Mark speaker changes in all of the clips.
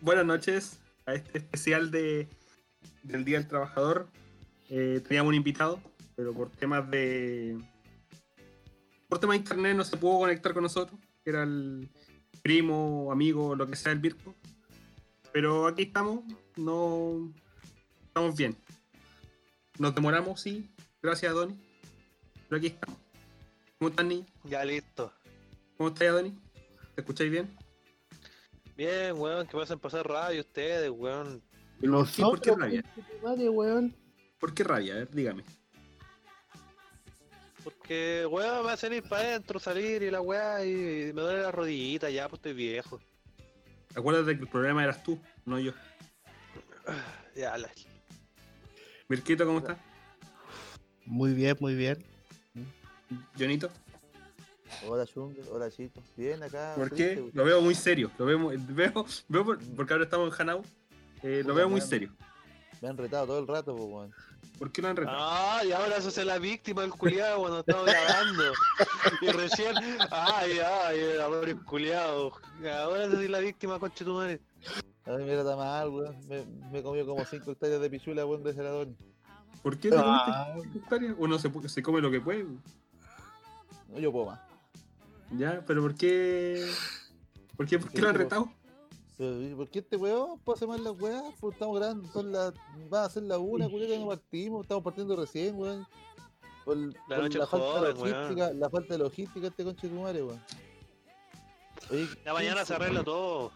Speaker 1: buenas noches a este especial de, del Día del Trabajador. Eh, teníamos un invitado, pero por temas de. Por temas de internet no se pudo conectar con nosotros, que era el primo, amigo, lo que sea el Virgo. Pero aquí estamos, no. Estamos bien. Nos demoramos, sí. Gracias, Donny. Pero aquí estamos. ¿Cómo estás, Ni?
Speaker 2: Ya listo.
Speaker 1: ¿Cómo estás, Donny? ¿Te escucháis bien?
Speaker 2: Bien, weón, que pasen pasar radio ustedes, weón.
Speaker 1: ¿Y ¿Por qué, por qué rabia?
Speaker 3: Madre, weón.
Speaker 1: ¿Por qué rabia? A ver, dígame.
Speaker 2: Porque, weón, me va a salir para adentro, salir y la weá, y me duele la rodillita ya, pues estoy viejo.
Speaker 1: Acuérdate que el problema eras tú, no yo.
Speaker 2: Ya, la...
Speaker 1: Mirquito, ¿cómo estás?
Speaker 4: Muy bien, muy bien.
Speaker 1: Jonito,
Speaker 5: Hola Jungle, hola chicos. Bien acá.
Speaker 1: ¿por
Speaker 5: triste,
Speaker 1: qué?
Speaker 5: güey.
Speaker 1: Lo veo muy serio. Lo veo, eh, veo, veo por- porque ahora estamos en Hanau. eh, lo
Speaker 5: Puta,
Speaker 1: veo muy
Speaker 5: weón.
Speaker 1: serio.
Speaker 5: Me han retado todo el rato, pues, weón.
Speaker 1: ¿Por qué lo han retado?
Speaker 2: Ah, y ahora sos la víctima del culiado cuando estaba grabando. Y recién, ay, ay, el amor culiado. Ahora soy la víctima, conche tu madre.
Speaker 5: A mí me trata mal, weón. Me, me comió como 5 hectáreas de pichula, weón, de Ceradón.
Speaker 1: ¿Por qué te comiste hectárea? Uno se, pu- se come lo que puede.
Speaker 5: No, yo puedo más.
Speaker 1: Ya, pero ¿por qué? ¿Por qué, por qué lo han retado?
Speaker 5: Pero, ¿y ¿Por qué este weón puede hacer mal las weas? Pues estamos grabando, son las. Van a ser la una, culeta, no partimos, estamos partiendo recién, weón. Por, por
Speaker 2: noche
Speaker 5: la, falta de
Speaker 2: joven,
Speaker 5: logística, la falta de logística este conche de tu madre, weón. Oye,
Speaker 2: La mañana se arregla todo.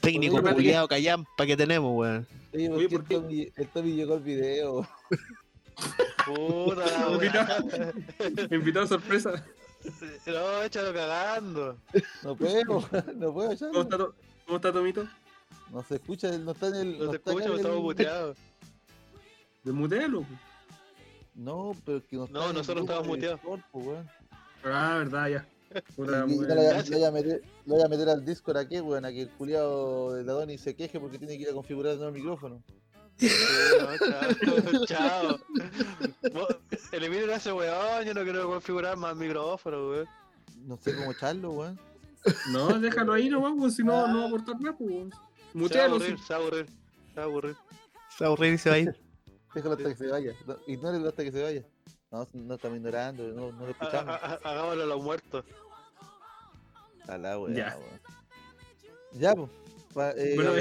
Speaker 4: Técnico
Speaker 5: Oye,
Speaker 4: culiado callampa que tenemos, weón.
Speaker 5: Oye, ¿por
Speaker 1: Oye,
Speaker 5: qué
Speaker 1: ¿por qué?
Speaker 5: el Tommy- el Tommy llegó al video, weón?
Speaker 2: Puta la
Speaker 1: Invitado,
Speaker 2: weá.
Speaker 1: invitado sorpresa.
Speaker 2: No, échalo cagando.
Speaker 5: No puedo, weón, no puedo ya.
Speaker 1: ¿Cómo está, to- cómo está Tomito?
Speaker 5: No se escucha, él no está en el.
Speaker 2: No te
Speaker 5: está acá
Speaker 2: escucho,
Speaker 5: en
Speaker 2: estamos
Speaker 5: el-
Speaker 2: muteados.
Speaker 1: Desmutealo.
Speaker 5: No, pero es que
Speaker 2: No,
Speaker 5: no está en el
Speaker 2: nosotros
Speaker 5: grupo
Speaker 2: estábamos
Speaker 5: de
Speaker 2: muteados.
Speaker 5: Discord, po, weón.
Speaker 1: Ah, verdad, ya. Puta,
Speaker 5: Y- y
Speaker 1: weón.
Speaker 5: no la- Lo voy a meter- lo voy a meter al Discord a qué, weón, a que el culiado de la Doni se queje porque tiene que ir a configurar el nuevo micrófono.
Speaker 2: No, chao, chao. Vos, Eliminen a ese weón, yo no quiero configurar más micrófono, weón.
Speaker 5: No sé cómo echarlo, weón.
Speaker 1: No, déjalo ahí nomás, weón, si no, no va a aportar nada, pues, weón.
Speaker 2: Se va a
Speaker 1: Mutealo, sí.
Speaker 2: aburrir, se va a aburrir, se va a aburrir.
Speaker 4: Se va a aburrir y se va a ir.
Speaker 5: Déjalo hasta que se vaya. No, ignórelo hasta que se vaya. No, no estamos ignorando, no,
Speaker 2: Ha-
Speaker 5: no lo
Speaker 2: ha-
Speaker 5: escuchamos.
Speaker 2: ha- Hagámoslo a los muertos.
Speaker 5: Ojalá, weón.
Speaker 1: Ya.
Speaker 5: weón. Ya, pues. Pa- eh,
Speaker 1: Bueno,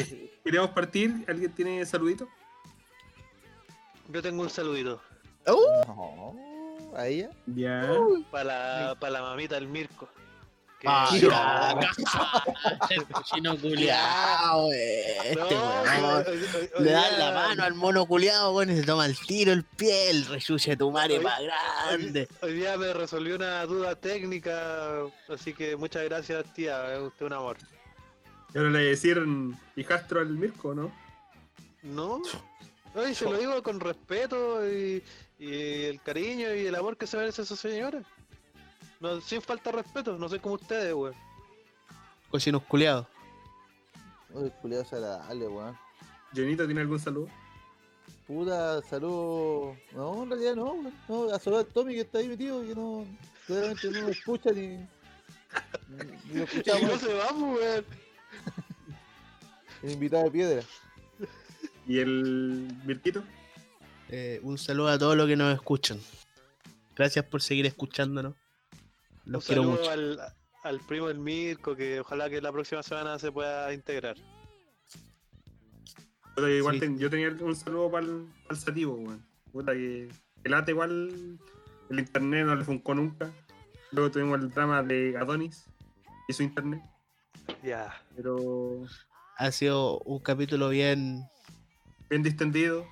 Speaker 1: Queríamos partir. ¿Alguien tiene saludito?
Speaker 2: Yo tengo un saludito
Speaker 5: No, a ella.
Speaker 1: Ya.
Speaker 2: para la, para la mamita del Mirko. Que-
Speaker 4: Ah,
Speaker 2: Sí,
Speaker 4: ya.
Speaker 2: no,
Speaker 4: El cochino culiado, Este weón.
Speaker 2: hoy- hoy- hoy
Speaker 4: Le dan
Speaker 2: día-
Speaker 4: la mano al mono culiado, weón, y se toma el tiro, el pie, el resuche tu madre
Speaker 2: Oye,
Speaker 4: más
Speaker 2: hoy-
Speaker 4: grande.
Speaker 2: Hoy día me resolvió una duda técnica, así que muchas gracias, tía. Es usted un amor.
Speaker 1: Y ahora le decían hijastro al Mirko, ¿no?
Speaker 2: ¿No? No, y se lo digo con respeto y, y el cariño y el amor que se merece esa señora. No, sin falta de respeto, no soy como ustedes, weón.
Speaker 4: Cochinos culiados.
Speaker 5: Uy, el culiado se la dale, weón.
Speaker 1: Jonito, ¿tiene algún saludo?
Speaker 5: Puta, saludo. No, en realidad no, weón. No, a saludar al Tommy que está ahí metido, que no. Claramente no lo escucha ni. ni lo
Speaker 2: Y no
Speaker 5: escuchamos.
Speaker 2: se va, pues, weón.
Speaker 5: El invitado de piedra.
Speaker 1: ¿Y el Mirquito?
Speaker 4: Eh, un saludo a todos los que nos escuchan. Gracias por seguir escuchándonos. Los
Speaker 2: Un
Speaker 4: quiero
Speaker 2: saludo
Speaker 4: mucho.
Speaker 2: Al, al primo del Mirko, que ojalá que la próxima semana se pueda integrar.
Speaker 1: Puta, yo igual
Speaker 4: Sí.
Speaker 1: ten- yo tenía un saludo para el Sativo, weón. Puta, que el ate igual, el internet no le funcó nunca. Luego tuvimos el drama de Adonis y su internet.
Speaker 2: Ya.
Speaker 1: Pero
Speaker 4: Ha sido un capítulo bien.
Speaker 1: bien distendido.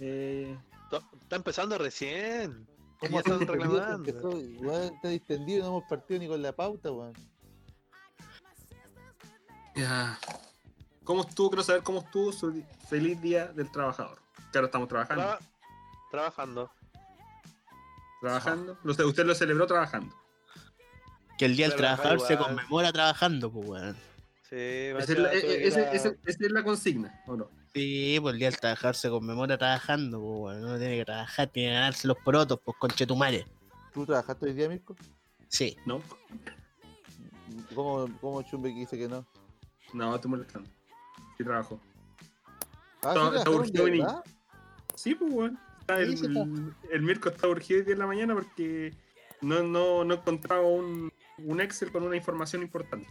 Speaker 1: Eh,
Speaker 2: To- Está empezando recién.
Speaker 5: ¿Cómo
Speaker 2: Ya están
Speaker 5: hacemos
Speaker 2: reclamando.
Speaker 5: que soy? Weón, está distendido, no hemos partido ni con la pauta, weón.
Speaker 1: ya. ¿Cómo estuvo? Quiero saber cómo estuvo su di- feliz día del trabajador. Claro, estamos trabajando.
Speaker 2: Tra- trabajando.
Speaker 1: Trabajando. Lo sé, usted lo celebró trabajando.
Speaker 4: Que el Día del
Speaker 2: Trabajar
Speaker 4: Trabajador se
Speaker 2: igual.
Speaker 4: conmemora trabajando, pues, weón.
Speaker 2: Sí,
Speaker 1: Esa es la-
Speaker 2: macha,
Speaker 1: eh, eh,
Speaker 2: tuve
Speaker 1: ese-
Speaker 2: que ir a-
Speaker 1: ese- esa es la consigna, ¿o no?
Speaker 4: Sí, pues el Día del Trabajador se conmemora trabajando, pues, weón. Uno tiene que trabajar, tiene que ganarse los porotos, pues, conchetumare.
Speaker 5: ¿Tú trabajaste hoy día, Mirko?
Speaker 4: Sí.
Speaker 1: No,
Speaker 5: ¿Cómo, cómo Chumbe que dice que no?
Speaker 1: no, estoy molestando. y trabajó.
Speaker 5: Ah,
Speaker 1: No, está
Speaker 5: sí, trabajaron
Speaker 1: urgido
Speaker 5: de
Speaker 1: y ni-
Speaker 5: verdad.
Speaker 1: Sí, pues, weón. Está
Speaker 4: Sí,
Speaker 1: el,
Speaker 4: sí
Speaker 1: el Mirko está urgido hoy día en la mañana porque no, no, no encontraba un, un Excel con una información importante.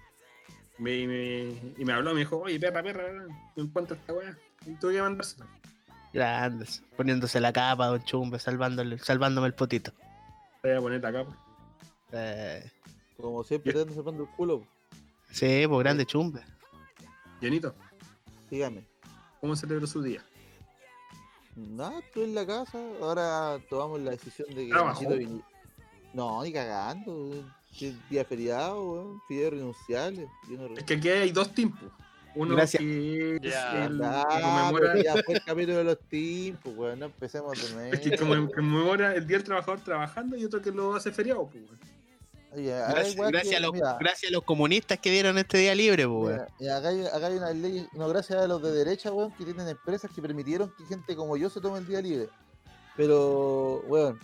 Speaker 1: Me, y me, y me habló, me dijo, oye, perra, perra, perra, no encuentro esta weá. Y tuve que mandársela.
Speaker 4: Grandes. Poniéndose la capa, don Chumbe, salvándole, salvándome el potito.
Speaker 1: La voy a poner acá, pues.
Speaker 4: Eh,
Speaker 5: Como siempre, te andan cerrando el culo.
Speaker 4: sí, pues grande Chumbe.
Speaker 1: Llenito,
Speaker 5: Dígame.
Speaker 1: ¿cómo celebró su día?
Speaker 5: Nada, estoy en la casa. Ahora tomamos la decisión de que.
Speaker 1: ¿Trabajó?
Speaker 5: Nachito vini- No, ni cagando. weón. Sí, Día feriado, weón. Fideo renunciable. Yo no
Speaker 1: Es que aquí hay dos tiempos. Uno
Speaker 4: Gracias.
Speaker 1: que es
Speaker 2: Ya.
Speaker 1: el que
Speaker 5: Ah,
Speaker 1: conmemora,
Speaker 5: pero ya fue el capítulo de los tiempos, weón. No empecemos de nuevo.
Speaker 1: es que conmem- conmemora el Día del Trabajador trabajando y otro que lo hace feriado, pues, weón.
Speaker 5: Ya, ahora
Speaker 4: Gracias,
Speaker 5: igual
Speaker 4: gracias
Speaker 5: Ah, que-
Speaker 4: a los,
Speaker 5: mira,
Speaker 4: gracias a los comunistas que dieron este día libre, pues, weón.
Speaker 5: Mira, y acá, hay, acá hay una ley, no, gracias a los de derecha, weón, que tienen empresas que permitieron que gente como yo se tome el día libre. Pero, weón,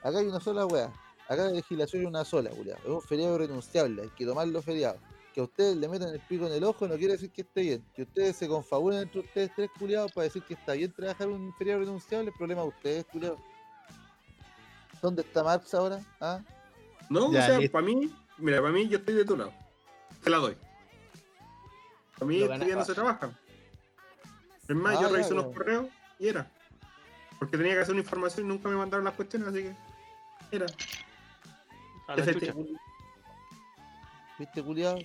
Speaker 5: acá hay una sola weá. Acá la legislación es una sola, weón. Es un feriado renunciable, hay que tomar los feriados. Que a ustedes le metan el pico en el ojo no quiere decir que esté bien. Que ustedes se confabulen entre ustedes tres culiados para decir que está bien trabajar un feriado renunciable, el problema de ustedes, culiados. ¿Dónde está Marx ahora? ¿Ah?
Speaker 1: No,
Speaker 4: Ya,
Speaker 1: o sea,
Speaker 4: listo.
Speaker 1: para mí, mira, para mí yo estoy de tu lado. Te la doy. Para mí
Speaker 4: Lo
Speaker 1: este día no
Speaker 4: ganaste.
Speaker 1: se trabaja. Es más,
Speaker 5: Ah,
Speaker 1: yo
Speaker 5: ya,
Speaker 1: revisé
Speaker 5: ya.
Speaker 1: unos correos y era. Porque tenía que hacer una información y nunca me mandaron las cuestiones, así que. Era.
Speaker 2: A la
Speaker 1: Ese
Speaker 2: chucha.
Speaker 1: tipo.
Speaker 5: ¿Viste, culiado?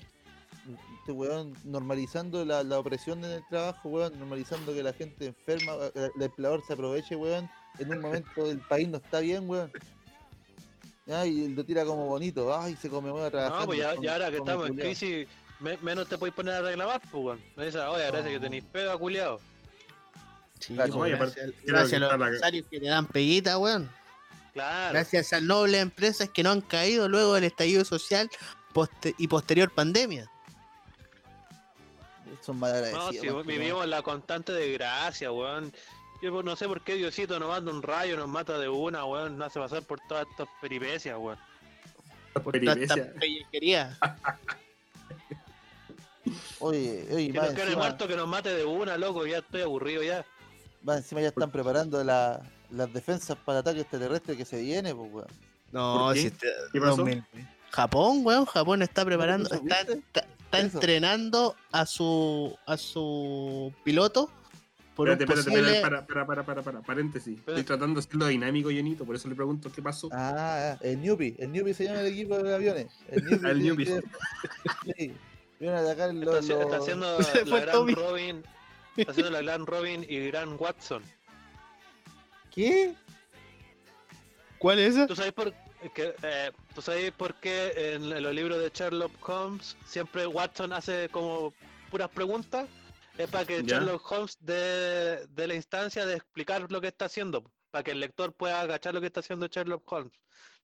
Speaker 5: Este weón normalizando la, la opresión en el trabajo, weón, normalizando que la gente enferma, eh, el empleador se aproveche, weón, en un momento el país no está bien, weón. Ya, y lo tira como bonito, ay, se conmemora trabajando.
Speaker 2: No, pues ya,
Speaker 5: come-
Speaker 2: ya ahora que
Speaker 5: come
Speaker 2: estamos en
Speaker 5: culiao.
Speaker 2: crisis, me- menos te podéis poner a reclamar, pues, weón. Me dices, oye, gracias que
Speaker 5: No.
Speaker 2: tenéis pega, culiado.
Speaker 4: Sí,
Speaker 5: Gracias,
Speaker 4: pues,
Speaker 1: oye,
Speaker 4: gracias,
Speaker 1: aparte, creo
Speaker 4: gracias
Speaker 1: que
Speaker 4: a los
Speaker 1: está la-
Speaker 4: empresarios que te dan peguita, weón.
Speaker 2: Claro.
Speaker 4: Gracias a esas nobles empresas que no han caído luego del estallido social poste- y posterior pandemia.
Speaker 5: Son mal
Speaker 2: No,
Speaker 5: agradecidos.
Speaker 2: si
Speaker 5: weón, culiao.
Speaker 2: vivimos la constante desgracia, weón. Yo pues, no sé por qué Diosito nos manda un rayo, nos mata de una, weón. Nos hace pasar por todas estas peripecias, weón.
Speaker 4: Por toda esta
Speaker 1: Peripecia.
Speaker 4: pellejería.
Speaker 5: Oye, oye,
Speaker 2: Si
Speaker 5: más
Speaker 2: nos quiere
Speaker 5: encima,
Speaker 2: muerto, que nos mate de una, loco. Ya estoy aburrido ya.
Speaker 5: más encima ya están preparando la- las defensas para el ataque extraterrestre que se viene, pues, weón.
Speaker 4: No,
Speaker 1: ¿Por qué?
Speaker 4: si este-
Speaker 1: ¿Qué pasó?
Speaker 4: 2020. Japón, weón, Japón está preparando,
Speaker 5: ¿No
Speaker 4: está,
Speaker 5: supiste?
Speaker 4: está- está
Speaker 5: Eso.
Speaker 4: entrenando a su a su piloto por
Speaker 1: Espérate,
Speaker 4: un
Speaker 1: espérate,
Speaker 4: posible...
Speaker 1: espérate, para, para, para, para, para, paréntesis. Estoy
Speaker 2: Espérate.
Speaker 1: tratando de hacerlo dinámico, Jonito, por eso le pregunto qué pasó.
Speaker 5: Ah, el Newbie, el Newbie se llama el equipo de aviones. El Newbie.
Speaker 1: El Newbie.
Speaker 5: tiene que- Sí, vienen a atacar
Speaker 2: Está,
Speaker 5: los.
Speaker 2: haci- está
Speaker 5: los-
Speaker 2: haciendo
Speaker 4: Se
Speaker 2: la
Speaker 4: fue
Speaker 2: gran
Speaker 4: Tommy.
Speaker 2: Robin. Está haciendo la gran Robin y gran Watson.
Speaker 5: ¿Qué?
Speaker 4: ¿Cuál es esa?
Speaker 2: ¿Tú sabes por, que, eh, ¿tú sabes por qué en los libros de Sherlock Holmes siempre Watson hace como puras preguntas? Es para que
Speaker 1: Ya.
Speaker 2: Sherlock Holmes dé dé la instancia de explicar lo que está haciendo, para que el lector pueda agachar lo que está haciendo Sherlock Holmes.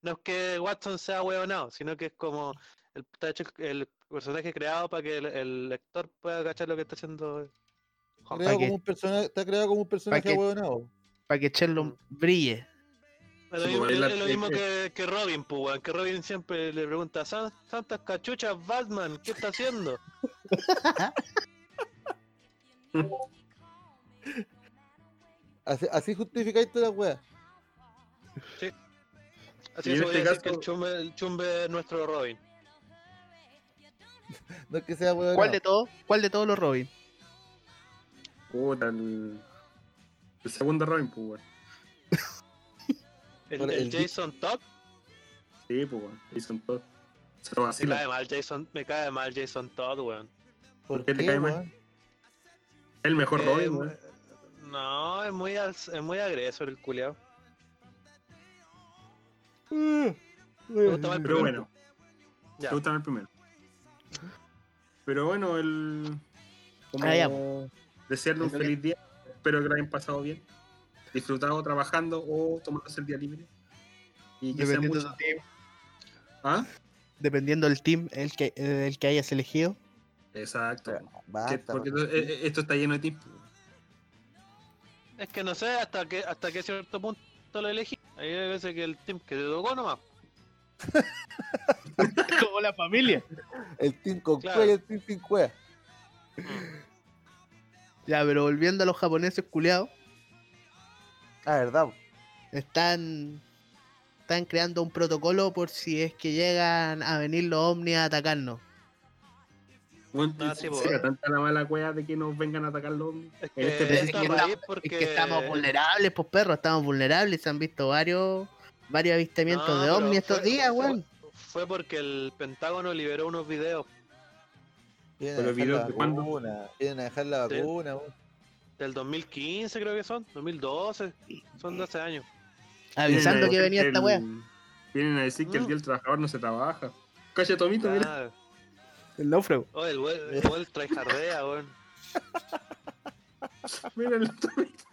Speaker 2: No es que Watson sea hueonado, sino que es como el, está hecho el personaje creado para que el, el lector pueda agachar lo que está haciendo
Speaker 5: Está
Speaker 2: Holmes.
Speaker 5: creado
Speaker 4: qué?
Speaker 5: como un persona- Está creado como un personaje
Speaker 4: qué?
Speaker 5: huevonado.
Speaker 4: Para que Sherlock brille.
Speaker 2: Es lo
Speaker 1: Sí,
Speaker 2: mismo,
Speaker 1: pues, es la-
Speaker 2: es lo
Speaker 1: es-
Speaker 2: mismo
Speaker 1: es-
Speaker 2: que, que Robin, pues, weón, que Robin siempre le pregunta, "San- Santas cachuchas, Batman, ¿qué está haciendo?
Speaker 5: Así, así justificáis toda la wea.
Speaker 2: Así
Speaker 1: Y
Speaker 2: que
Speaker 1: en
Speaker 2: se podría
Speaker 1: este
Speaker 2: decir que el
Speaker 1: caso-
Speaker 2: chumbe, el chumbe es nuestro Robin.
Speaker 5: No es que sea huevonado.
Speaker 4: ¿Cuál de todos? ¿Cuál de todos los Robin?
Speaker 1: Puta, el, el segundo Robin, pues, weón.
Speaker 2: El,
Speaker 5: Ahora,
Speaker 2: el
Speaker 5: el di-
Speaker 2: Jason Todd,
Speaker 1: Sí, pues, weón. Ahí son todos. Se lo
Speaker 2: me
Speaker 1: vacilan.
Speaker 2: cae mal Jason, me cae mal Jason Todd, weón.
Speaker 5: ¿Por
Speaker 1: ¿Por qué
Speaker 5: qué,
Speaker 1: te cae mal?
Speaker 5: weón?
Speaker 1: El mejor
Speaker 2: Eh,
Speaker 1: Robin, weón.
Speaker 2: no, es muy al- es muy agresor el culiao.
Speaker 1: Mm,
Speaker 2: Me gusta más el
Speaker 1: Pero
Speaker 2: primero.
Speaker 1: bueno.
Speaker 2: Ya.
Speaker 1: Te gustan el primero. Pero bueno, el. Como
Speaker 4: Ah, ya,
Speaker 1: desearle un
Speaker 4: Entonces-
Speaker 1: feliz día. Espero que lo hayan pasado bien. Disfrutado trabajando o tomándose el día libre. Y que sean
Speaker 4: Dependiendo
Speaker 1: muchos.
Speaker 4: del team.
Speaker 1: ¿Ah?
Speaker 4: Dependiendo del team el que, el que hayas elegido.
Speaker 1: Exacto.
Speaker 5: Pero,
Speaker 1: Que-
Speaker 5: Basta.
Speaker 1: porque
Speaker 5: weón.
Speaker 1: esto, eh, eh, esto está lleno de tiempo.
Speaker 2: Es que no sé hasta qué hasta qué cierto punto lo elegí. Hay veces que el team que te tocó nomás.
Speaker 4: Como la familia.
Speaker 5: El team con
Speaker 2: Claro.
Speaker 5: cueva y el team sin cueva.
Speaker 4: Ya, pero volviendo a los japoneses culiados,
Speaker 5: Ah, verdad. po.
Speaker 4: están, están creando un protocolo por si es que llegan a venir los ovnis a atacarnos.
Speaker 1: Bueno,
Speaker 2: Ah, sí, po.
Speaker 1: será tanta la mala cueva de que nos vengan a atacar los ovnis.
Speaker 2: Es
Speaker 1: En
Speaker 2: que
Speaker 1: este
Speaker 4: es
Speaker 1: preciso
Speaker 2: esta
Speaker 4: que
Speaker 1: momento.
Speaker 2: raíz
Speaker 4: estamos-
Speaker 2: porque...
Speaker 4: Es que estamos vulnerables, pues perro, estamos vulnerables. Se han visto varios varios avistamientos
Speaker 2: No,
Speaker 4: de
Speaker 2: pero
Speaker 4: ovnis estos
Speaker 2: fue-
Speaker 4: días,
Speaker 2: fue-
Speaker 4: weón.
Speaker 2: Fue porque el Pentágono liberó unos videos
Speaker 1: Pero
Speaker 5: Vienen a dejar la
Speaker 1: videos de cuándo.
Speaker 5: vacuna. Vienen a dejar la
Speaker 2: Sí.
Speaker 5: vacuna. weón.
Speaker 2: del 2015 creo que son, 2012, son de hace años.
Speaker 1: Vienen a
Speaker 4: Avisando que
Speaker 1: decir
Speaker 4: venía esta
Speaker 1: el-
Speaker 4: weá.
Speaker 1: Vienen a decir que el
Speaker 2: Mm.
Speaker 1: día del trabajador no se trabaja. Calle Tomito, mira.
Speaker 2: Ah,
Speaker 4: El náufrago.
Speaker 2: oh, el weón el weón traijardea, weón. Ah.
Speaker 1: Mira el Tomito.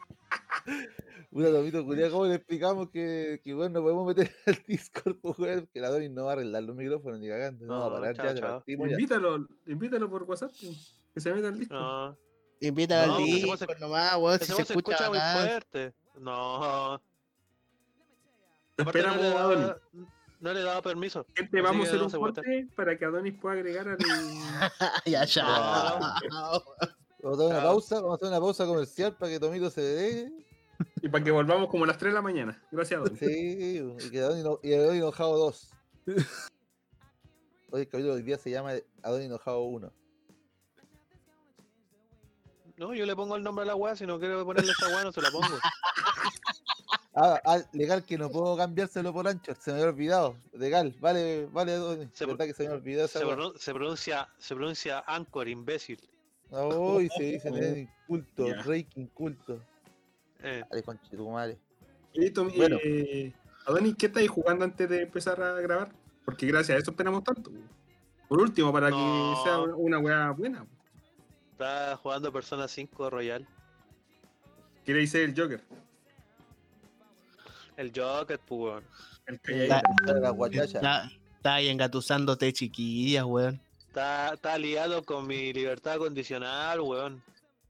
Speaker 5: Puta, Tomito culiao, ¿cómo le explicamos que, que weón, no podemos meter al Discord, po, weón? Que la Doris no va a arreglar los micrófonos ni cagando. No, va a
Speaker 2: No,
Speaker 5: parar
Speaker 2: chao,
Speaker 5: ya, ya
Speaker 2: chao.
Speaker 5: partimos ya.
Speaker 1: Invítalo, invítalo por WhatsApp. Que se meta al disco.
Speaker 2: No,
Speaker 4: Invita
Speaker 2: No,
Speaker 4: al
Speaker 2: pues, ese
Speaker 4: disco
Speaker 2: weón se-
Speaker 4: nomás, weón. Si
Speaker 2: ese
Speaker 4: se
Speaker 2: weón se
Speaker 4: escucha,
Speaker 2: escucha muy
Speaker 4: bacán.
Speaker 2: fuerte. No.
Speaker 1: Te
Speaker 2: Aparte,
Speaker 1: esperamos
Speaker 2: no le
Speaker 1: a
Speaker 2: daba-
Speaker 1: Adonis.
Speaker 2: No le he dado permiso.
Speaker 1: Gente,
Speaker 2: Así
Speaker 1: vamos a
Speaker 2: que
Speaker 1: hacer
Speaker 2: no
Speaker 1: un
Speaker 2: se vota.
Speaker 1: corte para que Adonis pueda agregar al.
Speaker 4: ya, ya.
Speaker 5: Vamos a hacer una
Speaker 2: Chao.
Speaker 5: pausa, vamos a hacer una pausa comercial para que Tomito se dé.
Speaker 1: y para que volvamos como a las 3 de la mañana. Gracias, Adonis.
Speaker 5: Sí, y que Adón y Adón Enojado 2. Hoy el capítulo de hoy día se llama Adón Enojado 1.
Speaker 2: No, yo le pongo el nombre a la weá, si no quiero ponerle esa weá, no se la pongo.
Speaker 5: Ah, ah, legal que no puedo cambiárselo por Anchor, se me había olvidado. Legal, vale, vale, Adón.
Speaker 2: Se
Speaker 5: Se
Speaker 2: pro-
Speaker 5: verdad que se me había olvidado
Speaker 2: Se,
Speaker 5: esa weá.
Speaker 2: pronun- se pronuncia, se pronuncia Anchor, imbécil.
Speaker 5: Ah, Uy, se dice
Speaker 1: Oh,
Speaker 5: nene inculto,
Speaker 1: ya.
Speaker 5: rey inculto.
Speaker 2: Eh,
Speaker 5: Dale, conchetumare.
Speaker 1: Y Tom-
Speaker 4: Bueno.
Speaker 1: eh, Adonis, ¿qué estáis jugando antes de empezar a grabar? Porque gracias a eso tenemos tanto. weón. Por último, para
Speaker 2: No.
Speaker 1: que sea una- una weá buena.
Speaker 2: está jugando Persona 5 Royal.
Speaker 1: ¿Queréis ser el Joker?
Speaker 2: El Joker, pues, weón.
Speaker 1: El
Speaker 5: La,
Speaker 1: calladito.
Speaker 5: la guachacha.
Speaker 4: Está- Está ahí engatusándote, chiquillas, weón.
Speaker 2: Está, está aliado con mi libertad condicional, weón.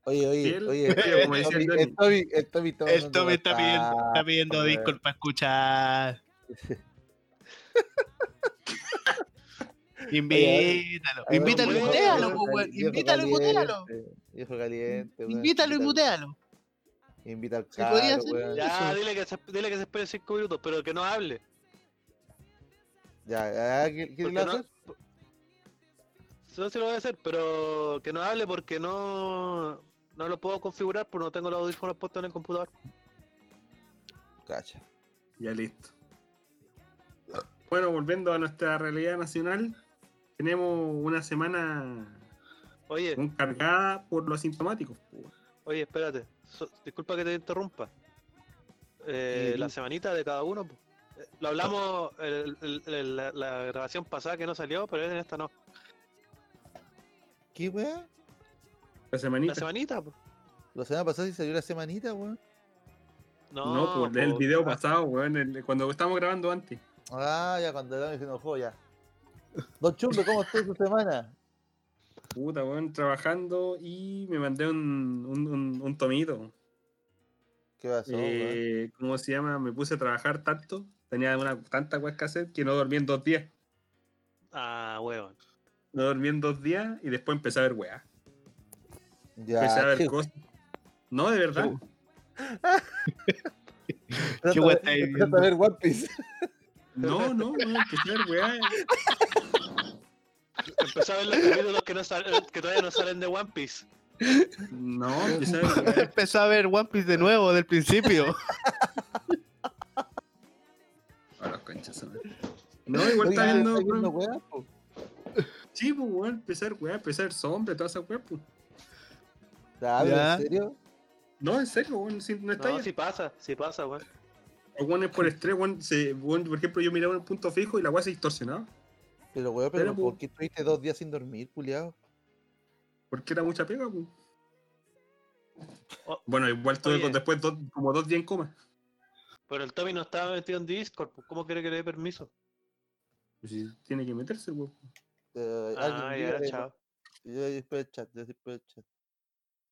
Speaker 5: Oye, oye,
Speaker 1: Fiel,
Speaker 5: oye. eh,
Speaker 1: fiel, como
Speaker 5: el
Speaker 1: decía
Speaker 5: Tommy-
Speaker 1: el Johnny.
Speaker 5: el Tommy- El Tommy está
Speaker 4: El
Speaker 5: mandando
Speaker 4: Tommy Eh, está pidiendo, está
Speaker 5: WhatsApp,
Speaker 4: pidiendo
Speaker 5: pues, weón.
Speaker 4: Discord para escuchar. Invítalo.
Speaker 5: Ay,
Speaker 4: Invítalo y
Speaker 5: weón,
Speaker 2: bueno,
Speaker 4: mutealo,
Speaker 5: viejo
Speaker 4: po, weón.
Speaker 5: cali- viejo
Speaker 4: Invítalo y mutealo.
Speaker 5: caliente, Viejo caliente, weón.
Speaker 4: Invítalo y
Speaker 5: Invítalo.
Speaker 4: mutealo.
Speaker 5: Invita al
Speaker 4: Se podía
Speaker 5: caro,
Speaker 4: hacer
Speaker 5: weón. Ya,
Speaker 2: Ya,
Speaker 4: Eso.
Speaker 2: dile que, se, dile que se espere 5 minutos, pero que no hable.
Speaker 5: ya, ¿qué, qué
Speaker 2: porque
Speaker 5: le
Speaker 2: no-
Speaker 5: haces?
Speaker 2: po- No se lo voy a hacer, pero que no hable porque no, no lo puedo configurar porque no tengo los audífonos puestos en el computador.
Speaker 5: Cacha.
Speaker 1: Ya listo. Bueno, volviendo a nuestra realidad nacional, tenemos una semana
Speaker 2: Oye,
Speaker 1: con cargada por los asintomáticos. po.
Speaker 2: oye, espérate. So- disculpa que te interrumpa. Eh,
Speaker 5: Sí,
Speaker 2: la
Speaker 5: dime.
Speaker 2: semanita de cada uno. po. Eh, Lo hablamos el- el- el- la, la grabación pasada que no salió, pero en esta no.
Speaker 5: ¿Qué, weón?
Speaker 1: La semanita.
Speaker 2: La semanita, pues. po.
Speaker 5: La semana pasada sí salió la semanita, weón.
Speaker 2: No,
Speaker 1: No, por el
Speaker 2: po.
Speaker 1: video
Speaker 2: Ah,
Speaker 1: pasado, weón, el- cuando estábamos grabando antes.
Speaker 5: Ah, ya cuando el Dami se enojó, ya. Don Chumbe, ¿cómo estuvo su semana?
Speaker 1: Puta, weón, trabajando y me mandé un, un, un- un tomito.
Speaker 5: ¿Qué pasó, weón?
Speaker 1: Eh, ¿Cómo se llama? Me puse a trabajar tanto, tenía una, tanta weas que hacer que no dormí en dos días.
Speaker 2: Ah, weón.
Speaker 1: No dormí en dos días y después empecé a ver weas. Empecé a
Speaker 5: Ya,
Speaker 1: ver cosas. No, de verdad.
Speaker 4: ¿Qué weón está ahí
Speaker 5: Trata de ver One Piece.
Speaker 1: No, no, weón, empecé a ver weas.
Speaker 2: Empezó a ver los capítulos que, no sal- que todavía no salen de One Piece.
Speaker 1: No, empecé a ver weas.
Speaker 4: Empezó a ver One Piece de nuevo, del principio.
Speaker 1: A los conchas, a ver. No, igual está
Speaker 5: Oiga,
Speaker 1: viendo.
Speaker 5: ¿está
Speaker 1: weón.
Speaker 5: weá, po?
Speaker 1: Sí, pues, weón, empezar, weón, empezar sombra, toda esa weón, pues.
Speaker 5: Ya, pero
Speaker 4: Ya.
Speaker 5: ¿En serio?
Speaker 1: No, en serio, weón, si- no está
Speaker 2: No,
Speaker 1: ya.
Speaker 2: si pasa, si pasa, weón.
Speaker 1: O weón es por estrés, weón, se- weón, por ejemplo, yo miraba un punto fijo y la weá se distorsionaba.
Speaker 5: Pero, weón, pero,
Speaker 1: Pero, po.
Speaker 5: ¿por qué estuviste dos días sin dormir, culiao?
Speaker 1: Porque era mucha pega, pues.
Speaker 2: Oh,
Speaker 1: Bueno, igual tuve
Speaker 2: oye.
Speaker 1: con- después dos- como dos días en coma.
Speaker 2: Pero el Tommy no estaba metido en Discord, pues, ¿cómo quiere que le dé permiso?
Speaker 1: Pues sí, tiene que meterse, weón.
Speaker 5: Eh,
Speaker 2: Ah,
Speaker 5: alguien
Speaker 2: ya,
Speaker 5: dígale,
Speaker 2: chao.
Speaker 5: Yo después del chat, yo después del chat.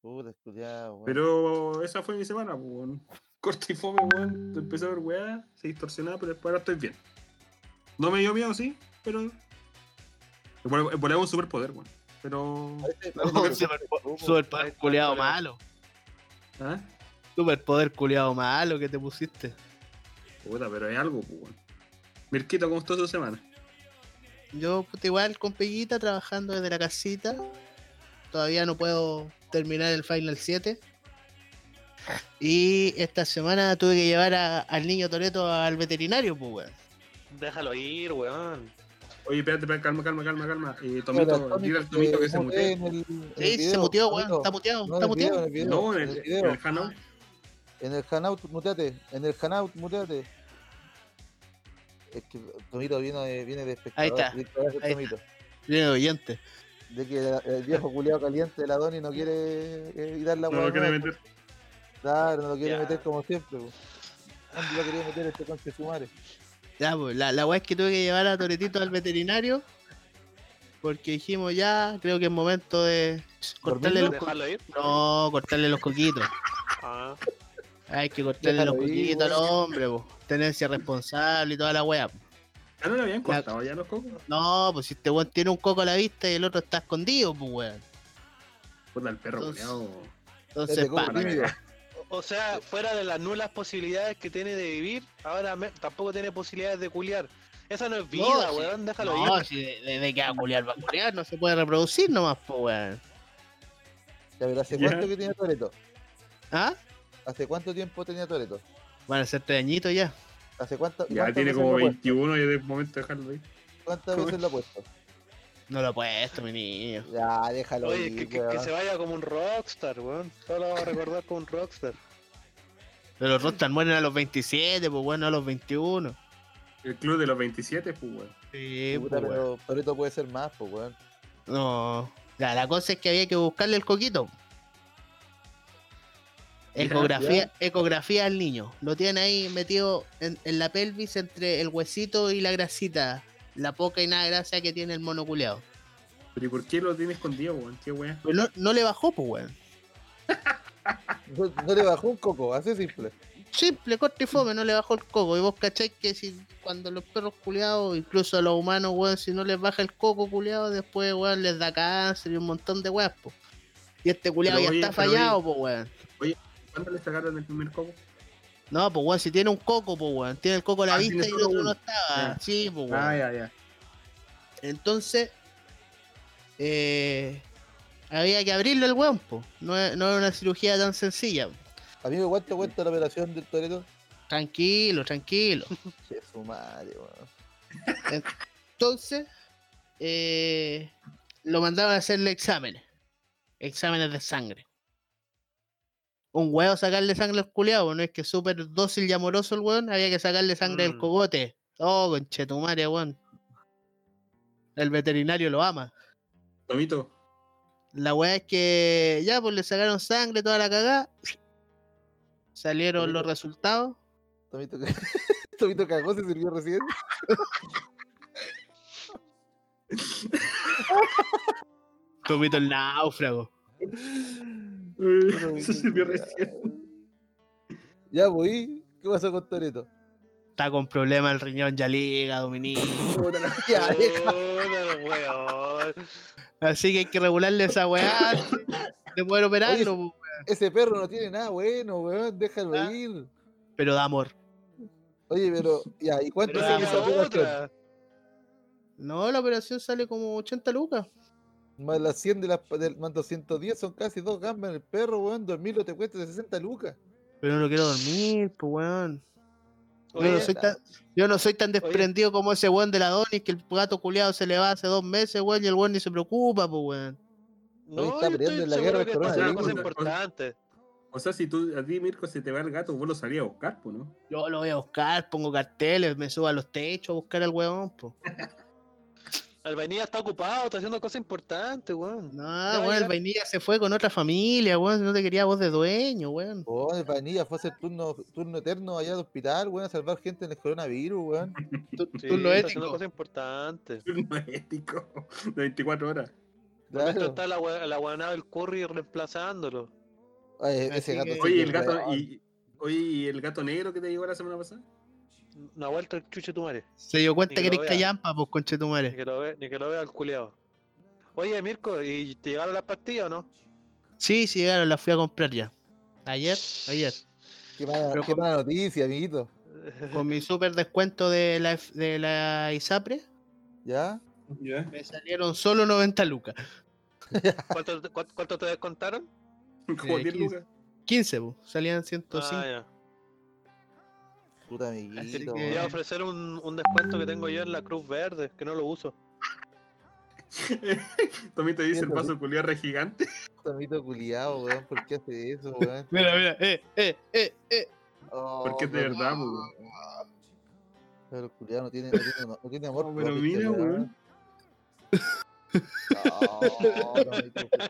Speaker 5: Puta, culiao, weón.
Speaker 1: Pero esa fue mi semana, pues, weón. Corta y fome, weón. Empecé a ver weá, se distorsionaba, pero después ahora estoy bien. No me dio miedo, sí, pero. Igual- igual es un superpoder, weón. pero.
Speaker 5: Parece-
Speaker 1: No,
Speaker 5: parece-
Speaker 4: Super- Superpoder culiado malo.
Speaker 1: ¿Ah?
Speaker 4: Superpoder culiado malo que te pusiste.
Speaker 1: Puta, pero es algo, pues, weón. Mirquito, ¿cómo estuvo tu semana?
Speaker 4: Yo, puta, igual con Peguita trabajando desde la casita. Todavía no puedo terminar el Final 7. Y esta semana tuve que llevar a- al niño Toreto al veterinario, pues, weón.
Speaker 2: Déjalo ir, weón.
Speaker 1: Oye, espérate, espérate, calma, calma, calma, calma. Eh,
Speaker 5: Mira,
Speaker 1: Tomito,
Speaker 5: Tommy
Speaker 1: dile al Tomito que se
Speaker 5: mutea
Speaker 1: mutee.
Speaker 5: en el- en el
Speaker 4: Sí, se
Speaker 5: video,
Speaker 4: muteó, weón.
Speaker 5: Tomito.
Speaker 4: Está muteado,
Speaker 5: No, en
Speaker 4: está
Speaker 5: el video,
Speaker 4: muteado.
Speaker 5: en el video,
Speaker 1: No, en
Speaker 5: en
Speaker 1: el,
Speaker 5: el
Speaker 1: en
Speaker 5: video.
Speaker 1: el Hangout.
Speaker 5: En el Hanout, muteate. En el Hanout, muteate. Es que Tomito viene, de- viene de espectador.
Speaker 4: Ahí está,
Speaker 5: viene de trabajo el
Speaker 4: ahí
Speaker 5: Tomito.
Speaker 4: Bien, oyente.
Speaker 5: De que la- el viejo culiado caliente de la Doni no quiere eh, ir dar la
Speaker 1: No lo
Speaker 5: hueá
Speaker 1: quiere
Speaker 5: nueva.
Speaker 1: meter.
Speaker 5: Claro, no lo quiere
Speaker 2: Ya.
Speaker 5: meter como siempre. po. ¿Dónde lo quería meter este conche de su madre?
Speaker 4: Ya, pues, la, la weá es que tuve que llevar a Toretito al veterinario. Porque dijimos ya, creo que es momento de cortarle los,
Speaker 2: Déjalo ir.
Speaker 4: No, cortarle los coquitos.
Speaker 2: Ah,
Speaker 4: Hay que cortarle
Speaker 5: Déjalo
Speaker 4: los
Speaker 5: ir,
Speaker 4: coquitos al
Speaker 5: weón.
Speaker 4: hombre, po. Tenencia responsable y toda la wea. po.
Speaker 1: Ya no le habían cortado ya los cocos.
Speaker 4: No, pues si este weón tiene un coco a la vista y el otro está escondido, pues weón.
Speaker 1: Puta, el perro
Speaker 4: Entonces- ah,
Speaker 1: culiao.
Speaker 4: Entonces,
Speaker 5: Este
Speaker 4: pa,
Speaker 5: coco tímido.
Speaker 2: o sea, fuera de las nulas posibilidades que tiene de vivir, ahora me- tampoco tiene posibilidades de culiar. Esa no es vida,
Speaker 4: sí.
Speaker 2: weón. Déjalo ir.
Speaker 4: no, si desde que va a culiar, va a culiar, no se puede reproducir nomás, pues weón.
Speaker 5: Ya, pero ¿hace
Speaker 1: Ya.
Speaker 5: cuánto que tiene Toreto?
Speaker 4: ¿Ah?
Speaker 5: ¿Hace cuánto tiempo tenía Toreto?
Speaker 4: Van a ser tres añitos ya.
Speaker 5: ¿Hace cuánto,
Speaker 1: Ya
Speaker 5: cuántas
Speaker 1: tiene
Speaker 5: veces
Speaker 1: como
Speaker 5: lo ha puesto?
Speaker 1: 21 y es el momento de dejarlo ahí.
Speaker 5: ¿Cuántas veces lo ha puesto?
Speaker 4: No lo he puesto, mi niño.
Speaker 5: Ya, déjalo
Speaker 2: Oye,
Speaker 5: ir,
Speaker 2: que, que- que
Speaker 5: weón.
Speaker 2: se vaya como un rockstar, weón. Todo lo va a recordar como un rockstar.
Speaker 4: Pero los Rostan mueren a los 27, pues bueno, a los 21.
Speaker 1: El club de los 27, pues, weón.
Speaker 4: Sí,
Speaker 5: Puta,
Speaker 4: pues, weón.
Speaker 5: pero Toreto puede ser más, pues, weón.
Speaker 4: No. Ya, la cosa es que había que buscarle el coquito.
Speaker 1: Ya,
Speaker 4: Ecografía, ecografía al niño. Lo tiene ahí metido en, en la pelvis entre el huesito y la grasita. La poca y nada de grasa que tiene el mono culeado.
Speaker 1: Pero ¿y por qué lo tiene escondido, weón? Qué weón.
Speaker 4: Pero no, no le bajó, pues, weón.
Speaker 5: No, no le bajó un coco, así simple.
Speaker 4: Simple, corte y fome, no le bajó el coco. Y vos cacháis que si cuando los perros culeados, incluso a los humanos, weón, si no les baja el coco culeado, después, weón, les da cáncer y un montón de weas, po. Y este culeado
Speaker 1: Pero
Speaker 4: ya
Speaker 1: oye,
Speaker 4: está
Speaker 1: pero oye.
Speaker 4: fallado, pues, weón.
Speaker 1: ¿Cuándo le sacaron el primer coco?
Speaker 4: No, pues weón, si tiene un coco, pues weón. Tiene el coco a la
Speaker 1: Ah,
Speaker 4: vista
Speaker 1: tiene
Speaker 4: y el
Speaker 1: solo
Speaker 4: otro
Speaker 1: uno.
Speaker 4: no estaba.
Speaker 1: Ya.
Speaker 4: Sí, pues weón.
Speaker 1: Ah, ya, ya.
Speaker 4: Entonces, eh, había que abrirlo el weón, pues. No, es- no era una cirugía tan sencilla. po.
Speaker 5: Amigo, ¿cuánto cuesta la operación del Toreto?
Speaker 4: Tranquilo, tranquilo.
Speaker 5: Che, su madre, weón.
Speaker 4: Entonces, eh, lo mandaban a hacerle exámenes. Exámenes de sangre. Un huevo sacarle sangre al culiado, no es que súper dócil y amoroso el weón, había que sacarle sangre del
Speaker 2: Mm.
Speaker 4: cogote. Oh, conchetumare, weón. El veterinario lo ama.
Speaker 1: Tomito,
Speaker 4: La weá es que ya, pues le sacaron sangre, toda la cagada. Salieron los resultados.
Speaker 5: Tomito, ca- Tomito cagó, se sirvió recién.
Speaker 4: Tomito el náufrago.
Speaker 1: se sirvió recién.
Speaker 5: Ya, voy. ¿Qué pasó con Toreto?
Speaker 4: Está con problemas el riñón, ya liga, Dominique.
Speaker 5: Ya,
Speaker 2: Oh.
Speaker 5: deja.
Speaker 2: Puta, weón.
Speaker 4: Así que hay que regularle esa weá. antes de poder operarlo, po,
Speaker 5: Ese perro no tiene nada bueno, weón. Déjalo
Speaker 4: Ah.
Speaker 5: ir.
Speaker 4: pero da amor.
Speaker 5: Oye, pero, ya, ¿y cuánto
Speaker 2: Pero
Speaker 5: sale
Speaker 2: esa
Speaker 5: esa operación?
Speaker 2: otra.
Speaker 4: No, la operación sale como 80 lucas.
Speaker 5: Más las 100 de las, del- más 210 son casi dos gambas en el perro, weón. Dormirlo te cuesta 60 lucas.
Speaker 4: Pero no quiero dormir, pues weón. Yo no,
Speaker 2: Oye,
Speaker 4: soy tan, yo no soy tan desprendido como ese weón de la Donis que el gato culeado se le va hace dos meses, weón, y el weón ni se preocupa, pues weón.
Speaker 5: Hoy
Speaker 2: No,
Speaker 5: está
Speaker 2: yo
Speaker 5: peleando
Speaker 2: estoy
Speaker 5: en la
Speaker 2: seguro
Speaker 5: guerra
Speaker 2: que esta es
Speaker 5: del
Speaker 2: una
Speaker 1: coronavirus.
Speaker 2: cosa importante.
Speaker 1: O sea, si tú, a ti, Mirko, se te va el gato, vos lo salías a buscar, pues, ¿no?
Speaker 4: Yo lo voy a buscar, pongo carteles, me subo a los techos a buscar al weón, pues.
Speaker 2: Albanía está ocupado, está haciendo cosas importantes, weón.
Speaker 4: No,
Speaker 2: a
Speaker 4: weón, el
Speaker 2: llegar.
Speaker 4: vainilla se fue con otra familia, weón, no te quería voz de dueño, weón.
Speaker 5: Oh, el Vanilla fue a hacer turno, turno eterno allá al hospital, weón, a salvar gente en el coronavirus, weón.
Speaker 4: Tú,
Speaker 2: Sí,
Speaker 4: tú lo
Speaker 2: está haciendo
Speaker 4: ético.
Speaker 2: cosas importantes.
Speaker 1: No es ético. De 24 horas.
Speaker 2: Esto
Speaker 5: Claro.
Speaker 2: está la we- la guanada del curry reemplazándolo.
Speaker 5: Oye,
Speaker 4: Así
Speaker 5: ese gato
Speaker 4: que-
Speaker 5: sí
Speaker 1: Oye,
Speaker 5: que
Speaker 1: el
Speaker 5: es
Speaker 1: gato,
Speaker 5: weón.
Speaker 1: y, oye, ¿y el gato negro que te llegó la semana pasada?
Speaker 2: Una vuelta el chuche tu madre.
Speaker 4: Se dio
Speaker 2: Ni
Speaker 4: cuenta que
Speaker 2: que
Speaker 4: eres
Speaker 2: lo vea.
Speaker 4: callampa, pues conche tu
Speaker 2: Ni que lo vea, ni que lo vea el culiao. Oye, Mirko, ¿y te llegaron las pastillas o no?
Speaker 4: Sí, sí llegaron, las fui a comprar ya. Ayer, ayer.
Speaker 5: Qué mala,
Speaker 4: Pero
Speaker 5: qué
Speaker 4: con-
Speaker 5: mala noticia, amiguito.
Speaker 4: Con mi super descuento de la, de la ISAPRE,
Speaker 5: ¿Ya?
Speaker 1: Ya.
Speaker 4: me salieron solo 90 lucas.
Speaker 2: ¿Cuánto, cu- cuánto, te descontaron?
Speaker 1: Como
Speaker 4: Eh,
Speaker 1: 10
Speaker 4: 15.
Speaker 1: lucas.
Speaker 4: 15, po, salían
Speaker 2: Ah,
Speaker 4: 105.
Speaker 2: ya.
Speaker 5: Puta amiguito.
Speaker 4: que-
Speaker 2: Voy a
Speaker 5: weón.
Speaker 2: ofrecer un, un descuento que tengo yo en la Cruz Verde, que no lo uso.
Speaker 1: También te dice el
Speaker 5: Siento,
Speaker 1: paso culiar re gigante.
Speaker 5: Puta amiguito culiado, weón. ¿Por qué hace eso, weón?
Speaker 4: Mira, mira, eh, eh, eh, eh.
Speaker 5: Oh,
Speaker 1: Porque es de
Speaker 5: pero-
Speaker 1: verdad, weón.
Speaker 5: Pero el culiado no tiene, no tiene, no tiene amor.
Speaker 1: No,
Speaker 5: por
Speaker 1: pero
Speaker 5: la
Speaker 1: mira,
Speaker 5: fiscalidad.
Speaker 1: weón.
Speaker 5: No, no, amiguito, puta.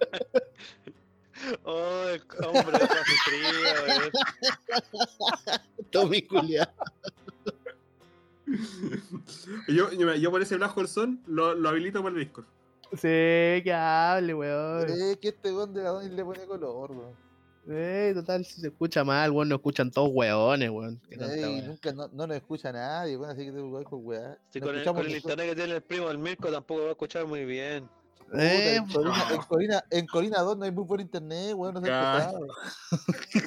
Speaker 2: Oh, el hombre, está frío, eh.
Speaker 4: Tommy culiao.
Speaker 1: Yo, yo, yo por ese Black Hole Sun lo, lo habilito por el Discord.
Speaker 4: Sí, que hable, weón.
Speaker 5: Eh, que este weón de la Donis le pone color, weón.
Speaker 4: Eh, total, si se escucha mal, weón, no escuchan todos weones, weón. Qué tanta
Speaker 5: Ey,
Speaker 4: weá.
Speaker 5: nunca, no, no nos escucha nadie, weón, así que te weón con weá.
Speaker 2: Sí,
Speaker 5: Nos
Speaker 2: con, el,
Speaker 5: escuchamos
Speaker 2: con el
Speaker 5: nosotros.
Speaker 2: internet que tiene el primo del Mirko tampoco va a escuchar muy bien.
Speaker 5: Puta,
Speaker 4: Eh,
Speaker 5: en, Corina, en, Corina, en Corina 2 no hay muy buen internet, weón, no se
Speaker 1: Ya.
Speaker 5: escucha.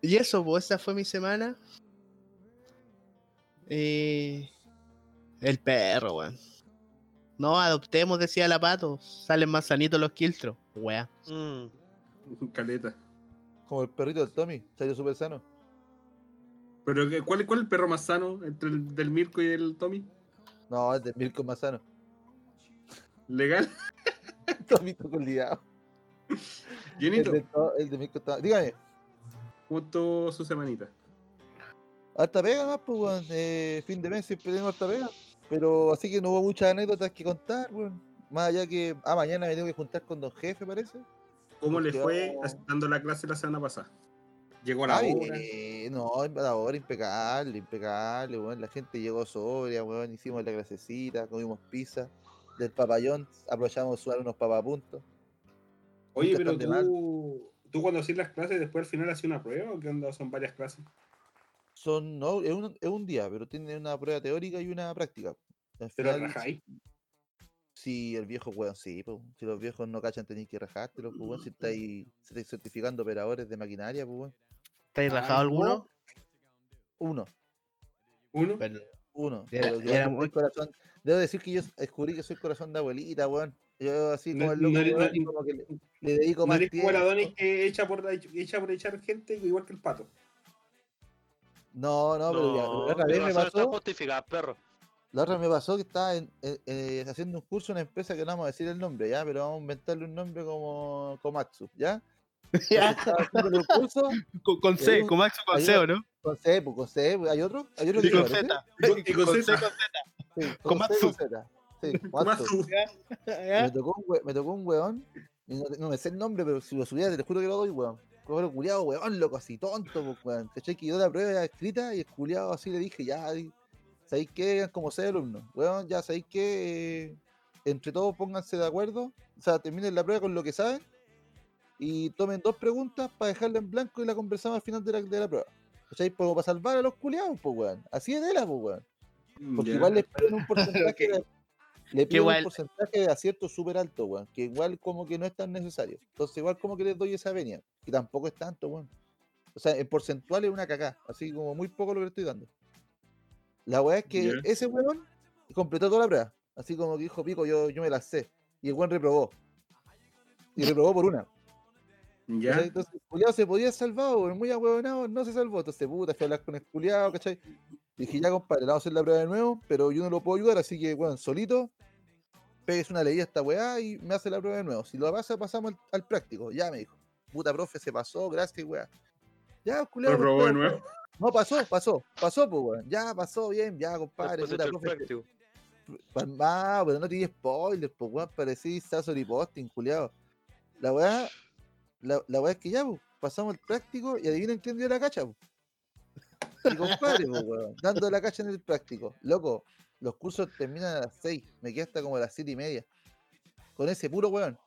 Speaker 4: Y eso, pues esa fue mi semana. Eh, el perro, weón. No, adoptemos, decía la pato. Salen más sanitos los quiltros. Weá.
Speaker 2: Mm.
Speaker 1: Caleta.
Speaker 5: Como el perrito del Tommy, salió súper sano.
Speaker 1: Pero ¿qué- ¿cuál, ¿cuál es el perro más sano entre el del Mirko y el Tommy?
Speaker 5: No, el de Mirko es más sano.
Speaker 1: ¿Legal?
Speaker 5: Tommy está culiado. El,
Speaker 1: Llenito,
Speaker 5: de to- el de Mirko está. Dígame,
Speaker 1: ¿cómo estuvo su semanita?
Speaker 5: harta pega más, pues, weón. Eh, fin de mes siempre tengo harta pega. Pero así que no hubo muchas anécdotas que contar, weón. Más allá que. Ah, mañana me tengo que juntar con don jefe, parece.
Speaker 1: ¿Cómo le
Speaker 5: Yo-
Speaker 1: fue dando la clase la semana pasada? Llegó a la
Speaker 5: Ah,
Speaker 1: hora.
Speaker 5: bien, no, la hora impecable, impecable, weón. La gente llegó sobria, weón. Hicimos la clasecita, comimos pizza. Del papayón, aprovechamos de sudar unos papapuntos.
Speaker 1: Oye,
Speaker 5: nunca
Speaker 1: pero
Speaker 5: están de mal.
Speaker 1: tú, tú cuando hacías las clases, después al final hacías una prueba o qué onda? Son varias clases.
Speaker 5: Son, no, es un, es un día, pero tiene una prueba teórica y una práctica. Al
Speaker 1: Pero
Speaker 5: final,
Speaker 1: rajáis.
Speaker 5: Sí, el viejo, weón, sí, po. Si los viejos no cachan, tenéis que rajártelo, po, weón. Si estáis, si estáis certificando operadores de maquinaria, po, weón.
Speaker 4: ¿Estáis rajado alguno?
Speaker 5: Uno,
Speaker 1: Uno.
Speaker 4: Pero,
Speaker 5: uno.
Speaker 4: Era-
Speaker 5: pero yo
Speaker 4: era
Speaker 5: soy
Speaker 4: muy-
Speaker 5: corazón- Debo decir que yo descubrí que soy corazón de abuelita, weón. Yo así
Speaker 1: No-
Speaker 5: como el
Speaker 1: no
Speaker 5: loco,
Speaker 1: eres- no-
Speaker 5: weón, como que le, le dedico
Speaker 1: No
Speaker 5: más
Speaker 1: eres como el
Speaker 5: tiempo.
Speaker 1: Adonis que echa por, echa por echar gente igual que el pato.
Speaker 5: No, no, pero ya,
Speaker 2: No,
Speaker 5: la otra
Speaker 2: mi
Speaker 5: vez me
Speaker 2: razón está
Speaker 5: pasó,
Speaker 2: justificada, perro.
Speaker 5: la otra me pasó que estaba en- eh, eh, haciendo un curso en una empresa que no vamos a decir el nombre, ¿ya? Pero vamos a inventarle un nombre como Komatsu, ¿ya?
Speaker 4: Ya,
Speaker 5: Estaba haciendo el curso
Speaker 4: con, con
Speaker 5: Hay
Speaker 4: C,
Speaker 5: un-
Speaker 4: con Max o con
Speaker 5: hay
Speaker 4: C,
Speaker 5: un-
Speaker 4: ¿o no?
Speaker 5: con C, pues, con C, pues, ¿hay otro? ¿Hay otro
Speaker 4: Y
Speaker 5: que
Speaker 4: con
Speaker 5: se parece?
Speaker 4: Z.
Speaker 1: Y con- y con
Speaker 4: Con
Speaker 1: Z.
Speaker 4: C, con
Speaker 5: Sí, con C,
Speaker 4: Komatsu.
Speaker 5: con Z. Sí, Komatsu.
Speaker 1: Guaso.
Speaker 4: Z.
Speaker 5: Y Me
Speaker 4: ¿ya?
Speaker 5: tocó, un we- me tocó un weón, y no, no me sé el nombre, pero si lo subía te lo juro que lo doy, weón. Cobro culiado, weón, loco, así tonto, pues, weón. ¿Cachai? Que yo la prueba era escrita y el culiado así le dije, ya, di- ¿sabéis qué? Eran como seis alumnos, weón, ya, ¿sabéis qué? Eh, entre todos pónganse de acuerdo, o sea, terminen la prueba con lo que saben y tomen dos preguntas para dejarla en blanco y la conversamos al final de la, de la prueba. ¿Cachai? Como para salvar a los culiados, pues, weón. Así es de la, pues, weón. Porque
Speaker 1: Mm, Ya.
Speaker 5: igual le piden un porcentaje, de, le piden
Speaker 4: igual-
Speaker 5: un porcentaje de acierto súper alto, weón. Que igual como que no es tan necesario. Entonces igual como que les doy esa venia. Que tampoco es tanto, weón. O sea, en porcentual es una cagá. Así como muy poco lo que le estoy dando. La weá es que
Speaker 1: Ya.
Speaker 5: ese weón completó toda la prueba. Así como que dijo, pico, yo, yo me la sé. Y el weón reprobó. Y reprobó por una.
Speaker 1: Ya.
Speaker 5: ¿cachai? Entonces, el culiao se podía salvar, weón. Muy ahueonado, no se salvó. Entonces, puta, fui a hablar con el culiao, ¿cachai? Dije, ya, compadre, le vamos a hacer la prueba de nuevo, pero yo no lo puedo ayudar, así que, weón, solito, pegues una leída a esta weá y me hace la prueba de nuevo. Si lo pasa, pasamos al, al práctico. Ya, me dijo. Puta, profe, se pasó, gracias, weá. Ya, culiao.
Speaker 1: Lo probó de
Speaker 5: compadre,
Speaker 1: nuevo.
Speaker 5: No, pasó, pasó, pasó, pues, weón. Ya, pasó, bien, ya, compadre.
Speaker 2: Después de
Speaker 5: Puta,
Speaker 2: hecho el
Speaker 5: profe,
Speaker 2: práctico.
Speaker 5: Ah, pero no tiene spoilers, pues weón, parecí Sasori Posting, culiado. La weá, la, la weá es que ya, pues, pasamos el práctico y adivinen quién dio la cacha, pues. Mi compadre, pues, weón, dando la cacha en el práctico. Loco, los cursos terminan a las 6, me quedé hasta como a las 7 y media. Con ese puro weón.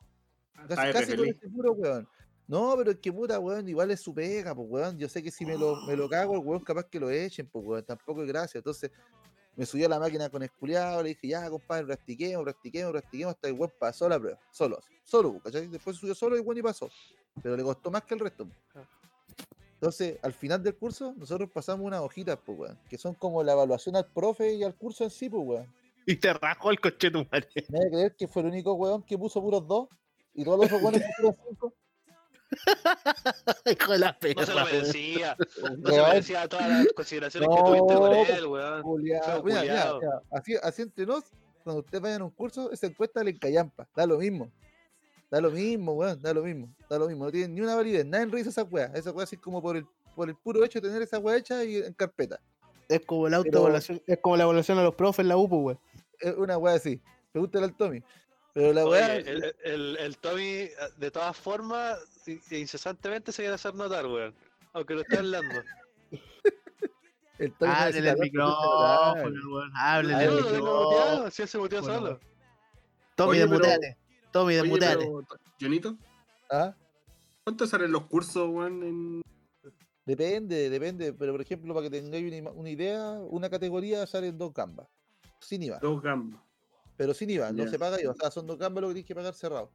Speaker 1: Ah,
Speaker 5: Casi, casi con
Speaker 1: feliz.
Speaker 5: ese puro weón. No, pero es que puta, weón, igual es su pega, pues weón. Yo sé que si me lo, me lo cago, el weón capaz que lo echen, pues weón, tampoco es gracia. Entonces, Me subió a la máquina con el culiado, le dije, ya, compadre, practiquemos, practiquemos, practiquemos, hasta que el weón pasó la prueba, solo, así, solo, ¿cachai? Después subió solo y el weón y pasó, pero le costó más que el resto. pues.
Speaker 2: Claro.
Speaker 5: Entonces, al final del curso, nosotros pasamos unas hojitas, pues, weón, que son como la evaluación al profe y al curso en sí, pues, weón.
Speaker 4: Y te rajó el coche tu madre.
Speaker 5: Me voy a creer que fue el único weón que puso puros dos y todos los otros weones pusieron cinco.
Speaker 4: Hijo de la perra.
Speaker 2: No se lo merecía. No se
Speaker 5: Weón,
Speaker 2: merecía todas las consideraciones que
Speaker 5: No,
Speaker 2: tuviste con
Speaker 5: po,
Speaker 2: él, weón.
Speaker 5: culiao.
Speaker 2: feo
Speaker 5: Mira, mira,
Speaker 2: culiao.
Speaker 5: mira, así, así entre nos, cuando ustedes vayan a un curso, esa encuesta le encallampa, da lo mismo. Da lo mismo, weón, da lo mismo, da lo mismo, no tiene ni una validez, nadie revisa esa weá, esa weá así como por el, por el puro hecho de tener esa weá hecha y en carpeta.
Speaker 4: Es como la autoevaluación, es como la evaluación a los profes en la UPO, weón.
Speaker 5: Es una weá así, pregúntale al Tommy. Pero la
Speaker 2: Oye,
Speaker 5: weá,
Speaker 2: el, el, el Tommy, de todas formas, in- incesantemente se quiere hacer notar, weón. Aunque lo esté hablando.
Speaker 5: el Tommy no
Speaker 4: Háblele
Speaker 5: necesita
Speaker 4: al
Speaker 5: hablar,
Speaker 4: Ah, micrófono, weón. Háblele
Speaker 5: Ay,
Speaker 4: al
Speaker 2: no, lo tengo
Speaker 4: micrófono.
Speaker 2: muteado, sí, él se muteó
Speaker 4: Bueno,
Speaker 2: solo.
Speaker 4: Tommy,
Speaker 1: Oye, pero-
Speaker 4: desmuteate. Tommy,
Speaker 1: Oye,
Speaker 4: desmuteate.
Speaker 1: pero, Jonito,
Speaker 5: ¿ah?
Speaker 1: ¿cuánto salen los cursos, weón? en-
Speaker 5: Depende, depende, pero por ejemplo, para que tengáis una, ima- una idea, una categoría sale en dos gambas, sin IVA.
Speaker 1: Dos gambas.
Speaker 5: pero sin IVA, no
Speaker 1: Ya.
Speaker 5: se paga IVA. O sea, son dos cambios lo que tienes que pagar cerrado.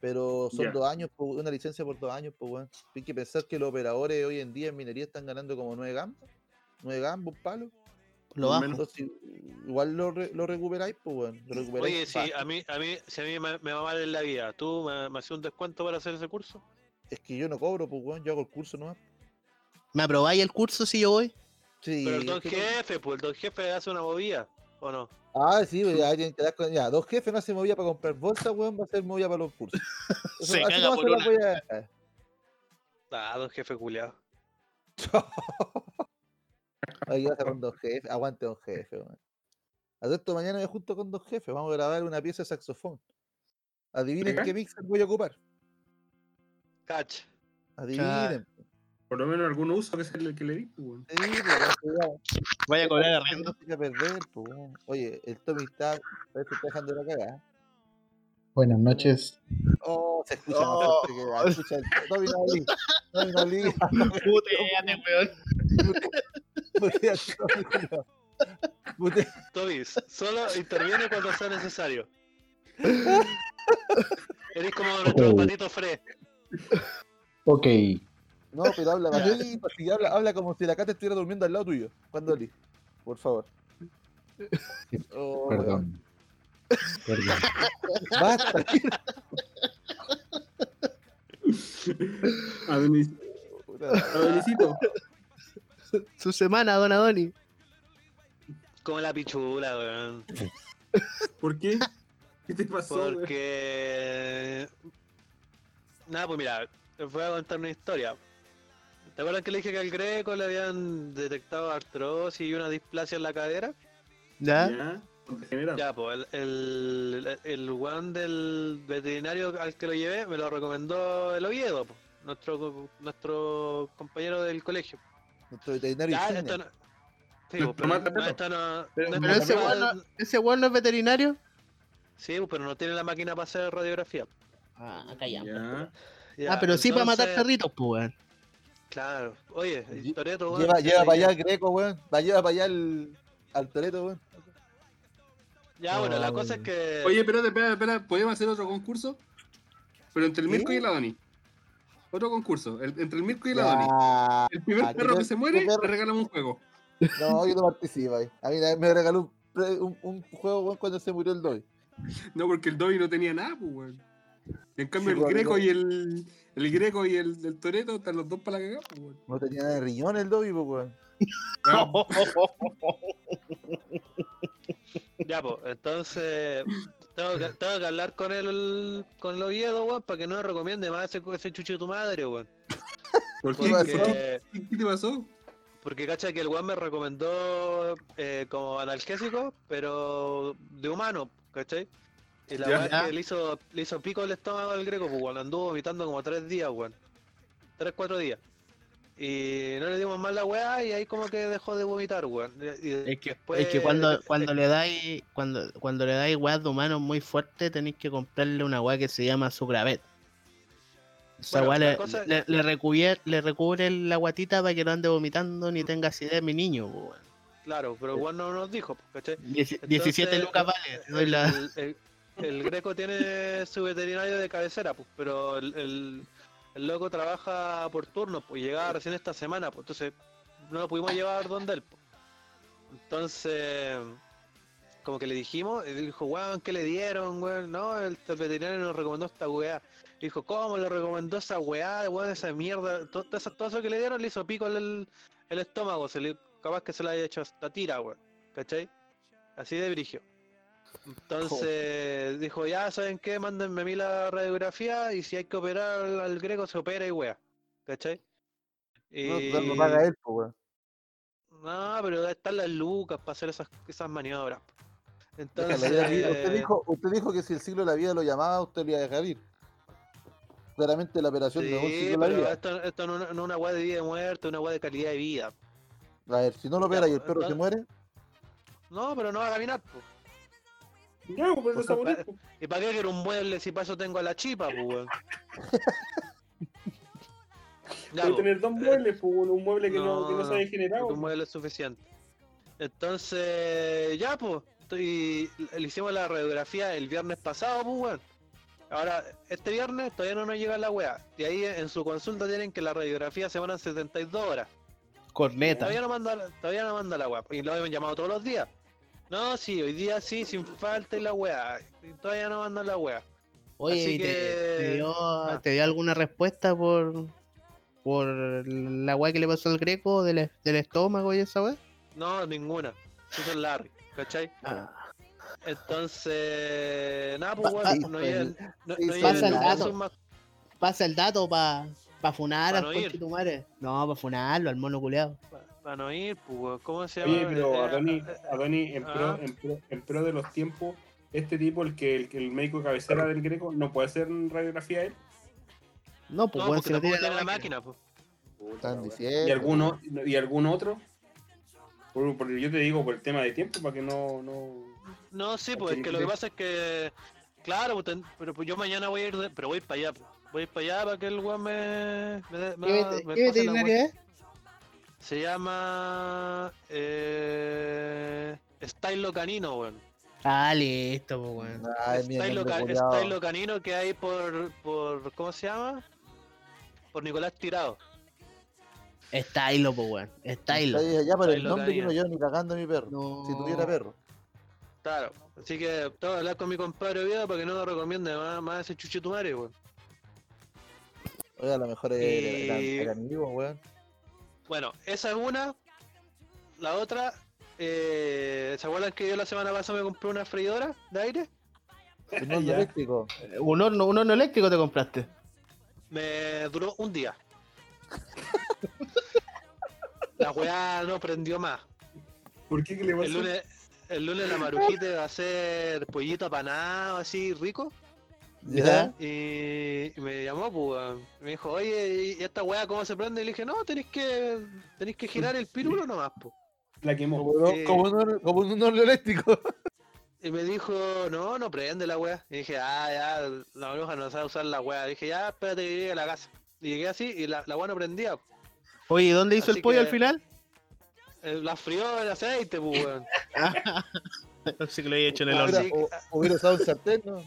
Speaker 5: Pero son
Speaker 1: Ya.
Speaker 5: dos años, po, una licencia por dos años, pues weón. Tienes que pensar que los operadores hoy en día en minería están ganando como nueve gambas, nueve gambas, un palo.
Speaker 4: Lo
Speaker 1: al
Speaker 4: bajo.
Speaker 1: menos.
Speaker 5: Entonces, igual lo, re- lo recuperáis, pues weón. Lo recuperáis
Speaker 2: Oye, si
Speaker 5: fácil.
Speaker 2: a mí, a mí, si a mí me, me va mal en la vida, ¿tú me, me haces un descuento para hacer ese curso?
Speaker 5: Es que yo no cobro, pues weón, yo hago el curso nomás.
Speaker 4: ¿Me aprobáis el curso si yo voy?
Speaker 5: Sí,
Speaker 2: Pero el
Speaker 5: es
Speaker 2: don
Speaker 5: que-
Speaker 2: jefe, pues el don jefe hace una movida, ¿o no?
Speaker 5: Ah, sí, pues, ahí tienen que dar con. Ya, dos jefes no hacen movida para comprar bolsa, weón, va a ser movida para los cursos. Eso-
Speaker 4: Se
Speaker 5: así
Speaker 4: caga
Speaker 5: nomás
Speaker 4: por
Speaker 5: se la
Speaker 4: una.
Speaker 5: voy a-
Speaker 2: Ah, don jefe culiado.
Speaker 5: Ahí vas a con dos jefes. Aguante dos jefes, weón. A todo esto mañana me junto con dos jefes. Vamos a grabar una pieza de saxofón. Adivinen
Speaker 1: ¿Ya?
Speaker 5: qué mixer voy a ocupar.
Speaker 2: Cacha.
Speaker 5: Adivinen.
Speaker 1: Por lo menos algún uso que es el que le di, pues, weón.
Speaker 5: adivinen, weón, cuidado,
Speaker 4: Vaya a cobrar
Speaker 5: no
Speaker 4: arriendo.
Speaker 5: se eche a perder, po, weón. Oye, el Tommy está, parece que está dejando la cagada.
Speaker 3: Buenas noches.
Speaker 5: Oh, se escucha más
Speaker 4: Oh.
Speaker 5: fuerte que la escucha el Tommy no olí. Tommy no olí.
Speaker 4: Puteate, weón.
Speaker 5: Putea al Tommy, culiao. Putea-
Speaker 2: Toby, solo interviene cuando sea necesario. Eres como nuestro
Speaker 3: Oh.
Speaker 2: patito Fred.
Speaker 3: Ok,
Speaker 5: No, pero habla bajito, sí, habla, habla como si la cata estuviera durmiendo al lado tuyo. Cuando olí. Por favor. Oh, weón.
Speaker 3: perdón. Perdón.
Speaker 5: Basta.
Speaker 1: Adonis- Adonisito,
Speaker 4: Su semana, don Adoni.
Speaker 2: Como la pichula, weón.
Speaker 1: ¿por qué? ¿Qué te pasó, weón?
Speaker 2: Porque. Nada, pues mira, les voy a contar una historia. ¿Te acuerdas que le dije que al Greco le habían detectado artrosis y una displasia en la cadera?
Speaker 4: ¿Ya?
Speaker 1: Ya, con degenerado.
Speaker 2: Ya, pues el, el, el weón del veterinario al que lo llevé me lo recomendó el Oviedo, po, nuestro, co- nuestro compañero del colegio.
Speaker 5: Nuestro veterinario
Speaker 2: Ya,
Speaker 5: insignia.
Speaker 2: esto no. Sí,
Speaker 1: Nuestro
Speaker 2: po, pero
Speaker 1: Marta
Speaker 2: no,
Speaker 1: Peto.
Speaker 2: esto no-
Speaker 5: Pero-
Speaker 2: no
Speaker 5: pero
Speaker 2: es
Speaker 4: ese
Speaker 2: natural,
Speaker 4: weón ¿Ese weón no es veterinario?
Speaker 2: Sí, po, pero no tiene la máquina para hacer radiografía.
Speaker 4: Ah,
Speaker 1: Ya.
Speaker 2: Ya,
Speaker 4: ah, pero sí para matar
Speaker 2: entonces-
Speaker 4: perritos, pues, weón.
Speaker 2: Claro. Oye,
Speaker 5: Lle-
Speaker 2: el Toreto, weón.
Speaker 5: Lleva,
Speaker 2: se
Speaker 5: lleva para allá
Speaker 2: seguía-
Speaker 5: al Greco, weón. Va, lleva para allá al, al Toreto, weón.
Speaker 2: Ya, bueno, la
Speaker 3: Ah,
Speaker 2: cosa es que.
Speaker 1: Oye, espérate, espérate, espérate. ¿Podemos hacer otro concurso? Pero entre el
Speaker 5: ¿Sí?
Speaker 1: Mirko y el Adonis. Otro concurso. el- entre el Mirko y el Adonis.
Speaker 5: Ya.
Speaker 1: El primer
Speaker 5: Aquí
Speaker 1: perro
Speaker 5: no-
Speaker 1: que se muere,
Speaker 5: perro-
Speaker 1: le regalamos un juego.
Speaker 5: No, yo no participo ahí. A mí una vez me regaló un, pre- un, un juego, weón, cuando se murió el Doy.
Speaker 1: No, porque el Dobby no tenía nada, pues, weón. En cambio,
Speaker 5: Sí,
Speaker 1: el
Speaker 5: pues,
Speaker 1: Greco
Speaker 5: amigo.
Speaker 1: y el, el Greco y el del Toreto están los dos para la cagada, pues, weón.
Speaker 5: No tenía nada de riñón el Doy, pues, weón.
Speaker 1: Ya,
Speaker 2: Ya, pues, entonces. Tengo que, tengo que hablar con el. Con el Oviedo, weón, para que no recomiende más ese, ese chucho de tu madre, weón.
Speaker 1: ¿Por qué?
Speaker 5: pasó?
Speaker 1: ¿Por qué?
Speaker 2: Porque,
Speaker 1: ¿Qué te pasó?
Speaker 2: porque cacha que el weón me recomendó eh, como analgésico, pero de humano, ¿cachai? Y la
Speaker 1: Ya.
Speaker 2: verdad es que le hizo, le hizo pico el estómago al greco, pues, weón. Anduvo vomitando como tres días, weón. Tres, cuatro días. Y no le dimos mal la weá y ahí como que dejó de vomitar, weón. Y- y
Speaker 4: Es que,
Speaker 2: después-
Speaker 4: es que cuando, cuando le dais cuando, cuando le dais weas de humanos muy fuerte, tenéis que comprarle una wea que se llama Sucravet. Esa
Speaker 2: Bueno,
Speaker 4: wea
Speaker 2: la
Speaker 4: le,
Speaker 2: cosa-
Speaker 4: le, le recubier- le recubre la guatita para que no ande vomitando ni tenga acidez mi niño, po, weón.
Speaker 2: Claro, pero igual no nos dijo, pues, ¿cachai?
Speaker 4: Dieci- 17
Speaker 2: Entonces,
Speaker 4: lucas vale, te doy la...
Speaker 2: El, el- el Greco tiene su veterinario de cabecera, pues, pero el, el- el loco trabaja por turno, pues llegaba recién esta semana, pues, entonces no lo pudimos llevar donde él. pues. Entonces, como que le dijimos, y dijo, weón, ¿qué le dieron, weón? No, el, el veterinario nos recomendó esta weá. Dijo, ¿cómo le recomendó esa weá, weón, esa mierda? To- Todo, eso, todo eso que le dieron le hizo pico en el, el estómago, se le, capaz que se le haya hecho hasta tira, weón, ¿cachai? Así de brigio. Entonces dijo, ya saben qué, mándenme a mí la radiografía y si hay que operar al, al greco se opera y wea. ¿Cachai?
Speaker 5: No, total, lo
Speaker 2: Y-
Speaker 5: paga él, pues, weón.
Speaker 2: no, pero están las lucas para hacer esas, esas maniobras. po.
Speaker 5: Deja la vida libre. Usted,
Speaker 2: Entonces,
Speaker 5: dijo, usted dijo que si el siglo de la vida lo llamaba, usted lo iba a dejar ir. Claramente la operación de un
Speaker 2: sí,
Speaker 5: siglo de la
Speaker 2: pero
Speaker 5: vida.
Speaker 2: esto, esto no no es una weá de vida y muerte, es una weá de calidad de vida.
Speaker 5: A ver, si pues, no lo opera y el perro se
Speaker 2: entonces-
Speaker 5: muere,
Speaker 2: No, pero no va a caminar. po.
Speaker 1: No, pues eso está
Speaker 2: Porque
Speaker 1: bonito.
Speaker 2: ¿Y para qué quiero un mueble si para eso tengo a la chipa, po, weón? Ya,
Speaker 1: Puede
Speaker 2: po.
Speaker 1: tener dos muebles, pues, un mueble que no, que no
Speaker 2: no,
Speaker 1: se ha degenerado.
Speaker 2: Porque un modelo es suficiente. Entonces, ya, pues, y le hicimos la radiografía el viernes pasado, pues, weón. Ahora, este viernes todavía no nos llega la weá. Y ahí en su consulta tienen que la radiografía se van a 72 horas.
Speaker 4: Corneta.
Speaker 2: Todavía no manda, todavía no manda la weá. Y lo habían llamado todos los días. No, sí, hoy día sí, sin falta y la weá. Y todavía no mandan la weá.
Speaker 4: Oye,
Speaker 2: Así
Speaker 4: ¿y te, te
Speaker 2: que-
Speaker 4: dio,
Speaker 2: Ah.
Speaker 4: te dio alguna respuesta por por la weá que le pasó al Greco del, del estómago y esa weá?
Speaker 2: No, ninguna. Eso es Larry, ¿cachai? Entonces, nada, pues,
Speaker 4: Pa-
Speaker 2: weón,
Speaker 5: pa-
Speaker 2: no llega no,
Speaker 5: sí,
Speaker 2: no
Speaker 5: sí,
Speaker 2: llega
Speaker 4: pasa el
Speaker 2: ningún
Speaker 4: dato.
Speaker 2: caso más
Speaker 4: Pasa el dato para pa funar
Speaker 2: Pa
Speaker 4: al
Speaker 2: no ir.
Speaker 4: tu madre. No, para funarlo, al mono culeado.
Speaker 2: Para no ir, pues, weón, ¿cómo se llama?
Speaker 1: Oye, pero
Speaker 2: Eh,
Speaker 1: Adoni,
Speaker 2: eh,
Speaker 1: Adoni en,
Speaker 2: Ah.
Speaker 1: pro, en, pro, en pro de los tiempos, este tipo, el que el, que el médico cabecera del greco, no puede hacer radiografía él.
Speaker 4: No, pues
Speaker 2: No,
Speaker 4: weón,
Speaker 2: porque
Speaker 4: si
Speaker 2: tampoco
Speaker 4: lo tiene
Speaker 2: tiene la
Speaker 4: la máquina.
Speaker 2: máquina, pues.
Speaker 5: están
Speaker 1: ¿Y
Speaker 5: diciendo.
Speaker 1: alguno, y algún otro? Por- porque yo te digo por el tema de tiempo, para que no. no...
Speaker 2: No, sí, pues,
Speaker 1: Porque
Speaker 2: es que lo que
Speaker 1: dice-
Speaker 2: pasa es que, claro, pues, ten- pero pues, yo mañana voy a ir, de- pero voy para allá, pues. Voy para allá para que el weón me, me, de- me, me
Speaker 4: ¿Qué vete- eh?
Speaker 2: pase
Speaker 4: qué
Speaker 2: la
Speaker 4: veterinario
Speaker 2: weá.
Speaker 4: es?
Speaker 2: Se llama. Eh, Stylo Canino, weón.
Speaker 4: Ah, listo, pues weón.
Speaker 5: Ay, mira,
Speaker 2: Stylo,
Speaker 5: nombre
Speaker 2: Ca-
Speaker 5: culiao.
Speaker 2: Stylo Canino que hay por, por. ¿Cómo se llama? Por Nicolás Tirado.
Speaker 4: Stylo, pues weón. Stylo.
Speaker 5: Está ahí allá, pero el
Speaker 2: Stylo
Speaker 5: nombre que
Speaker 2: Canino.
Speaker 5: no llevo ni cagando a mi perro.
Speaker 4: No.
Speaker 5: Si tuviera perro.
Speaker 2: Claro, así que tengo que hablar con mi compadre Oviedo para que no me recomiende más, más ese chuchetumare, weón.
Speaker 5: Oye, a lo mejor era, era-
Speaker 2: Y-
Speaker 5: era amigo, weón.
Speaker 2: Bueno, esa es una. La otra, eh, ¿se acuerdan que yo la semana pasada me compré una freidora de aire?
Speaker 5: Un horno
Speaker 1: Ya.
Speaker 5: eléctrico.
Speaker 4: Un horno, un horno eléctrico te compraste.
Speaker 2: Me duró un día. La weá no prendió más.
Speaker 1: ¿Por qué que le
Speaker 2: El lunes, el lunes la marujita va a hacer pollito apanado así rico.
Speaker 5: ¿Ya?
Speaker 2: Y y me llamó, pues, weón. me dijo, oye, ¿y esta weá cómo se prende? Y le dije, no, tenéis que, tenéis que girar el pirulo nomás, pues.
Speaker 1: La quemó.
Speaker 5: Como, no-
Speaker 2: Eh.
Speaker 5: como un, horno- como un horno eléctrico.
Speaker 2: Y me dijo, no, no prende la weá. Y dije, ah, ya, la bruja no sabe usar la weá. Dije, ya, espérate que llegue a la casa. Y llegué así y la, la weá no prendía.
Speaker 4: Oye, ¿y ¿dónde hizo
Speaker 2: Así
Speaker 4: el pollo
Speaker 2: que-
Speaker 4: al final?
Speaker 2: Eh, La frió el aceite, pues, weón.
Speaker 4: No sé que lo había hecho en
Speaker 2: el horno.
Speaker 5: Hubiera- o- Hubiera usado un sartén, ¿no?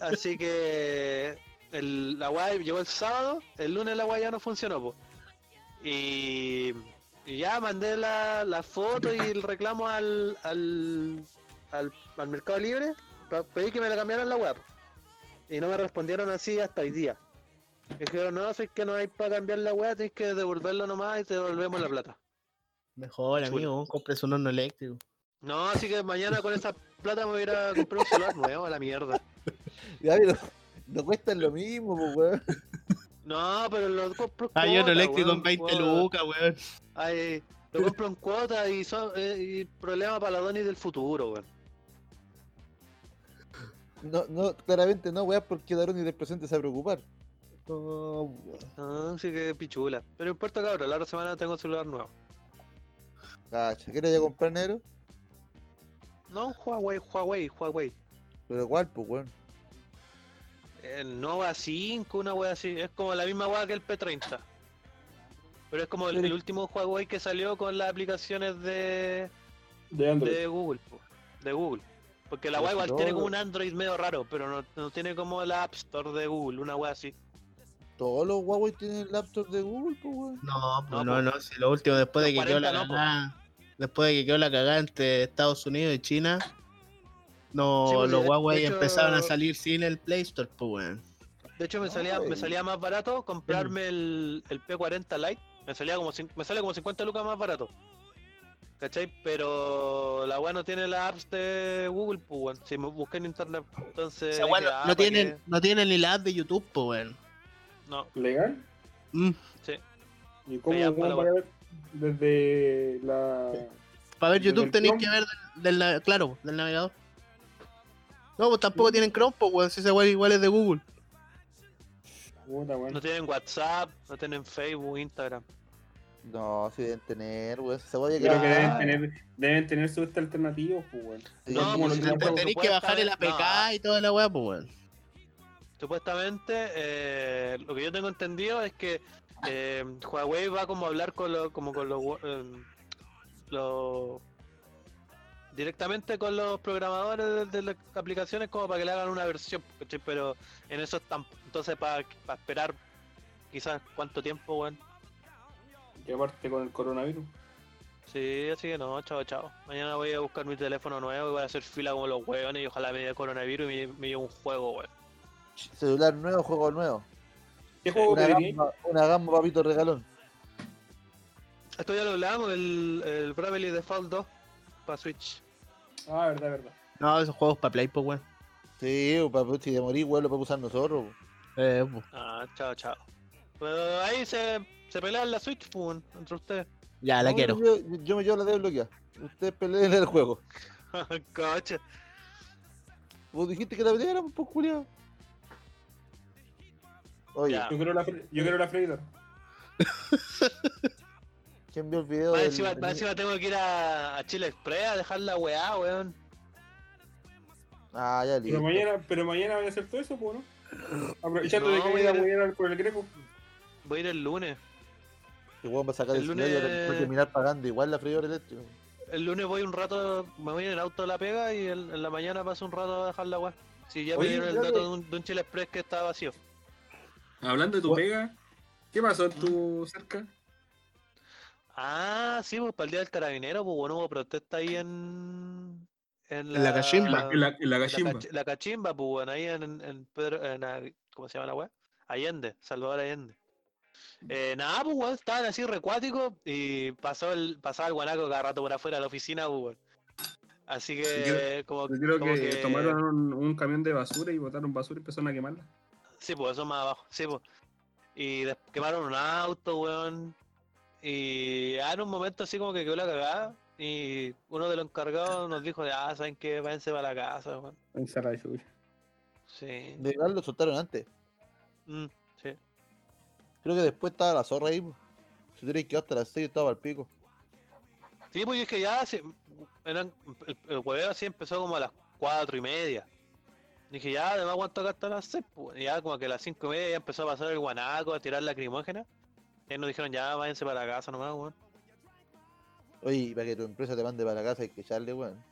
Speaker 2: Así que el, la weá llegó el sábado, el lunes la weá ya no funcionó, po. Y, y ya mandé la, la foto y el reclamo al, al, al, al Mercado Libre, pa- pedí que me la cambiaran la weá. po. Y no me respondieron así hasta hoy día. Me dijeron, no, si es que no hay para cambiar la weá, tienes que devolverlo nomás y te devolvemos la plata.
Speaker 4: Mejor,
Speaker 2: Chulo.
Speaker 4: amigo, compres un horno eléctrico.
Speaker 2: No, así que mañana con esa plata me voy a ir a comprar un celular nuevo a la mierda.
Speaker 5: Ya, pero no cuestan lo mismo, pues, weón.
Speaker 2: No, pero lo compro
Speaker 4: Hay
Speaker 2: en cuota,
Speaker 4: horno eléctrico Ah, en
Speaker 2: weón,
Speaker 4: 20
Speaker 2: weón.
Speaker 4: lucas, weón.
Speaker 2: Ay, lo compro en cuota y son eh, y problemas para la Donis del futuro, weón.
Speaker 5: No, no, claramente no, weón, porque Daroni del presente se va a preocupar.
Speaker 2: Ah, sí que pichula. Pero no importa, cabrón, la otra semana tengo celular nuevo.
Speaker 5: Cacha, ¿quieres ya comprar negro?
Speaker 2: No, un Huawei, Huawei, Huawei.
Speaker 5: Pero igual, pues, weón.
Speaker 2: El Nova 5, una wea así. Es como la misma wea que el P30. Pero es como el,
Speaker 5: Pero-
Speaker 2: el último Huawei que salió con las aplicaciones de,
Speaker 6: De Android.
Speaker 2: de Google. po, De Google. Porque la
Speaker 5: Pero
Speaker 2: web
Speaker 5: si
Speaker 2: igual
Speaker 5: no-
Speaker 2: tiene como un Android medio raro, pero no, no tiene como la App Store de Google, una web así.
Speaker 5: Todos los Huawei tienen laptop de Google, pues, weón.
Speaker 4: No,
Speaker 2: No,
Speaker 4: pues no, no, si lo último, después de
Speaker 2: Los
Speaker 4: que quedó la
Speaker 2: 40 no, po.
Speaker 4: cagada, después de que quedó la cagada entre Estados Unidos y China, no,
Speaker 2: Sí, pues,
Speaker 4: los
Speaker 2: de-
Speaker 4: Huawei
Speaker 2: de hecho-
Speaker 4: empezaron a salir sin el Play Store, pues weón.
Speaker 2: De hecho, me,
Speaker 5: No,
Speaker 2: salía, me
Speaker 5: güey.
Speaker 2: salía más barato comprarme el, el P40 Lite. Me, salía como, cin- me sale como 50 lucas más barato. ¿Cachai? Pero la weá no tiene las apps de Google, pues, weón. Si me busqué en internet, entonces.
Speaker 4: O sea,
Speaker 2: ahí
Speaker 4: bueno,
Speaker 2: queda, ah,
Speaker 4: no
Speaker 2: ¿pa'
Speaker 4: tienen, no tienen ni la app de YouTube, pues weón.
Speaker 2: qué? No,
Speaker 6: ¿Legal?
Speaker 4: Mm,
Speaker 6: ¿Y cómo,
Speaker 2: Ya,
Speaker 6: cómo
Speaker 2: para
Speaker 6: para ver? Desde la.
Speaker 4: para ver
Speaker 6: Desde
Speaker 4: YouTube
Speaker 6: el
Speaker 4: tenéis
Speaker 6: Chrome.
Speaker 4: que ver del, del na- claro, del navegador. No, pues
Speaker 2: Mm.
Speaker 4: tampoco tienen Chrome, pues weón, si esa weá igual es de Google.
Speaker 2: Pues,
Speaker 6: Puta, weón.
Speaker 2: no tienen WhatsApp, no tienen Facebook, Instagram.
Speaker 5: No, si deben tener, weón. Esa weá ya
Speaker 6: Creo que
Speaker 5: quedó-
Speaker 6: deben tener, deben tener sus
Speaker 1: este
Speaker 6: alternativos, pues, weón.
Speaker 5: Sí,
Speaker 2: No,
Speaker 5: es
Speaker 2: pues,
Speaker 5: como
Speaker 2: si
Speaker 5: lo
Speaker 2: no
Speaker 5: que-
Speaker 2: por
Speaker 4: Tenéis que bajar el
Speaker 2: supuesto,
Speaker 4: APK
Speaker 2: no.
Speaker 4: y toda la weá, pues weón.
Speaker 2: Supuestamente, eh, lo que yo tengo entendido es que eh, Huawei va como a hablar con los, como con los, wa- em, los- directamente con los programadores de, de las aplicaciones como para que le hagan una versión, ¿cachai? pero en eso están, entonces para esperar quizás cuánto tiempo, weón.
Speaker 6: Que aparte con el coronavirus.
Speaker 2: Sí, así que no, chao, chao. Mañana voy a buscar mi teléfono nuevo y voy a hacer fila como los weones y ojalá me dé coronavirus y me, me lleve un juego, weón.
Speaker 5: Celular nuevo, juego nuevo.
Speaker 6: Oh, ¿Qué juego
Speaker 5: Una
Speaker 6: pediríais?
Speaker 5: gamba, una gamba, papito regalón.
Speaker 2: Esto ya lo hablamos, el, el Bravely Default 2 para Switch.
Speaker 6: Ah, verdad, verdad.
Speaker 4: No, esos juegos para Play, pues weón.
Speaker 5: Sí, para, si de morir, weón, lo podemos usar nosotros. weón.
Speaker 4: Eh, pues.
Speaker 2: Ah, chao, chao. Pero ahí se, se pelean la Switch, pum, entre ustedes.
Speaker 4: Ya la
Speaker 5: No,
Speaker 4: quiero.
Speaker 5: Yo, yo- yo me llevo la desbloqueada. Ustedes peleen el juego.
Speaker 2: Coche.
Speaker 5: Vos dijiste que la peleáramos, pues, culiao. Oye,
Speaker 2: Ya.
Speaker 6: Yo quiero la, fre- yo quiero la Freidor.
Speaker 5: ¿quién vio el video?
Speaker 2: Más
Speaker 5: del-
Speaker 2: encima, más encima tengo que ir a, a Chile Express a dejar la weá, weón.
Speaker 5: Ah, ya listo.
Speaker 6: Pero mañana, pero mañana voy a hacer todo eso, pues, ¿no? Aprovechando
Speaker 2: No,
Speaker 6: de que voy
Speaker 2: voy
Speaker 6: a
Speaker 2: a-
Speaker 6: ir a- por el greco.
Speaker 2: Voy a ir el lunes.
Speaker 5: Que weón va a sacar
Speaker 2: el
Speaker 5: el, celular y va a-
Speaker 2: lunes-
Speaker 5: va a terminar pagando igual la freidora eléctrica.
Speaker 2: El lunes voy un rato, me voy en el auto a la pega y el- en la mañana paso un rato a dejar la weá. Si ya
Speaker 5: Oye,
Speaker 2: pidieron el
Speaker 5: claro.
Speaker 2: dato de un, de un Chile Express que está vacío.
Speaker 1: Hablando de tu
Speaker 5: Gua-
Speaker 1: pega, ¿qué pasó en tu cerca?
Speaker 2: Ah, sí, pues para el día del carabinero, pues bueno, hubo protesta ahí en. En
Speaker 4: la cachimba.
Speaker 1: En la, en la
Speaker 2: La
Speaker 1: gachimba.
Speaker 2: cach- La cachimba, pues, weón, ahí en, en Pedro, en, ah, ¿cómo se llama la weá? Allende, Salvador Allende. Eh, nada, pues, weón, estaban así recuáticos y pasó el, pasaba el guanaco cada rato por afuera de la oficina, pues, weón. Así que, como,
Speaker 1: Yo creo
Speaker 2: como
Speaker 1: que, tomaron un, un camión de basura y botaron basura y empezaron a quemarla.
Speaker 2: Sí, pues, eso más abajo, sí, pues. Y des- quemaron un auto, weón. Y ah, en un momento así como que quedó la cagada. Y uno de los encargados nos dijo, ah, ¿saben qué? Váyanse para la casa, weón.
Speaker 6: Encerrada y suya.
Speaker 2: Sí.
Speaker 5: De verdad lo soltaron antes.
Speaker 2: Mm, sí.
Speaker 5: Creo que después estaba la zorra ahí. po. Se tuviera que hasta las 6 estaba al pico.
Speaker 2: Sí, pues es que ya se- eran, el, el hueveo así empezó como a las cuatro y media. Dije, ya, además aguanto acá hasta las seis. pues. Y ya como que a las cinco y media ya empezó a pasar el guanaco, a tirar lacrimógena. Y ahí nos dijeron, ya, váyanse para la casa nomás, weón.
Speaker 5: Oye, y para que tu empresa te mande para la casa hay que echarle, weón.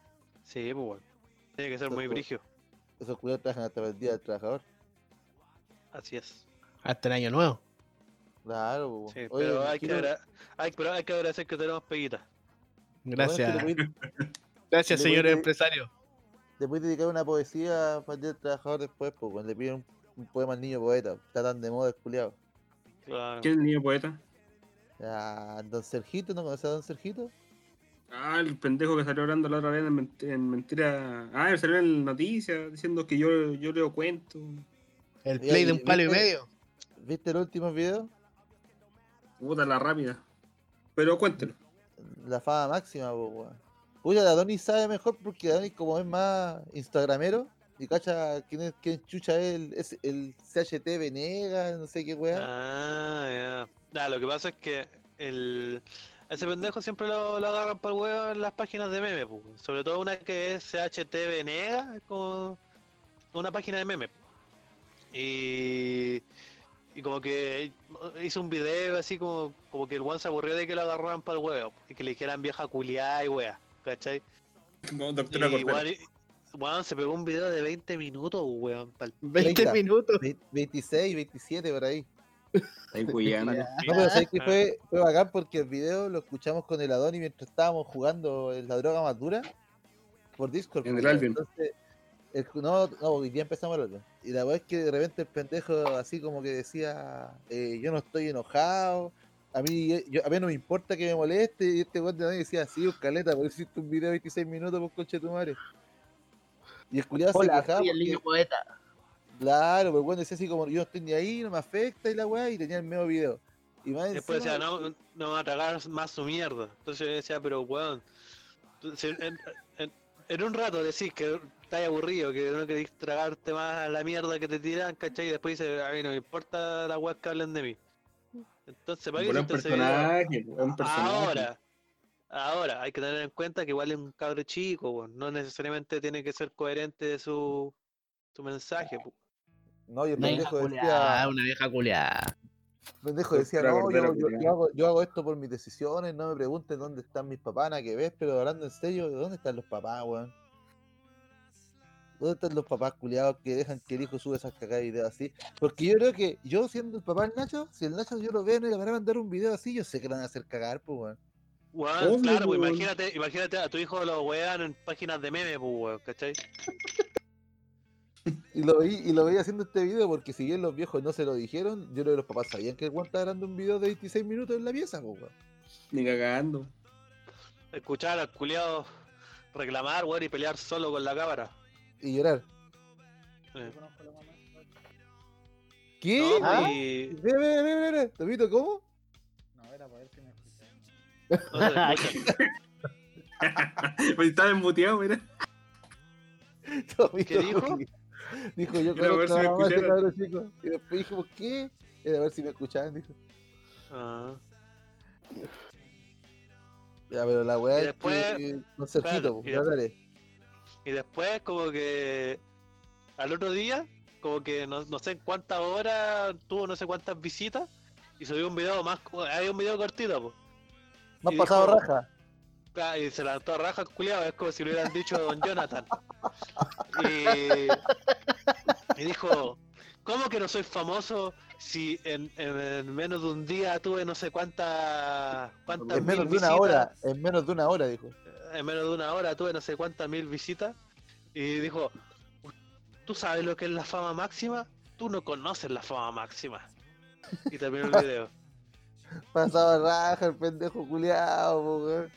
Speaker 2: Sí, pues weón. Tiene que ser muy
Speaker 5: Ojo.
Speaker 2: brigio.
Speaker 5: Esos culiados trabajan hasta el día del trabajador.
Speaker 2: Así es.
Speaker 4: Hasta el año nuevo.
Speaker 5: Claro, po,
Speaker 2: Sí,
Speaker 5: weón. Oye,
Speaker 2: pero, hay que
Speaker 5: imagino-
Speaker 2: agra- hay- pero hay que agradecer que tenemos peguita.
Speaker 5: lo bueno es que
Speaker 4: Gracias.
Speaker 5: le podéis-
Speaker 4: Gracias,
Speaker 5: le
Speaker 4: señor
Speaker 5: voy a-
Speaker 4: empresario.
Speaker 5: Le podéis dedicar una poesía para el día del trabajador después, pues, cuando le piden un, un poema al niño poeta. Está tan de moda el culiado.
Speaker 2: Claro.
Speaker 1: ¿Quién es el niño poeta?
Speaker 5: Ah, don Sergito, ¿no conoces a don Sergito?
Speaker 1: Ah, el pendejo que salió hablando la otra vez en, ment- en mentira. Ah, él salió en noticias diciendo que yo, yo leo cuentos.
Speaker 4: El
Speaker 5: Oye,
Speaker 4: play de un
Speaker 5: ¿viste?
Speaker 4: palo y medio.
Speaker 5: ¿Viste el último video?
Speaker 1: Puta la rápida. Pero cuéntelo.
Speaker 5: La fama máxima, pues, weón. Puya, la Donis sabe mejor porque la Donis, como es más instagramero, y cacha quién, es, quién chucha es el, es el CHT Venegas, no sé qué weá.
Speaker 2: Ah, ya. Ah, lo que pasa es que el, ese pendejo siempre lo, lo agarran para el huevo en las páginas de memes, pu. sobre todo una que es CHT Venega, es como una página de memes. Y, y Y como que hizo un video así como, como que el weón se aburrió de que lo agarraran para el huevo y que le dijeran vieja culiada y wea, ¿cachai?
Speaker 1: No,
Speaker 2: Y
Speaker 1: doctora Cordero.
Speaker 2: igual, weón, se pegó un video de 20 minutos, weón, pa'l
Speaker 4: 20
Speaker 5: Venga.
Speaker 4: minutos.
Speaker 5: Ve- 26, 27 por ahí.
Speaker 1: Ahí, culiana.
Speaker 5: No, pero sabes que fue, fue bacán porque el video lo escuchamos con el Adoni mientras estábamos jugando el la droga más dura por Discord.
Speaker 1: En el
Speaker 5: pues,
Speaker 1: Albion.
Speaker 5: Entonces, el- no, no, hoy día empezamos el Albion. Y la verdad es que de repente el pendejo así como que decía, eh, yo no estoy enojado, a mí, eh, yo- a mí no me importa que me moleste. Y este weón de Adoni decía, sí, un caleta, por eso hiciste un video de 26 minutos, por coche de tu madre. Y el culiado se
Speaker 4: Hola,
Speaker 5: quejaba
Speaker 4: soy el
Speaker 5: porque-
Speaker 4: niño poeta.
Speaker 5: Este Claro, pero bueno, decía así como yo no estoy ni ahí, no me afecta y la weá, y tenía el medio video. Y más
Speaker 2: Después
Speaker 5: encima,
Speaker 2: decía, no, no van a tragar más su mierda. Entonces yo decía, pero weón, tú- si en, en- en un rato decís que estás aburrido, que no querés tragarte más la mierda que te tiran, ¿cachai? Y después dices, a mí no me importa la weas que hablen de mí. Entonces, ¿para qué
Speaker 1: Bueno, un
Speaker 2: hiciste ese video?
Speaker 1: personaje,
Speaker 4: Ah,
Speaker 1: un personaje.
Speaker 2: Ahora, ahora, hay que tener en cuenta que igual es un cabro chico, weón. no necesariamente tiene que ser coherente de su, su mensaje. po.
Speaker 5: No, y el
Speaker 4: Una vieja
Speaker 5: pendejo
Speaker 4: culiada,
Speaker 5: decía, Ah,
Speaker 4: una vieja culiada.
Speaker 5: el pendejo decía,
Speaker 1: Ultra
Speaker 5: no, yo,
Speaker 1: gordero,
Speaker 5: yo- yo
Speaker 1: culiao".
Speaker 5: hago, yo hago esto por mis decisiones, no me pregunten dónde están mis papás, nada que ves, pero hablando en serio, ¿dónde están los papás, weón? ¿Dónde están los papás culiados que dejan que el hijo sube esas cagadas de videos así? Porque yo creo que yo siendo el papá del Nacho, si el Nacho yo lo veo y le van a mandar un video así, yo sé que lo van a hacer cagar, pues, weón.
Speaker 2: Weón,
Speaker 1: Obvio,
Speaker 2: claro, pues
Speaker 1: weón.
Speaker 2: imagínate, imagínate a tu hijo lo wean en páginas de memes, pues, weón, ¿cachai?
Speaker 5: Y lo, vi, y lo veía haciendo este video porque si bien los viejos no se lo dijeron, yo creo que los papás sabían que el weón estaba grabando un video de 26 minutos en la pieza, po, weón.
Speaker 1: Ni cagando.
Speaker 2: Escuchar al culiado reclamar, weón, y pelear solo con la cámara.
Speaker 5: Y llorar.
Speaker 2: Eh,
Speaker 5: ¿Qué?
Speaker 2: no,
Speaker 5: ¿Ah?
Speaker 2: y-
Speaker 5: Ve, ve, ve, ve, ve. Tomito, ¿cómo?
Speaker 3: No, era para ver si me escuchaban.
Speaker 2: no se escucha.
Speaker 1: Pues está desmuteado, mira.
Speaker 5: Tomito,
Speaker 2: ¿Qué dijo?
Speaker 5: porque- Dijo,
Speaker 1: Era
Speaker 5: yo
Speaker 1: a
Speaker 5: creo
Speaker 1: ver si
Speaker 5: que
Speaker 1: me
Speaker 5: a ese
Speaker 1: escucharon.
Speaker 5: cabrón chico. Y después dijimos, ¿qué? Era a ver si me escuchaban, dijo.
Speaker 2: Ah,
Speaker 5: Ya, pero la weá
Speaker 2: Y
Speaker 5: es
Speaker 2: después-
Speaker 5: que... eh, No Sergito,
Speaker 2: espérate,
Speaker 5: po,
Speaker 2: y
Speaker 5: ya dale.
Speaker 2: Y después, como que al otro día, como que no, no sé en cuántas horas tuvo no sé cuántas visitas y subió un video más. Hay un video cortito, pues.
Speaker 5: Más
Speaker 2: y
Speaker 5: pasado
Speaker 2: dijo-
Speaker 5: raja.
Speaker 2: Ah, y se lanzó a raja el culiao, es como si lo hubieran dicho a Don Jonathan. Y, y dijo, ¿cómo que no soy famoso si en, en- en menos de un día tuve no sé cuántas cuántas
Speaker 5: En
Speaker 2: mil
Speaker 5: menos de
Speaker 2: visitas?
Speaker 5: una hora. En menos de una hora, dijo.
Speaker 2: En menos de una hora tuve no sé cuántas mil visitas. Y dijo, ¿tú sabes lo que es la fama máxima? Tú no conoces la fama máxima. Y terminó el video.
Speaker 5: Pasaba raja el pendejo culiado, po, weón.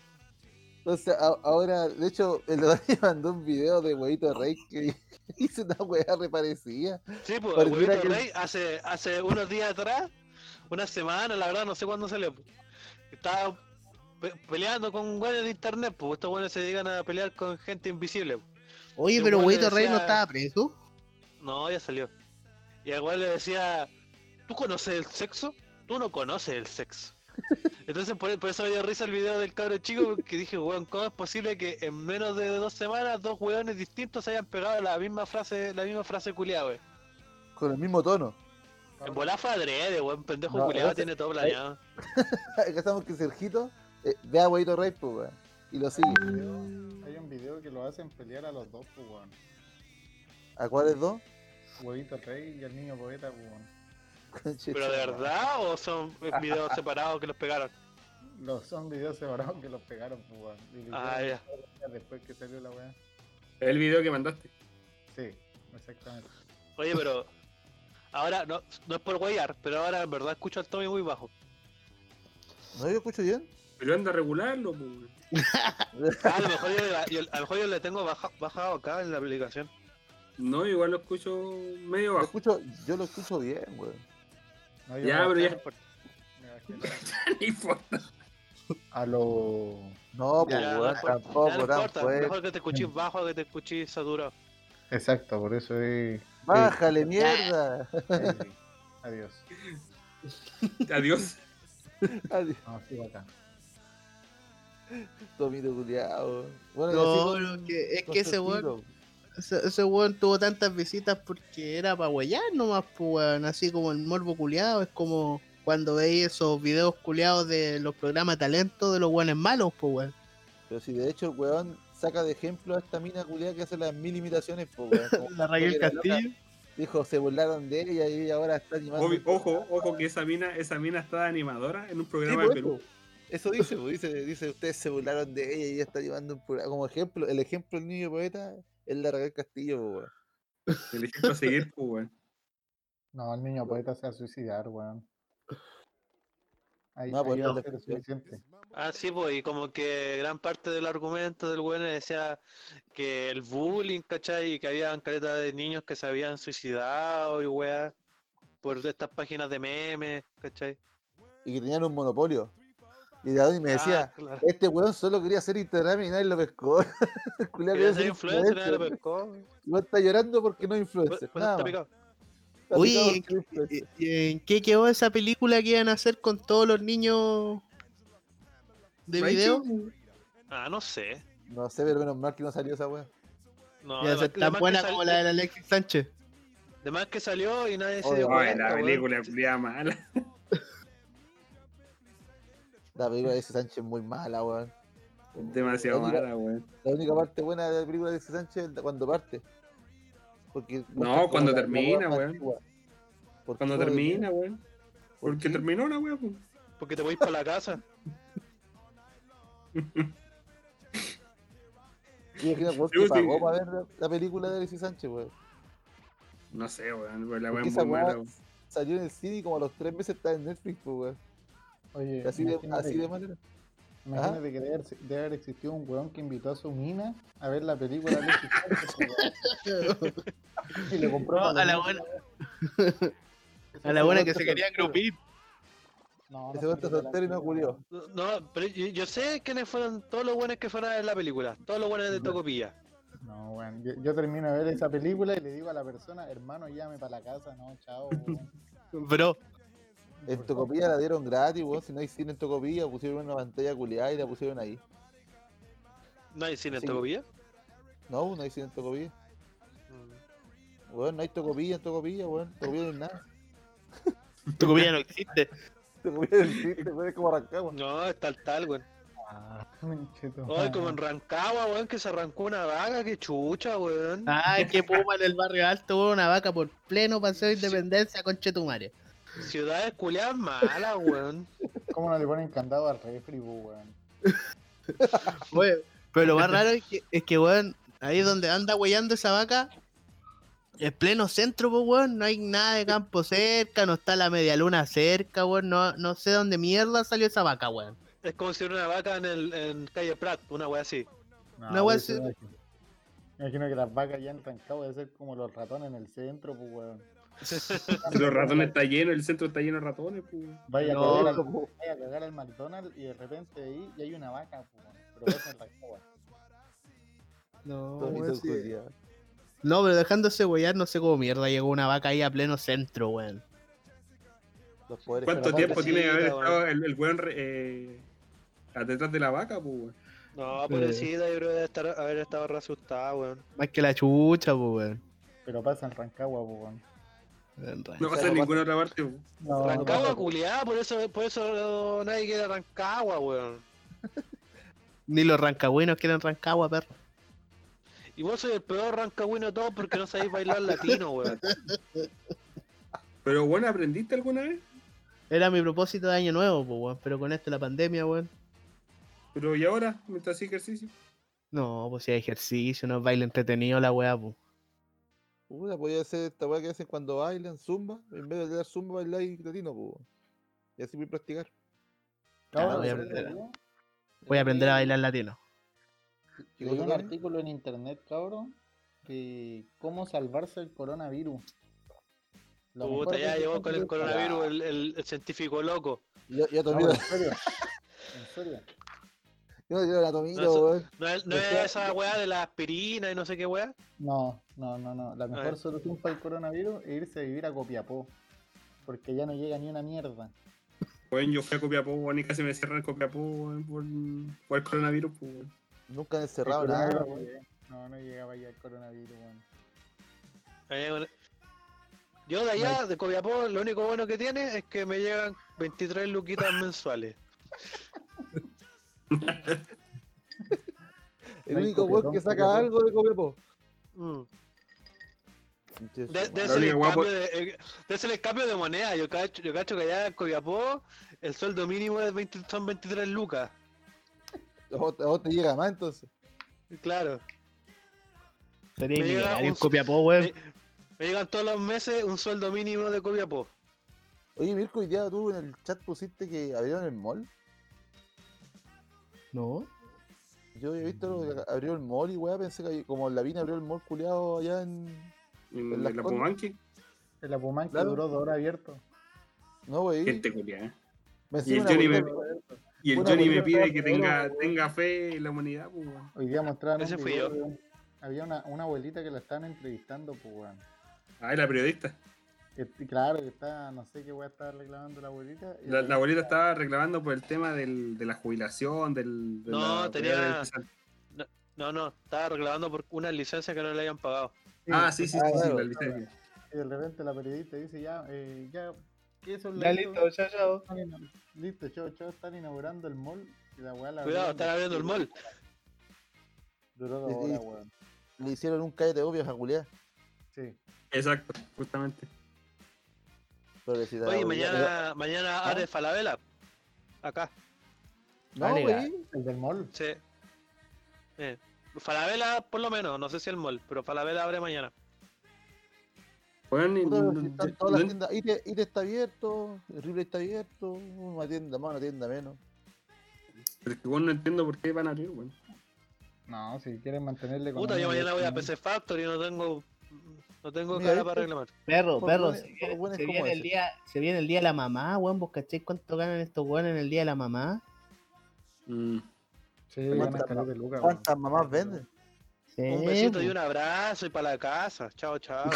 Speaker 5: Entonces, a- ahora, de hecho, el Dani mandó un video de huevito rey que hizo una weá reparecida.
Speaker 2: Sí, pues, el
Speaker 5: Pareciera
Speaker 2: huevito
Speaker 5: que el-
Speaker 2: Rey hace, hace unos días atrás, una semana, la verdad, no sé cuándo salió. pues, Estaba pe- peleando con güeyes de internet, pues estos güeyes se dedican a pelear con gente invisible. pues.
Speaker 4: Oye,
Speaker 2: Ese
Speaker 4: pero
Speaker 2: weón le
Speaker 4: Huevito Rey no
Speaker 2: decía-
Speaker 4: estaba preso.
Speaker 2: No, ya salió. Y al güey le decía, ¿tú conoces el sexo? Tú no conoces el sexo. Entonces por, por eso me dio risa el video del cabro chico que dije, weón, ¿cómo es posible que en menos de dos semanas dos weones distintos se hayan pegado la misma frase, la misma frase culiada, weón?
Speaker 5: Con el mismo tono.
Speaker 2: En volá fue adrede, weón, pendejo
Speaker 5: No,
Speaker 2: culiado,
Speaker 5: ese-
Speaker 2: tiene todo planeado.
Speaker 5: Acá estamos que Sergito eh, ve a huevito rey, po, weón. Y lo sigue.
Speaker 3: Hay un video que lo hacen pelear a los dos, pues, weón.
Speaker 5: ¿A cuáles dos?
Speaker 3: Huevito Rey y al niño poeta, pues, weón.
Speaker 5: Conche
Speaker 2: ¿Pero de
Speaker 5: tu madre.
Speaker 2: verdad o son videos separados que los pegaron?
Speaker 3: Los son videos separados que los pegaron, pues, weón. Y lo
Speaker 2: Ah,
Speaker 3: hicieron
Speaker 2: ya.
Speaker 3: Después que salió la weá.
Speaker 1: El video que mandaste.
Speaker 3: Sí, exactamente.
Speaker 2: Oye, pero ahora no, no es por guayar, pero ahora en verdad escucho al Tommy muy bajo.
Speaker 5: ¿No yo escucho bien?
Speaker 1: Pero anda a regularlo, pues.
Speaker 2: Ah, a lo mejor yo, le- yo- a lo mejor yo le tengo baja- bajado acá en la aplicación.
Speaker 1: No, igual lo escucho medio
Speaker 5: Lo
Speaker 1: bajo.
Speaker 5: escucho, yo lo escucho bien, weón.
Speaker 3: No, yo
Speaker 1: Ya,
Speaker 3: me
Speaker 1: pero ya.
Speaker 3: bajé- me bajé la-
Speaker 1: No importa.
Speaker 3: A lo.
Speaker 5: No, pues,
Speaker 2: Ya,
Speaker 5: weón,
Speaker 2: no importa, ya no
Speaker 5: tampoco,
Speaker 2: importa,
Speaker 5: tampoco. eh.
Speaker 2: mejor que te escuchís bajo que te escuchís saturado.
Speaker 3: Exacto, por eso es.
Speaker 5: Bájale, mierda.
Speaker 3: Sí. Adiós.
Speaker 1: Adiós.
Speaker 5: Adiós,
Speaker 3: No, sí, bacán.
Speaker 5: Tomito culiao. Bueno, y así
Speaker 4: No,
Speaker 5: con-
Speaker 4: no, que- es
Speaker 5: con
Speaker 4: que ese
Speaker 5: Sergito,
Speaker 4: weón. Ese, ese weón tuvo tantas visitas porque era para huellar nomás, pues, weón. Así como el morbo culiado, es como cuando veis esos videos culiados de los programas talento de los weones malos, pues, weón.
Speaker 5: Pero si de hecho el weón saca de ejemplo a esta mina culiada que hace las mil imitaciones, po, weón. como
Speaker 4: La Raquel
Speaker 5: era loca,
Speaker 4: Castillo.
Speaker 5: Dijo, se burlaron de ella y ella ahora está animando.
Speaker 1: Obvio- ojo, ojo que esa mina, esa mina está animadora en un
Speaker 5: Sí,
Speaker 1: programa
Speaker 5: po,
Speaker 1: de Perú.
Speaker 5: Eso dice, po, dice, dice, ustedes se burlaron de ella y ella está llevando un programa. Como ejemplo, el ejemplo del niño poeta es la Raquel Castillo, po, weón.
Speaker 1: El ejemplo a seguir, pues, weón.
Speaker 3: No, el niño poeta se va a suicidar, weón. Ahí,
Speaker 5: No, pues
Speaker 3: ahí
Speaker 5: no,
Speaker 3: va a
Speaker 5: le-
Speaker 3: ser
Speaker 5: le-
Speaker 3: suficiente.
Speaker 2: Ah, sí, pues, y como que gran parte del argumento del weón decía que el bullying, ¿cachai? Y que había caleta de niños que se habían suicidado y weá, por estas páginas de memes, ¿cachai?
Speaker 5: Y que tenían un monopolio. Y la Doni me
Speaker 2: Ah,
Speaker 5: decía,
Speaker 2: claro.
Speaker 5: este weón solo quería ser Instagram y nadie lo pescó. El culiao
Speaker 2: Quería
Speaker 5: quería
Speaker 2: ser influencer, nadie lo
Speaker 5: influencer.
Speaker 2: pescó.
Speaker 5: El weón está llorando porque no es
Speaker 2: Bueno,
Speaker 5: influencer.
Speaker 2: bueno,
Speaker 5: nada
Speaker 2: está
Speaker 5: más.
Speaker 2: picado.
Speaker 5: Está
Speaker 4: Oye,
Speaker 5: picado porque no es influencer.
Speaker 4: ¿Y- y ¿En qué quedó esa película que iban a hacer con todos los niños de
Speaker 1: Rachel,
Speaker 4: video?
Speaker 2: Ah, no sé.
Speaker 5: No sé, pero menos mal que no salió esa weá.
Speaker 2: No,
Speaker 4: Ya
Speaker 2: además-
Speaker 4: ser tan
Speaker 2: además que
Speaker 4: buena
Speaker 2: sal-
Speaker 4: como la de Alexis Sánchez.
Speaker 2: de más que salió y nadie se
Speaker 5: Oye,
Speaker 2: dio
Speaker 5: oye,
Speaker 1: Ay,
Speaker 2: cuenta.
Speaker 1: la
Speaker 2: weón.
Speaker 1: película culiada mala.
Speaker 5: La película de ese Sánchez es muy mala, weón.
Speaker 1: Demasiado
Speaker 5: La única-
Speaker 1: mala, weón.
Speaker 5: La única parte buena de la película de Alexis Sánchez es cuando parte. Porque muestra como
Speaker 1: cuando
Speaker 5: la- la
Speaker 1: termina,
Speaker 5: weá más
Speaker 1: weón.
Speaker 5: antigua. Porque
Speaker 1: Cuando
Speaker 5: como de-
Speaker 1: termina, weón.
Speaker 5: ¿Por
Speaker 1: Porque
Speaker 5: qué?
Speaker 1: terminó la weón, pues.
Speaker 2: Porque te voy para la casa.
Speaker 5: Yo imagino, weón,
Speaker 1: Yo
Speaker 5: que pagó
Speaker 1: sí.
Speaker 5: para ver la- la película de Alexis Sánchez, weón.
Speaker 1: No sé, weón. weón, La
Speaker 5: Porque
Speaker 1: weón es
Speaker 5: esa
Speaker 1: muy
Speaker 5: weá
Speaker 1: mala, weón.
Speaker 5: Salió en el cine y como a los tres meses está en Netflix, pues, weón.
Speaker 3: Oye,
Speaker 5: Así de,
Speaker 3: imagínate-
Speaker 5: así de ¿ah? mal era.
Speaker 3: Imagínate que debe haber, debe haber existido un weón que invitó a su mina a ver la película de Alexis Sánchez, weón. Y le compró
Speaker 4: No, a la
Speaker 3: palomitas,
Speaker 4: buena-
Speaker 3: weón. Ese
Speaker 4: A la
Speaker 3: weón
Speaker 4: buena que
Speaker 3: está
Speaker 4: se quería
Speaker 3: soltero.
Speaker 4: agrupir.
Speaker 3: No, no
Speaker 5: Ese
Speaker 3: se
Speaker 5: weón está
Speaker 3: quería
Speaker 5: soltero y no
Speaker 3: agrupir,
Speaker 5: culió.
Speaker 3: weón.
Speaker 2: No, No, pero yo, yo sé quiénes fueron todos los buenos que fueron en la película. Todos los buenos de Tocopilla.
Speaker 3: No, weón. Yo, yo termino de ver esa película y le digo a la persona, hermano, llame para la casa, no, chao, weón.
Speaker 4: Bro,
Speaker 5: En Tocopilla la dieron gratis, weón. Si no hay cine en Tocopilla, pusieron una pantalla culiada y la pusieron ahí.
Speaker 2: ¿No hay cine en
Speaker 5: Sí.
Speaker 2: Tocopilla?
Speaker 5: No, no hay cine en Tocopilla.
Speaker 2: Mm.
Speaker 5: Weón, no hay Tocopilla en Tocopilla, weón. Tocopilla no hay nada.
Speaker 4: tu comida no existe.
Speaker 5: Tocopilla no existe, weón. Es como Rancagua.
Speaker 2: No, está el tal, weón.
Speaker 3: Conchetumare.
Speaker 2: Ay, como en Rancagua, weón, que se arrancó una vaga, que chucha, weón.
Speaker 4: Ay, qué puma en el barrio alto, weón, una vaca por pleno paseo de independencia, conche tu madre.
Speaker 2: Ciudades culiadas malas, weón.
Speaker 3: ¿Cómo no le ponen candado al refri, po, weón?
Speaker 4: Oye, pero lo más raro es que, es que, weón, ahí donde anda huellando esa vaca, es pleno centro, pues, weón, no hay nada de campo cerca, no está la media luna cerca, weón, no, no sé dónde mierda salió esa vaca, weón.
Speaker 2: Es como si era una vaca en, el, en calle Prat, una weá así.
Speaker 3: No,
Speaker 4: weón,
Speaker 3: pero
Speaker 4: sí.
Speaker 3: se me imagino- me Imagino que las vacas ya en Rancagua deben ser como los ratones en el centro, pues, weón.
Speaker 1: Si Los ratones está lleno, el centro está lleno de ratones, pues. weón.
Speaker 3: Vaya,
Speaker 4: No,
Speaker 3: a cagar al, vaya a cagar al McDonald's y de repente ahí y hay una vaca, pues, weón. Pero pasa en Rancagua.
Speaker 4: No,
Speaker 5: Todo hizo culiao.
Speaker 4: no, pero dejándose huellar, no sé cómo mierda llegó una vaca ahí a pleno centro, weón.
Speaker 5: Los poderes
Speaker 1: ¿Cuánto
Speaker 5: de la
Speaker 1: tiempo
Speaker 5: vaca.
Speaker 1: tiene que haber
Speaker 2: pobrecita,
Speaker 1: estado el, el weón re- eh, detrás de la vaca, pues, weón?
Speaker 5: Ah,
Speaker 2: No,
Speaker 4: Sí.
Speaker 2: pobrecita, yo creo que debe estar, haber estado re asustada, weón.
Speaker 4: Más que la chucha, pues, weón.
Speaker 3: Pero pasa en Rancagua, pues, weón.
Speaker 1: No pasa en
Speaker 5: Pero
Speaker 1: ninguna otra parte, weón.
Speaker 3: No,
Speaker 2: Rancagua culiada, por eso, por eso nadie quiere Rancagua, weón.
Speaker 4: Ni los rancagüinos quieren rancagua, perro.
Speaker 2: Y vos sois el peor rancagüino de todos porque no sabéis bailar latino, weón.
Speaker 1: Pero, weón, ¿aprendiste alguna vez?
Speaker 4: Era mi propósito de año nuevo, pues, weón, pero con esto de la pandemia, weón.
Speaker 1: Pero, ¿y ahora? Mientras hacía ejercicio.
Speaker 4: No, pues si hay ejercicio, no es baile entretenido la weá, pues.
Speaker 5: Puta, podía hacer esta weá que hacen cuando bailan zumba. En vez de dar zumba, bailáis latino, pues. weón. Y así voy a practicar.
Speaker 4: Ya, voy a aprender. Voy a aprender a bailar latino.
Speaker 5: ¿Qué
Speaker 3: Leí
Speaker 5: cosa,
Speaker 3: un
Speaker 5: Tony?
Speaker 3: artículo en internet, cabrón, de cómo salvarse del coronavirus. Lo mejor
Speaker 2: Puta,
Speaker 3: que
Speaker 2: ya
Speaker 3: yo
Speaker 2: llegó
Speaker 3: encuentro
Speaker 2: con el
Speaker 3: es-
Speaker 2: coronavirus el, el- el científico loco.
Speaker 5: Yo, yo
Speaker 3: No,
Speaker 5: también.
Speaker 3: en serio. En serio.
Speaker 5: Yo no quiero la
Speaker 2: No, eso-
Speaker 5: weón.
Speaker 2: ¿No es, no
Speaker 5: O
Speaker 2: es
Speaker 5: sea,
Speaker 2: esa weá de la aspirina y no sé qué weá?
Speaker 3: No, no, no, no. La mejor
Speaker 2: ver.
Speaker 3: solución para el coronavirus es irse a vivir a Copiapó. Porque ya no llega ni una mierda.
Speaker 1: Weón, yo fui a Copiapó, weón, y casi me cierran Copiapó, weón, por, por el coronavirus, pues, weón.
Speaker 5: Nunca han
Speaker 3: El
Speaker 5: encerrado nada,
Speaker 3: coronavirus,
Speaker 5: weón.
Speaker 3: weón. No, no llegaba ya el coronavirus, weón.
Speaker 2: Ahí hay- Eh, Yo de allá, de Copiapó, lo único bueno que tiene es que me llegan 23 luquitas mensuales.
Speaker 5: El
Speaker 3: No hay
Speaker 5: único weón
Speaker 3: copietón,
Speaker 5: que saca
Speaker 3: copietón.
Speaker 5: algo de Copiapó.
Speaker 2: Mm.
Speaker 5: Conche su
Speaker 2: De, de
Speaker 5: madre.
Speaker 2: ese
Speaker 1: única
Speaker 2: el
Speaker 1: guapo-
Speaker 2: cambio de, eh, de ese el cambio de moneda. Yo cacho, yo cacho que allá en Copiapó el sueldo mínimo es 20 son 23 lucas.
Speaker 5: A vos- a vos te llega más entonces.
Speaker 2: Claro.
Speaker 4: Sería
Speaker 2: Me llega
Speaker 4: millonario en
Speaker 2: un-
Speaker 4: Copiapó, weón.
Speaker 2: me- Me llegan todos los meses un sueldo mínimo de Copiapó.
Speaker 5: Oye, Mirko, hoy día tú en el chat pusiste que abrieron el mall.
Speaker 4: No.
Speaker 5: Yo he visto lo que abrió el mall y weá, pensé que había- como la vina abrió el mall culiado allá en.
Speaker 1: En,
Speaker 5: En
Speaker 1: en
Speaker 5: la
Speaker 1: la
Speaker 5: Conde.
Speaker 1: Pumanque,
Speaker 3: El Apumán que
Speaker 5: Claro.
Speaker 3: duró dos horas abierto.
Speaker 5: No, wey.
Speaker 1: gente culiada.
Speaker 5: Pensé
Speaker 1: y el
Speaker 5: una
Speaker 1: Johnny
Speaker 5: weá-
Speaker 1: Y el
Speaker 5: Bueno,
Speaker 1: Johnny
Speaker 5: pues,
Speaker 1: me
Speaker 5: yo
Speaker 1: pide
Speaker 5: estaba
Speaker 1: que
Speaker 5: primero,
Speaker 1: tenga,
Speaker 5: weón.
Speaker 1: tenga fe en la humanidad, pues, weón.
Speaker 3: Hoy día mostraron
Speaker 2: Ese
Speaker 3: un
Speaker 2: fui
Speaker 3: video,
Speaker 2: yo.
Speaker 3: weón. Había una, una abuelita que la estaban entrevistando, pues, weón.
Speaker 1: Ah, era periodista.
Speaker 3: Que- y claro, que está, no sé qué weá estaba reclamando la abuelita. y
Speaker 1: La, la abuelita estaba reclamando por el tema del, de la jubilación, del. de
Speaker 2: No,
Speaker 1: la-
Speaker 2: tenía-
Speaker 1: del pisar-
Speaker 2: No, no, estaba reclamando por una licencia que no le hayan pagado.
Speaker 1: Ah, sí, sí, sí,
Speaker 5: Ah,
Speaker 1: sí,
Speaker 5: claro,
Speaker 1: la licencia.
Speaker 3: Y de repente la periodista dice, ya, eh, ya, ¿qué es un
Speaker 4: Ya listo, chao, chao.
Speaker 3: Están ina- Listo, chao, chao, están inaugurando el mall. Y la weá la
Speaker 2: Cuidado,
Speaker 3: abrieron
Speaker 2: están abriendo el mall.
Speaker 3: Duró dos
Speaker 5: Sí, sí.
Speaker 3: horas, weón.
Speaker 5: Le hicieron un caete obvio a Julián.
Speaker 3: Sí.
Speaker 1: Exacto, justamente.
Speaker 5: Pobrecita la
Speaker 2: Oye,
Speaker 5: abuelita.
Speaker 2: mañana,
Speaker 4: ¿Ah?
Speaker 2: mañana abre Falabella. Acá,
Speaker 5: No,
Speaker 4: Vale,
Speaker 5: wey.
Speaker 3: El del mall.
Speaker 2: sí. Eh, Falabella, por lo menos, no sé si el mall, pero Falabella abre mañana.
Speaker 1: Weón, y-
Speaker 5: Puta, si
Speaker 1: no-
Speaker 5: están todas las
Speaker 1: no-
Speaker 5: tiendas. IT, IT está abierto, Ripley está abierto, una tienda más, una tienda menos.
Speaker 2: Ah,
Speaker 1: pero es que, weón, no entiendo por qué van a abrir, weón.
Speaker 3: No, si quieren mantenerle
Speaker 2: Puta, yo mañana voy a
Speaker 3: pensar
Speaker 2: PC Factory, no tengo, no tengo
Speaker 5: Mira,
Speaker 2: cara para
Speaker 5: ¿viste?
Speaker 2: reclamar.
Speaker 4: Perro,
Speaker 5: Por
Speaker 4: perro,
Speaker 5: buenas-
Speaker 4: se
Speaker 5: por
Speaker 4: viene,
Speaker 5: buenas
Speaker 4: se
Speaker 5: como
Speaker 4: viene el
Speaker 5: ese.
Speaker 4: día, se viene el día de la mamá, weón. ¿Vos cacháis cuánto ganan estos weones en el día de la mamá?
Speaker 1: Mm.
Speaker 3: Sí, van a
Speaker 5: ¿Cuántas
Speaker 3: escalar de lucas, weón.
Speaker 5: ¿Cuántas mamás venden?
Speaker 4: Sí,
Speaker 2: Un besito y
Speaker 4: po.
Speaker 2: un abrazo y para la casa. Chao, chao.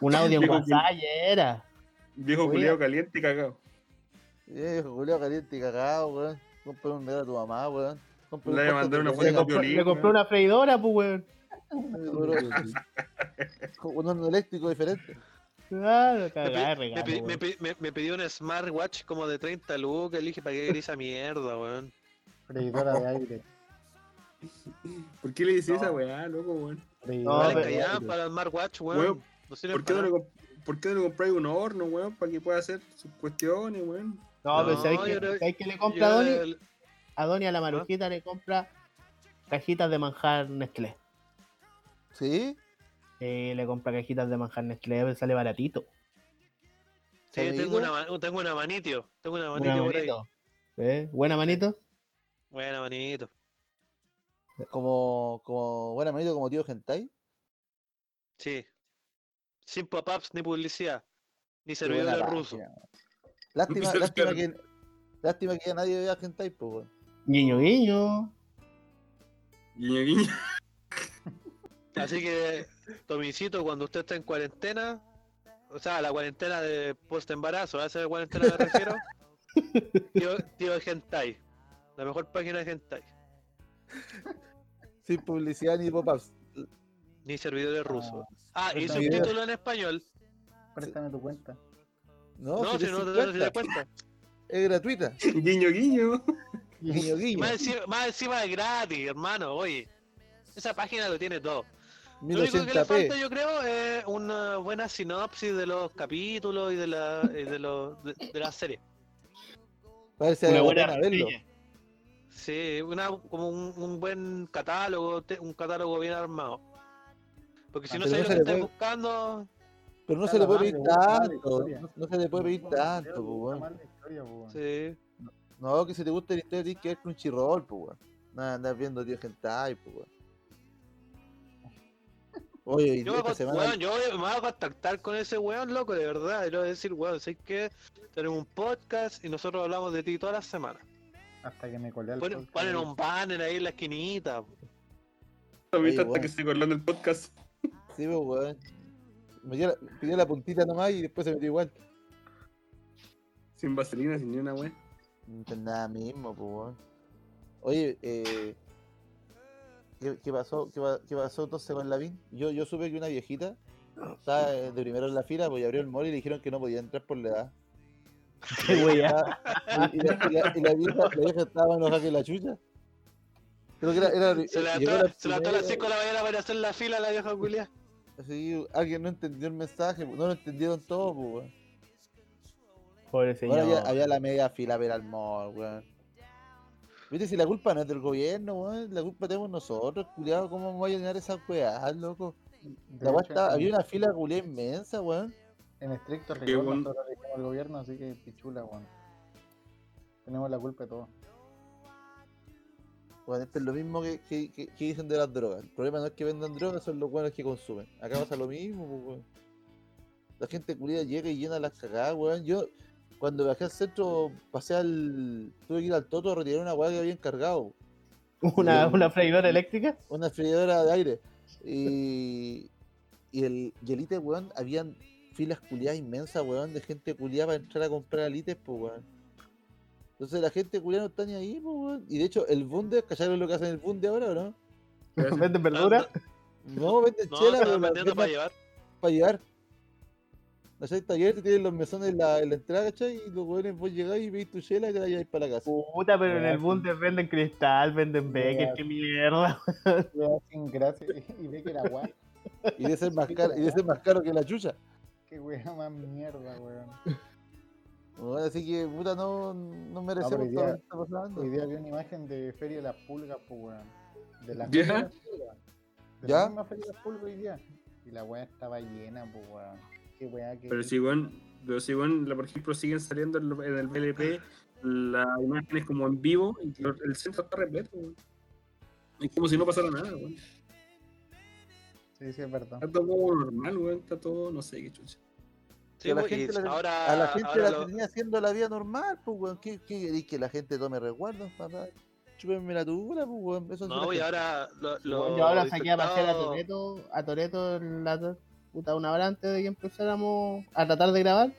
Speaker 4: un audio en
Speaker 1: Digo,
Speaker 4: WhatsApp ya era.
Speaker 1: Viejo
Speaker 4: Oye.
Speaker 1: culiado caliente y cagado.
Speaker 5: Eh, Julio caliente y cagado, weón. Compré un regalo a tu mamá, weón. Compré un
Speaker 1: Le voy a
Speaker 5: cuarto
Speaker 1: mandar
Speaker 5: de
Speaker 1: una
Speaker 5: bebé,
Speaker 1: foto
Speaker 4: Le
Speaker 1: con
Speaker 5: compré-
Speaker 4: compró,
Speaker 1: violín,
Speaker 4: le compró
Speaker 1: weón.
Speaker 4: una freidora, pues weón.
Speaker 5: un horno eléctrico diferente.
Speaker 4: Claro,
Speaker 2: Me,
Speaker 4: cagada
Speaker 2: pi- me
Speaker 4: de regalo,
Speaker 2: pi- me
Speaker 4: weón.
Speaker 2: pi- me- me pidió un smartwatch como de 30 lucas. Le dije, ¿para qué quería esa mierda, weón?
Speaker 3: Freidora de aire.
Speaker 1: ¿Por qué le dices
Speaker 3: No.
Speaker 1: esa weá, loco, weón?
Speaker 4: No,
Speaker 3: Freidora
Speaker 2: Vale,
Speaker 4: pero-
Speaker 3: de
Speaker 2: callada
Speaker 3: aire.
Speaker 2: para el smartwatch,
Speaker 1: Weón,
Speaker 2: weón. No sirve
Speaker 1: ¿Por qué no
Speaker 2: para
Speaker 1: le,
Speaker 2: nada.
Speaker 1: comp- ¿por qué no le compráis un horno, weón? Para que pueda hacer sus cuestiones, weón.
Speaker 4: No, pero
Speaker 2: No,
Speaker 4: ¿sabéis
Speaker 2: yo
Speaker 4: que,
Speaker 2: creo-
Speaker 4: ¿sabéis que le compra a
Speaker 2: Yo ¿Ah?
Speaker 4: Donny?
Speaker 2: le-
Speaker 4: A Donny a la marujita le compra cajitas de manjar Nestlé.
Speaker 5: ¿Sí?
Speaker 4: Sí, le compra cajitas de manjar Nestlé, pero sale baratito.
Speaker 2: Sí, tengo
Speaker 5: ¿Amiguito?
Speaker 2: una, ma- tengo una manitio. Tengo una manitio
Speaker 4: Buena
Speaker 2: por ahí.
Speaker 4: manito. ¿Eh? Buena manito.
Speaker 2: Buena manito.
Speaker 5: Como, como, buena manito como tío Gentai.
Speaker 2: Sí. Sin pop-ups ni publicidad. Ni servidores rusos.
Speaker 5: Lástima,
Speaker 1: Mr.
Speaker 5: lástima
Speaker 1: Scarlet.
Speaker 5: que, lástima que ya nadie vea Gentai, pues, weón.
Speaker 4: Guiño, guiño.
Speaker 1: Guiño, guiño.
Speaker 2: Así que, Tomicito, cuando usted está en cuarentena, o sea, la cuarentena de post embarazo, a esa cuarentena me refiero, tío, tío Gentai, la mejor página de Gentai,
Speaker 5: Sin publicidad ni pop-ups.
Speaker 2: ni servidores rusos. Ah, y
Speaker 5: está
Speaker 2: subtítulo en español.
Speaker 3: Préstame tu cuenta.
Speaker 5: No,
Speaker 2: No,
Speaker 5: si
Speaker 2: si
Speaker 5: es
Speaker 2: no te- no te
Speaker 5: 50,
Speaker 2: das cuenta.
Speaker 5: es gratuita.
Speaker 1: Guiño, guiño.
Speaker 5: Guiño,
Speaker 2: Y
Speaker 5: guiño.
Speaker 2: más encima, más encima es gratis, hermano, oye. Esa página lo tiene todo. Lo único que le falta,
Speaker 5: 1080p.
Speaker 2: yo creo, es una buena sinopsis de los capítulos y de la, y de los, de, de la serie.
Speaker 5: Parece
Speaker 4: Una
Speaker 5: vale la
Speaker 4: buena
Speaker 5: pena verlo.
Speaker 4: reseña.
Speaker 2: Sí, una, como un, un buen catálogo, te- un catálogo bien armado. Porque si
Speaker 3: Ah,
Speaker 2: no sabes lo
Speaker 5: pero no se
Speaker 2: que
Speaker 5: le
Speaker 2: estás
Speaker 5: puede-
Speaker 2: buscando,
Speaker 5: Pero no
Speaker 3: Está
Speaker 5: se le
Speaker 3: la
Speaker 5: puede
Speaker 3: madre,
Speaker 5: pedir
Speaker 3: weón, está la
Speaker 5: tanto.
Speaker 3: historia.
Speaker 5: No se le puede pedir tanto, pues,
Speaker 3: weón.
Speaker 5: weón.
Speaker 3: Está mal la historia, pues, weón.
Speaker 2: sí.
Speaker 5: No, que si te gusta la historia tienes que ver Crunchyroll, pues, weón. Nada, andás viendo tío Gentai, pues, weón. Oye, y
Speaker 2: Yo, me,
Speaker 5: esta
Speaker 2: con-
Speaker 5: semana.
Speaker 2: weón, yo voy- me voy a contactar con ese weón, loco, de verdad. Y le voy a decir, weón, sé que tenemos un podcast y nosotros hablamos de ti todas las semanas.
Speaker 3: Hasta que me colé al
Speaker 2: Ponen,
Speaker 3: podcast,
Speaker 2: ponen
Speaker 3: weón.
Speaker 2: un banner ahí en la esquinita. po.
Speaker 1: También
Speaker 5: Oye,
Speaker 1: hasta
Speaker 5: weón.
Speaker 1: que se coló en el podcast.
Speaker 5: Sí, pues, weón. Metió la, pidió la puntita nomás y después se metió igual.
Speaker 1: Sin vaselina, sin ni una weá.
Speaker 5: pues, No es Nada mismo, pues, weón. Oye, eh, ¿Qué, qué pasó, qué, pa- qué pasó entonces con Lavín? Yo, yo supe que una viejita estaba eh, de primero en la fila, pues y abrió el mall y le dijeron que no podía entrar por la edad.
Speaker 3: Qué wea.
Speaker 5: Ah, Y, y la, y la- y la vieja, la vieja estaba más enojada que la chucha. Creo que era, era-
Speaker 2: Se la
Speaker 5: llegó
Speaker 2: ató se la ató a las
Speaker 5: primera-
Speaker 2: 5 de la mañana para hacer la fila la vieja culia.
Speaker 5: Sí, alguien no entendió el mensaje, pues, no lo entendieron todo, pues, weón.
Speaker 3: Pobre
Speaker 5: Ahora
Speaker 3: señor.
Speaker 5: había, había la media fila a ver al mall, weón. Viste, si la culpa no es del gobierno, weón, la culpa tenemos nosotros, culiado, ¿cómo vamos a llenar esa weá, loco?
Speaker 3: De
Speaker 5: La weá
Speaker 3: hecho,
Speaker 5: estaba-
Speaker 3: en-
Speaker 5: había una fila culiada inmensa, weón.
Speaker 3: En estricto
Speaker 1: Qué
Speaker 3: rigor,
Speaker 1: buen-
Speaker 3: nosotros le dijimos al gobierno, así que pichula, weón. Tenemos la culpa de todo.
Speaker 5: Weón, esto es lo mismo que, que- que- que dicen de las drogas. El problema no es que vendan drogas, son los buenos que consumen. Acá pasa lo mismo, pues, weón. La gente culiada llega y llena las cagadas, weón. Yo, cuando bajé al centro, pasé al. Tuve que ir al Toto a retirar una weá que había encargado.
Speaker 4: Una, una freidora eléctrica.
Speaker 5: una freidora de aire. Y, y el y el ITE, weón, habían filas culiadas inmensas, weón, de gente culiada para entrar a comprar alites, pues, weón. Entonces la gente culiada no está ni ahí, pues, weón. Y de hecho, el Bunde, ¿cacharon lo que hacen el Bunde ahora o no?
Speaker 3: ¿Venden verdura?
Speaker 5: No, venden
Speaker 2: No,
Speaker 5: chela,
Speaker 2: estaban
Speaker 5: weón, las
Speaker 2: vendiendo
Speaker 5: venden
Speaker 2: para llevar.
Speaker 5: para llevar. Allá hay taller, te tienen los mesones en la, en la entrada, ¿cachai? Y los weones vos llegás y veis tu chela y te la lleváis para la
Speaker 3: Uh,
Speaker 5: casa.
Speaker 4: Puta, pero en el Bundes venden cristal, venden becker,
Speaker 3: Ya.
Speaker 4: qué mierda.
Speaker 3: Weón, sin gracia. Y ve que era guay.
Speaker 5: Y debe ser más caro, y debe ser más caro que la chucha.
Speaker 3: Qué wea más mierda, weón.
Speaker 5: Weón, así que, puta, no, no merecemos
Speaker 3: hoy
Speaker 5: todo
Speaker 3: día-
Speaker 5: lo que está pasando.
Speaker 3: Hoy día vi una imagen de Feria de las Pulgas, pues, weón. De la
Speaker 1: Ya.
Speaker 3: Feria de las Pulgas. De
Speaker 5: Ya.
Speaker 3: la misma Feria de las Pulgas hoy día. Y la weá estaba llena, pues, weón. Qué weá que.
Speaker 1: Pero si, weón, pero si, weón, la- por ejemplo, siguen saliendo en, lo- en el BLP las imágenes como en vivo y lo- el centro está repleto, weón. Es como si no pasara nada, weón.
Speaker 3: Sí, sí, es verdad.
Speaker 1: Está todo normal, weón. Está todo, no sé qué chucha.
Speaker 2: Sí,
Speaker 5: a la
Speaker 2: pues, y
Speaker 5: gente la-
Speaker 2: ahora,
Speaker 5: A la gente
Speaker 2: ahora
Speaker 5: la
Speaker 2: lo-
Speaker 5: tenía haciendo la vida normal, pues, weón. ¿Qué, qué queréis que la gente tome resguardos, papá? Chúpenme la tubula, pues, weón. Eso es
Speaker 2: No, y ahora lo, lo
Speaker 4: Yo ahora saqué a pasear a
Speaker 2: infectado-
Speaker 4: Toreto, a Toreto la puta una hora antes de que empezáramos a tratar de grabar.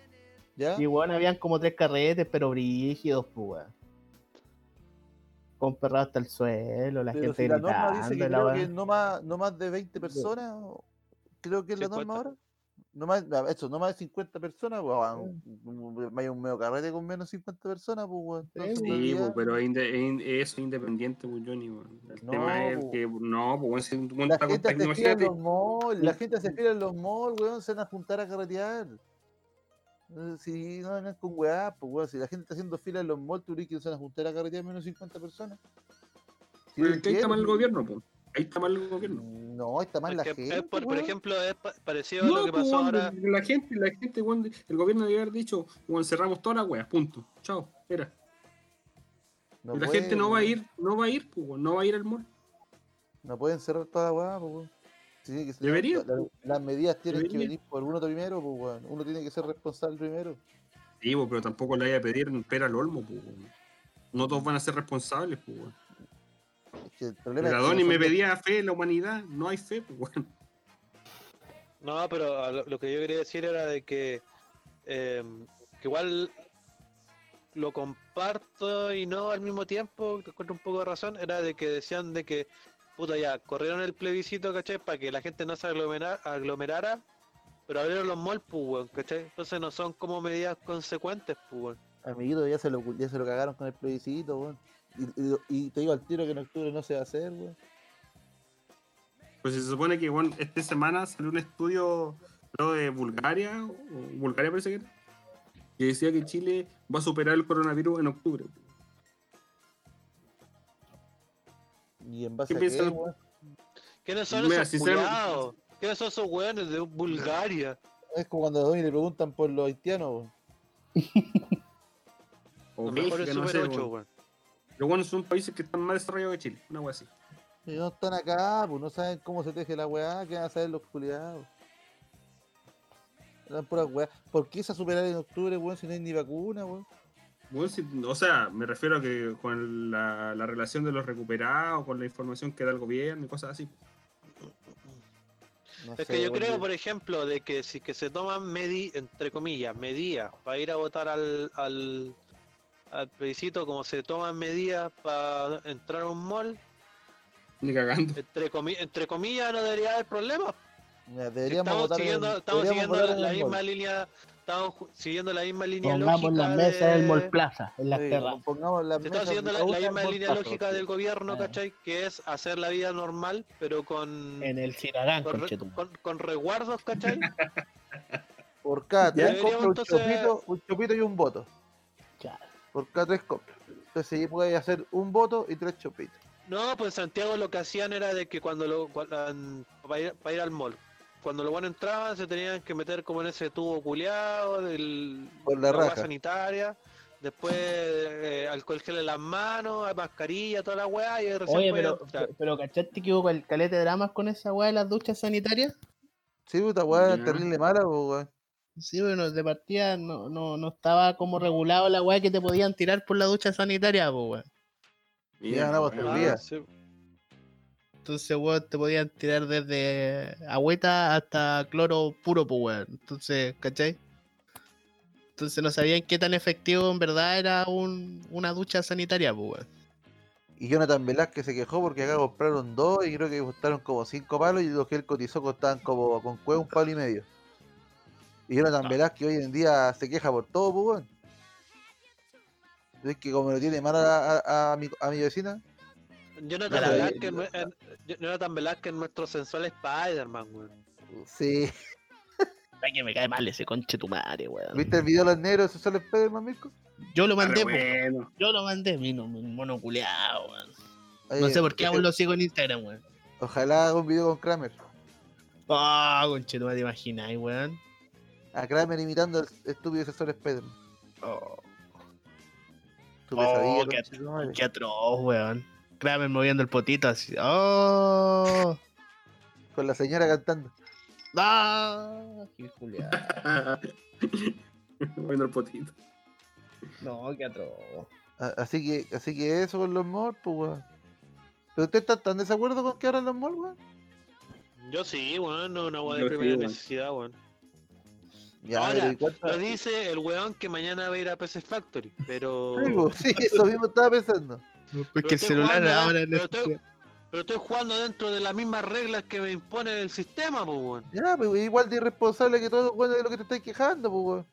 Speaker 5: ¿Ya?
Speaker 4: Y weón, habían como tres carretes, pero brígidos, pues weón. Con perros hasta el suelo, la
Speaker 5: Pero
Speaker 4: gente
Speaker 5: si la norma dice que
Speaker 4: gritando, la
Speaker 5: creo
Speaker 4: weá.
Speaker 5: que no más, no más de 20 personas, o- creo que es la norma
Speaker 2: 50.
Speaker 5: ahora. No más, a- eso, no más de 50 personas, pues, weón. Hay un medio carrete con menos 50 personas, pues, weón.
Speaker 4: Sí,
Speaker 5: Entonces,
Speaker 4: pues.
Speaker 5: en
Speaker 1: Sí,
Speaker 5: realidad,
Speaker 1: pues, pero es inde- es in- eso es independiente, pues, Johnny, weón. El
Speaker 5: No,
Speaker 1: tema es
Speaker 5: pues.
Speaker 1: que, no, pues, weón, si un weón
Speaker 5: La
Speaker 1: está
Speaker 5: gente se
Speaker 1: contagiado,
Speaker 5: fila en
Speaker 1: imagínate.
Speaker 5: los malls, la gente se fila en los malls, weón, se van a juntar a carretear. Eh, Si no vengan con weá, pues weón, si la gente está haciendo fila en los malls, tú crees que se van a juntar a carretear menos 50 personas. Si
Speaker 1: Pero
Speaker 5: no
Speaker 1: es que ahí está
Speaker 5: quieren,
Speaker 1: mal el
Speaker 5: pues.
Speaker 1: gobierno, pues. Ahí está mal el gobierno. eh,
Speaker 5: No, está mal
Speaker 2: es
Speaker 5: la
Speaker 2: que es
Speaker 5: gente.
Speaker 2: por, por
Speaker 5: weón.
Speaker 2: ejemplo, es pa- parecido a
Speaker 1: No,
Speaker 2: lo que
Speaker 1: pues,
Speaker 2: pasó
Speaker 1: weón,
Speaker 2: ahora.
Speaker 1: la gente, la gente, weón, el gobierno debe haber dicho, weón, cerramos todas las weas, punto. Chao, era.
Speaker 5: No
Speaker 1: Y la
Speaker 5: pueden,
Speaker 1: gente no va a
Speaker 5: weón.
Speaker 1: ir, no va a ir, pues, weón, no va a ir al mall.
Speaker 5: No pueden cerrar toda la weá, pues weón. Si tiene que ser-
Speaker 1: Debería,
Speaker 5: la- la- las medidas tienen que
Speaker 1: Debería.
Speaker 5: venir por uno primero, pues weón. Uno tiene que ser responsable primero.
Speaker 1: Sí, bo, pero tampoco le vaya a pedir pera al olmo, pues, weón. No todos van a ser responsables, pues, weón.
Speaker 5: Es que el problema es
Speaker 1: La
Speaker 5: que
Speaker 1: Doni me
Speaker 5: nosotros-
Speaker 1: pedía fe en la humanidad, no hay fe, pues, weón.
Speaker 2: No, pero a lo, lo que yo quería decir era de que, eh, que igual lo comparto y no al mismo tiempo, que encuentro un poco de razón, era de que decían de que, puta ya, corrieron el plebiscito, ¿cachai? Para que la gente no se aglomera- aglomerara, pero abrieron los malls, pues, weón, ¿cachai? Entonces no son como medidas consecuentes, pues, weón.
Speaker 5: Amiguito, ya se lo, cu- ya se lo cagaron con el plebiscito, weón. Y, y- y te digo al tiro que en octubre no se va a hacer, weón.
Speaker 1: Pues se supone que, weón, esta semana salió un estudio creo, de Bulgaria, o Bulgaria parece que era, que decía que Chile va a superar el coronavirus en octubre.
Speaker 5: Y en base
Speaker 1: ¿Qué
Speaker 5: a qué,
Speaker 1: piensan los-
Speaker 5: weón?
Speaker 2: ¿Quiénes son
Speaker 1: Mira,
Speaker 2: esos
Speaker 1: sinceramente-
Speaker 2: culiados? ¿Quiénes son esos weones de Bulgaria?
Speaker 5: Es como cuando a Donnie le preguntan por los haitianos, weón.
Speaker 1: O
Speaker 2: Los mejores
Speaker 1: Bélgica, no
Speaker 2: Super
Speaker 1: sé,
Speaker 2: 8,
Speaker 1: weón.
Speaker 2: weón.
Speaker 1: Pero, weón, son países que están más desarrollados que Chile, una wea así.
Speaker 5: Y no están acá, pues no saben cómo se teje la weá, que van a saber los culiados. Eran puras weá. ¿Por qué se va a superar en octubre, weón, si no hay ni vacuna, weón?
Speaker 1: Weón, si- o sea, me refiero a que con la, la relación de los recuperados, con la información que da el gobierno y cosas así. pues,
Speaker 5: No
Speaker 2: Es
Speaker 5: sé,
Speaker 2: que yo
Speaker 5: weón,
Speaker 2: creo, por ejemplo, de que si que se toman medi, entre comillas, medidas para ir a votar al, al, al plebiscito, como se toman medidas para entrar a un mall,
Speaker 1: Ni cagando.
Speaker 2: Entre, comi- entre comillas, no debería haber problemas.
Speaker 5: Mira,
Speaker 2: Si
Speaker 5: deberíamos
Speaker 2: Estamos
Speaker 5: votar
Speaker 2: siguiendo,
Speaker 5: en-
Speaker 2: estamos siguiendo
Speaker 5: deberíamos votar en
Speaker 2: la
Speaker 5: el
Speaker 2: misma
Speaker 5: mall.
Speaker 2: línea. Estamos ju- siguiendo la misma línea
Speaker 4: Pongamos
Speaker 2: lógica.
Speaker 4: las mesas
Speaker 2: de-
Speaker 4: del Mall Plaza, en las
Speaker 5: Sí,
Speaker 4: terrazas.
Speaker 5: Pongamos las
Speaker 2: Se está
Speaker 5: mesas
Speaker 2: siguiendo la,
Speaker 5: una
Speaker 2: la misma
Speaker 5: por
Speaker 2: línea
Speaker 5: paso,
Speaker 2: lógica
Speaker 5: sí. Ah.
Speaker 2: del gobierno,
Speaker 4: Claro.
Speaker 2: ¿cachai? Que es hacer la vida normal, pero con,
Speaker 4: En el Cirarán,
Speaker 2: con, re-
Speaker 4: conchetumare.
Speaker 2: con- con resguardos, ¿cachai?
Speaker 5: Por cada tres
Speaker 2: Deberíamos
Speaker 5: compras, un,
Speaker 2: entonces-
Speaker 5: chopito, un chopito y un voto.
Speaker 4: Claro.
Speaker 5: Por cada tres compras. Entonces, ahí puedes hacer un voto y tres chopitos.
Speaker 2: No, pues en Santiago lo que hacían era de que cuando lo. para, ir, pa' ir al mall. Cuando los buenos entraban, se tenían que meter como en ese tubo culeado, del,
Speaker 5: Por la
Speaker 2: agua
Speaker 5: raja.
Speaker 2: sanitaria. Después, eh, alcohol gel en las manos, mascarilla, toda la weá, y recién
Speaker 4: Oye,
Speaker 2: podían
Speaker 4: pero,
Speaker 2: entrar.
Speaker 4: pero ¿cachaste que hubo el calete de dramas con esa weá de las duchas sanitarias?
Speaker 5: Sí, puta weá,
Speaker 1: Ya.
Speaker 5: terrible mala, po, weón.
Speaker 4: Sí, bueno, de partida no, no, no estaba como regulado la weá que te podían tirar por la ducha sanitaria, po, weón.
Speaker 5: Ya ganamos
Speaker 1: weón.
Speaker 5: el día.
Speaker 2: Ah, sí.
Speaker 4: Entonces, weón, te podían tirar desde agüita hasta cloro puro, po, weón. Entonces, ¿cachai? Entonces no sabían qué tan efectivo en verdad era un, una ducha sanitaria, po, weón.
Speaker 5: Y Jonathan Velázquez se quejó porque acá compraron dos y creo que costaron como cinco palos y los que él cotizó costaban como con cueva un palo y medio. Y Jonathan
Speaker 2: Ah.
Speaker 5: Velázquez hoy en día se queja por todo, pues weón. Es que como lo tiene mal a, a- a mi, a mi vecina,
Speaker 2: Jonathan,
Speaker 4: Maravilla.
Speaker 2: Velázquez, nue- en- Jonathan Velázquez, nuestro sensual Spider-Man, weón.
Speaker 5: sí.
Speaker 4: Ay, que me cae mal ese conche tu madre, weón.
Speaker 5: ¿Viste el video de los negros de Social Spider-Man, Mirko?
Speaker 4: Yo lo
Speaker 1: Arre,
Speaker 4: mandé, po,
Speaker 1: bueno.
Speaker 4: yo lo mandé, vino un mono culeado, weón.
Speaker 5: Oye,
Speaker 4: No sé por qué
Speaker 5: ese-
Speaker 4: aún lo sigo en Instagram, weón.
Speaker 5: Ojalá haga un video con Kramer.
Speaker 4: Ah, conche tu madre, imagináis, weón.
Speaker 5: A Kramer imitando al estúpido asesor Spider-Man.
Speaker 4: Oh.
Speaker 5: Tu
Speaker 4: Oh,
Speaker 5: pesadilla,
Speaker 4: qué-
Speaker 5: conchetumare.
Speaker 4: Qué atroz, weón. Kramer moviendo el potito así. ¡Oh!
Speaker 5: Con la señora cantando.
Speaker 4: ¡Ah! ¡Qué culiao.
Speaker 1: bueno, el potito.
Speaker 4: No, qué atroz.
Speaker 5: A- Así que, así que eso con los malls, pues weón. ¿Pero usted está tan desacuerdo con que ahora los malls, weón?
Speaker 2: Yo sí, weón, no, una weá de
Speaker 1: Yo sí,
Speaker 2: primera
Speaker 1: weón. Ah,
Speaker 2: necesidad, weón.
Speaker 5: Ya,
Speaker 2: Ahora,
Speaker 5: pero ¿y cuánto-
Speaker 2: Lo dice el weón que mañana va a ir a PC Factory, pero.
Speaker 5: Sí, pues, sí, eso mismo estaba pensando.
Speaker 4: Porque
Speaker 2: Pero
Speaker 4: el
Speaker 2: estoy
Speaker 4: celular
Speaker 2: jugando, ¿eh?
Speaker 4: ahora este
Speaker 2: pero
Speaker 4: no
Speaker 2: estoy- Pero estoy jugando dentro de las mismas reglas que me impone el sistema, pues, weón.
Speaker 5: Ya, pues igual de irresponsable que todo weón, de lo que te estáis quejando, pues weón.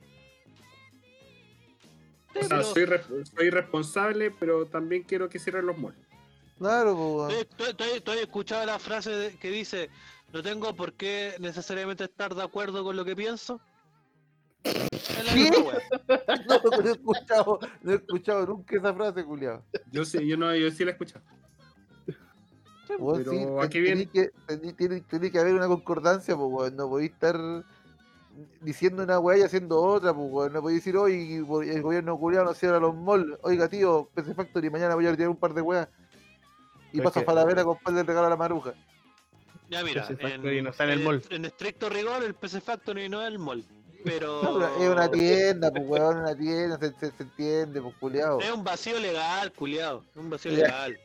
Speaker 2: Sí,
Speaker 5: Ah,
Speaker 1: O sea,
Speaker 2: pero
Speaker 1: soy, re- soy responsable, pero también quiero que cierren los malls.
Speaker 5: Claro, pues
Speaker 2: estoy,
Speaker 5: weón.
Speaker 2: estoy- estoy- estoy escuchando la frase de- que dice: No tengo por qué necesariamente estar de acuerdo con lo que pienso. Es la
Speaker 5: ¿Qué?
Speaker 2: misma weá.
Speaker 5: No, no he escuchado, no he escuchado nunca esa frase, culiado.
Speaker 1: Yo sí, yo no, yo sí la he escuchado.
Speaker 5: Vos
Speaker 1: Pero
Speaker 5: sí,
Speaker 1: aquí
Speaker 5: ten-
Speaker 1: viene-
Speaker 5: tení que, tení- tiene, tiene que haber una concordancia, pues, weón. No podéis estar diciendo una weá y haciendo otra, pues, weón. No podéis decir, hoy el gobierno culiado no cierra los malls. Oiga, tío, PC Factory, mañana voy a retirar un par de weas. Y
Speaker 4: Es
Speaker 5: paso a
Speaker 4: que-
Speaker 5: Falabella a comprarle el regalo a la maruja.
Speaker 2: Ya mira,
Speaker 4: PC Factory no está en el mall.
Speaker 2: en estricto rigor, el PC Factory no es el mall. Pero.
Speaker 5: No, pero Es
Speaker 2: Oh.
Speaker 5: una tienda, pues, weón, una tienda, se, se- se entiende, pues, culiado.
Speaker 2: Es un vacío legal, culiado. Es un vacío
Speaker 5: Ya.
Speaker 2: legal.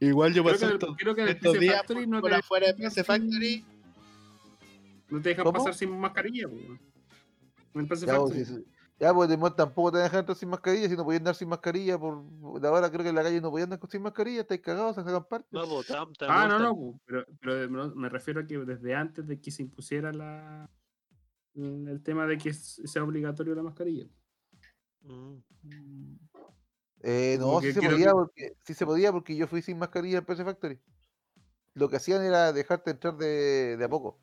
Speaker 4: Igual yo
Speaker 1: Creo que,
Speaker 4: pasé
Speaker 1: en el-
Speaker 4: estos,
Speaker 1: creo que en el
Speaker 4: estos
Speaker 1: PC
Speaker 4: días
Speaker 1: Factory no
Speaker 4: por
Speaker 1: te,
Speaker 4: afuera de PC Factory.
Speaker 1: no te dejan
Speaker 5: ¿Cómo?
Speaker 1: pasar sin mascarilla. po, weón. En el PC
Speaker 5: Ya, pues,
Speaker 1: Factory.
Speaker 5: si- ya, pues, de mod tampoco te dejan entrar sin mascarilla, si no podías andar sin mascarilla, por la hora creo que en la calle no podías andar sin mascarilla, estáis cagados, se sacan parte.
Speaker 2: No, pues, tam- tam-
Speaker 1: Ah, no,
Speaker 2: multan.
Speaker 1: no, po, pero, pero de- no, me refiero a que desde antes de que se impusiera la, mm, el tema de que s- sea obligatorio la mascarilla.
Speaker 2: Mm.
Speaker 5: Eh,
Speaker 1: Como
Speaker 5: no, sí
Speaker 1: que
Speaker 5: se,
Speaker 1: creo
Speaker 5: podía
Speaker 1: que-
Speaker 5: porque, sí se podía porque yo fui sin mascarilla en PC Factory. Lo que hacían era dejarte entrar de, de a poco,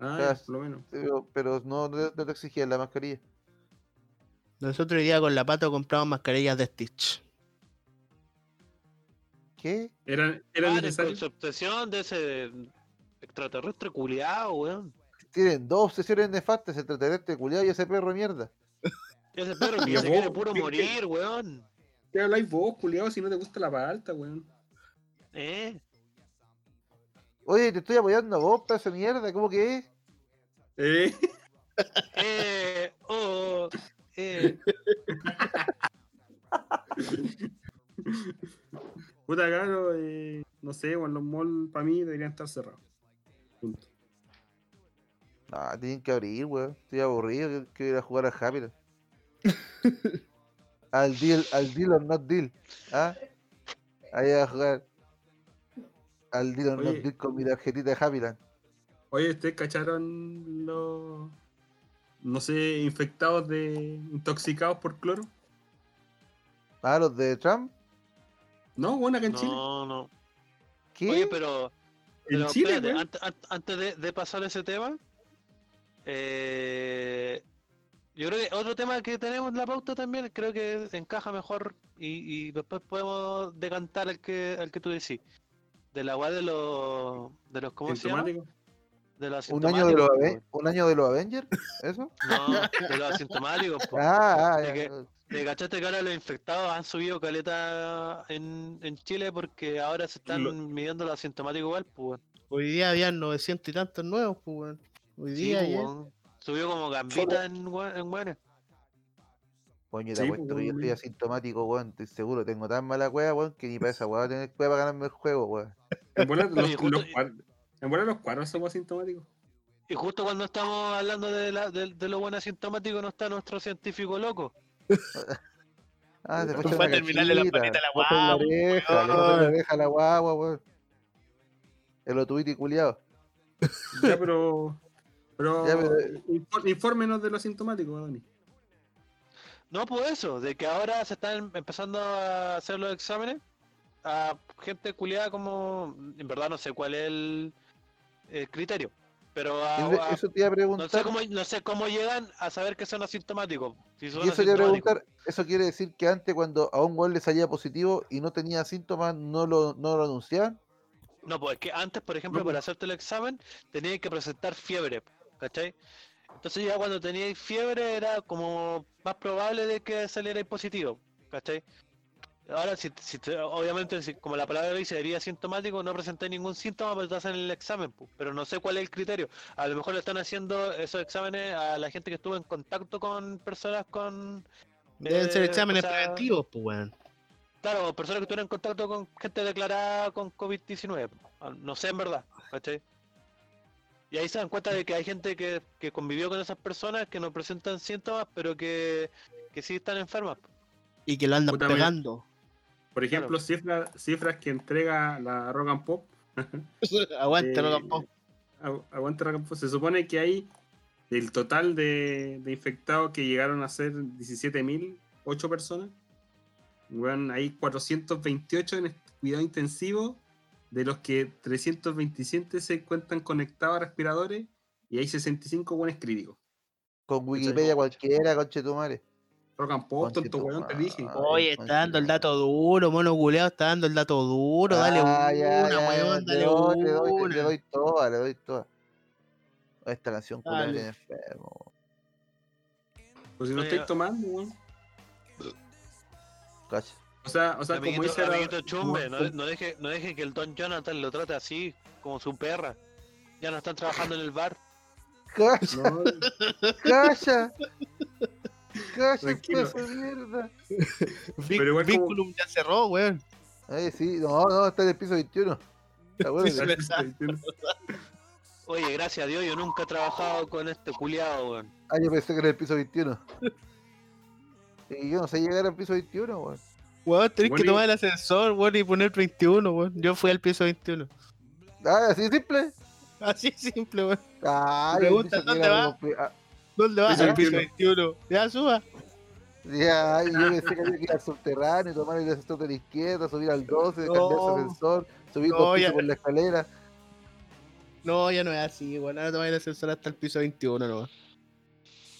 Speaker 1: Ah,
Speaker 5: Claro.
Speaker 1: por lo menos.
Speaker 5: pero, pero no, no, te- no te exigían la mascarilla.
Speaker 4: Nosotros hoy día con la pato compramos mascarillas de Stitch.
Speaker 5: ¿Qué?
Speaker 1: Era, era
Speaker 2: Ah, de
Speaker 1: necesario.
Speaker 2: concepción de ese extraterrestre culiado, weón.
Speaker 5: Tienen dos obsesiones nefastas, el tratarete culiado y ese perro de mierda.
Speaker 2: Ese perro que
Speaker 1: Ya
Speaker 2: se
Speaker 1: vos,
Speaker 2: quiere puro
Speaker 1: ¿qué- qué?
Speaker 2: morir, weón.
Speaker 1: ¿Qué habláis vos, culiao, si no te gusta la palta, weón?
Speaker 2: ¿Eh?
Speaker 5: Oye, te estoy apoyando a vos, pedazo de mierda, ¿cómo que es?
Speaker 1: Eh,
Speaker 2: Eh, oh, eh.
Speaker 1: puta caro, eh, no sé, weón, los malls para mí deberían estar cerrados. Punto.
Speaker 5: Ah, tienen que abrir, weón. Estoy aburrido, que- que ir a jugar a Happy. Land. al deal, al deal or not deal. ¿Ah? Ahí va a jugar al Dino
Speaker 1: Oye.
Speaker 5: Knock Dick con mi tarjetita de Happyland.
Speaker 1: Oye, ¿ustedes cacharon los, no sé, infectados de, intoxicados por cloro?
Speaker 5: Ah, los de Trump.
Speaker 1: No, bueno, acá en Chile.
Speaker 2: No, no.
Speaker 5: ¿Qué?
Speaker 2: Oye, pero
Speaker 1: En
Speaker 2: Pero
Speaker 1: Chile,
Speaker 2: espérate, ah,
Speaker 1: weón.
Speaker 2: ante- an- antes, de, de pasar ese tema, eh, yo creo que otro tema que tenemos en la pauta también, creo que encaja mejor y, y después podemos decantar el que, el que tú decís. De la weá de los, de los, ¿cómo se llama?
Speaker 1: Sintomático.
Speaker 2: De los
Speaker 5: ¿Un año, de
Speaker 2: asintomáticos,
Speaker 5: los Aven- ¿Un año de los Avengers? ¿Eso?
Speaker 2: po. No, de los asintomáticos, po.
Speaker 5: Ah, ah,
Speaker 2: de
Speaker 5: ya,
Speaker 2: que-
Speaker 5: no.
Speaker 2: ¿Te cachaste que ahora los infectados han subido caleta en, en Chile porque ahora se están
Speaker 1: Lo-
Speaker 2: midiendo los asintomáticos igual, pues.
Speaker 4: Hoy día habían 900 y tantos nuevos, pues, weón. Hoy
Speaker 2: Sí,
Speaker 4: día,
Speaker 2: po,
Speaker 4: ayer.
Speaker 2: weón. Subió como gambita en, hue- en hueones.
Speaker 5: Coño,
Speaker 1: Sí,
Speaker 5: te apuesto
Speaker 1: pues,
Speaker 5: que yo
Speaker 1: weón.
Speaker 5: estoy asintomático, weón. Estoy seguro, tengo tan mala cueva, weón, que ni para esa weá voy a tener cueva para ganarme el juego, weón.
Speaker 1: En bola los,
Speaker 2: Oye, justo-
Speaker 1: los cuadros- en bola los cuadros somos asintomáticos.
Speaker 2: Y justo cuando estamos hablando de, la, de, de lo bueno asintomático, no está nuestro científico loco.
Speaker 5: Ah, te
Speaker 1: Tú
Speaker 5: falta
Speaker 4: fue a
Speaker 5: una
Speaker 4: pues, terminarle la
Speaker 5: cachita,
Speaker 4: patita a la
Speaker 5: corta la
Speaker 4: guagua,
Speaker 5: oreja, le corta la oreja a la guagua, weón. El otuiti culiado.
Speaker 1: Ya, pero. Pero,
Speaker 5: Ya, pero-
Speaker 1: infor- infórmenos de los asintomáticos, Dani.
Speaker 2: No por eso, de que ahora se están empezando a hacer los exámenes a gente culiada como... En verdad no sé cuál es el, el criterio, pero a-
Speaker 5: Eso-
Speaker 2: a-
Speaker 5: Eso te iba a
Speaker 2: Ah, no,
Speaker 5: preguntar.
Speaker 2: sé cómo, no sé cómo llegan a saber que son asintomáticos. Si son
Speaker 5: Y eso te iba a
Speaker 2: asintomáticos.
Speaker 5: preguntar, eso quiere decir que antes cuando a un weón le salía positivo y no tenía síntomas, no lo, no lo anunciaban.
Speaker 2: No, pues es que antes, por ejemplo,
Speaker 1: No, pues.
Speaker 2: para hacerte el examen, tenías que presentar fiebre, ¿cachai? Entonces ya cuando tenías fiebre era como más probable de que salierais positivo, ¿cachai? Ahora, si, si te- obviamente, si- como la palabra lo dice, sería asintomático, no presentáis ningún síntoma, pero te hacen el examen, pu. pero no sé cuál es el criterio. A lo mejor le están haciendo esos exámenes a la gente que estuvo en contacto con personas con...
Speaker 4: Deben ser
Speaker 2: eh, o
Speaker 4: exámenes
Speaker 2: sea,
Speaker 4: preventivos, pues, weón.
Speaker 2: Claro, personas que estuvieron en contacto con gente declarada con COVID-19. Ah, No sé en verdad, ¿cachai? Y ahí se dan cuenta de que hay gente que, que convivió con esas personas que no presentan síntomas, pero que, que sí están enfermas.
Speaker 4: Y que lo andan
Speaker 1: Puta, weón.
Speaker 4: pegando.
Speaker 1: Por ejemplo, cifras, cifras que entrega la Rogan Pop.
Speaker 4: Aguanta,
Speaker 1: Eh,
Speaker 4: no tampoco.
Speaker 1: agu- Aguante Rock and Pop. Se supone que hay del total de, de infectados que llegaron a ser 17.008 personas. weón, hay 428 en est- cuidado intensivo, de los que 327 se encuentran conectados a respiradores y hay 65 buenos críticos.
Speaker 5: Con Wikipedia cualquiera, conchetumare.
Speaker 1: Rock and Pop, tonto
Speaker 5: Conchetumare.
Speaker 1: weón, te dije.
Speaker 5: Ay,
Speaker 4: Oye, está dando el
Speaker 5: conchetumare.
Speaker 4: dato duro, mono culeado, está dando el dato duro. Dale
Speaker 5: Ah, ya,
Speaker 4: una,
Speaker 5: ya,
Speaker 4: weón,
Speaker 5: ya,
Speaker 4: dale
Speaker 5: le doy, le doy, le-
Speaker 4: una.
Speaker 5: le doy toda, le doy toda. Esta canción culiada
Speaker 4: Dale.
Speaker 5: tiene enfermo.
Speaker 1: Pues si no
Speaker 2: Oye,
Speaker 1: estoy tomando, weón.
Speaker 5: Cacha.
Speaker 1: O sea, o sea como
Speaker 2: amiguito,
Speaker 1: dice la-
Speaker 2: amiguito chumbe, no,
Speaker 1: como-
Speaker 2: no deje, no deje que el don Jonathan lo trate así, como su perra. Ya no están trabajando en el bar.
Speaker 5: Cacha,
Speaker 1: No,
Speaker 5: cacha. Cacha,
Speaker 1: Tranquilo.
Speaker 5: pedazo de mierda.
Speaker 4: Vic-
Speaker 1: Pero igual como-
Speaker 4: Vinculum ya cerró, weón.
Speaker 5: Ay, Eh, sí, no, no, está en el piso 21. Está bueno,
Speaker 4: Piso
Speaker 5: le-
Speaker 2: Oye, gracias a Dios, yo nunca he trabajado con este culiado, weón.
Speaker 5: Ah, yo pensé que era el piso 21. Y yo no sé llegar al piso 21, weón.
Speaker 4: Weón, tenés
Speaker 1: Bueno,
Speaker 4: que
Speaker 1: y-
Speaker 4: tomar el ascensor, weón, y poner 21, weón. Yo fui al piso 21.
Speaker 5: Ah, así de simple.
Speaker 4: Así es simple, weón.
Speaker 5: Ah,
Speaker 4: Me
Speaker 5: yo pensé
Speaker 4: preguntan,
Speaker 5: que
Speaker 4: ¿dónde
Speaker 5: era
Speaker 4: va?
Speaker 5: como pi- ah,
Speaker 4: ¿Dónde vas?
Speaker 1: Piso
Speaker 4: Al piso 21. Ya suba.
Speaker 5: Ya, y yo pensé que había que ir al subterráneo, tomar el ascensor de la izquierda, subir al 12,
Speaker 4: No.
Speaker 5: cambiar su ascensor, subir
Speaker 4: No,
Speaker 5: dos pisos
Speaker 4: ya.
Speaker 5: por la escalera.
Speaker 4: No, ya no es así, weón. Ahora tomar el ascensor hasta el piso 21, no.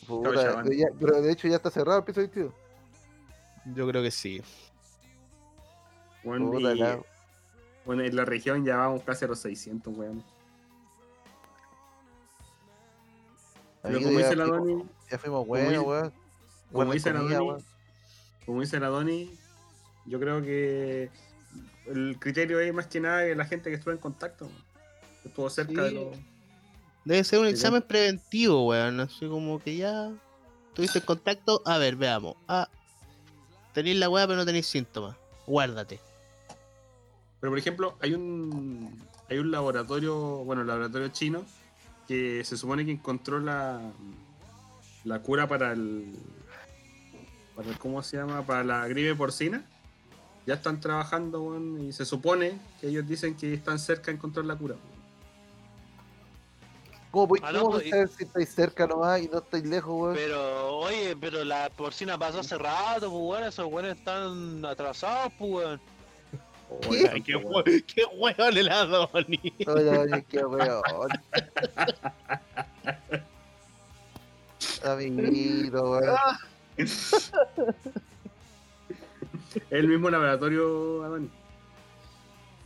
Speaker 5: Puta,
Speaker 1: Chao, chaval.
Speaker 5: pero, ya- pero de hecho ya está cerrado el piso 21.
Speaker 4: Yo creo que sí.
Speaker 1: Weón,
Speaker 5: Puta,
Speaker 1: y-
Speaker 5: la-
Speaker 1: Bueno, en la región ya vamos casi a los 600, weón. Pero
Speaker 5: amigo,
Speaker 1: como
Speaker 5: ya,
Speaker 1: dice la
Speaker 5: fuimos-
Speaker 1: Doni,
Speaker 5: ya fuimos buenos,
Speaker 1: dice-
Speaker 5: weón.
Speaker 1: como
Speaker 5: Buena
Speaker 1: dice la
Speaker 5: comida,
Speaker 1: Doni,
Speaker 5: weón.
Speaker 1: como dice la Doni, yo creo que el criterio es más que nada de la gente que estuvo en contacto, weón. que estuvo cerca
Speaker 4: Sí.
Speaker 1: de los.
Speaker 4: Debe ser un
Speaker 1: Sí,
Speaker 4: examen preventivo, weón. Así como que ya tuviste el contacto. A ver, veamos. Ah, tenéis la weá, pero no tenéis síntomas. Guárdate.
Speaker 1: Pero por ejemplo, hay un hay un laboratorio, bueno, el laboratorio chino que se supone que encontró la la cura para el para el- ¿cómo se llama? para la gripe porcina Ya están trabajando, weón, y se supone que ellos dicen que están cerca de encontrar la cura.
Speaker 5: ¿Cómo voy
Speaker 2: Ah, no,
Speaker 5: cómo
Speaker 2: pues,
Speaker 5: voy
Speaker 2: y-
Speaker 5: a saber si estáis cerca nomás y no estáis lejos, weón?
Speaker 2: Pero, oye, pero la porcina pasó hace rato, pues weón, esos weones están atrasados, pues weón.
Speaker 4: Ay, ¿Qué, hue- qué hueón el Adonis.
Speaker 5: Oye, oye, qué weón. Amiguito, weón.
Speaker 1: el mismo laboratorio, Adán.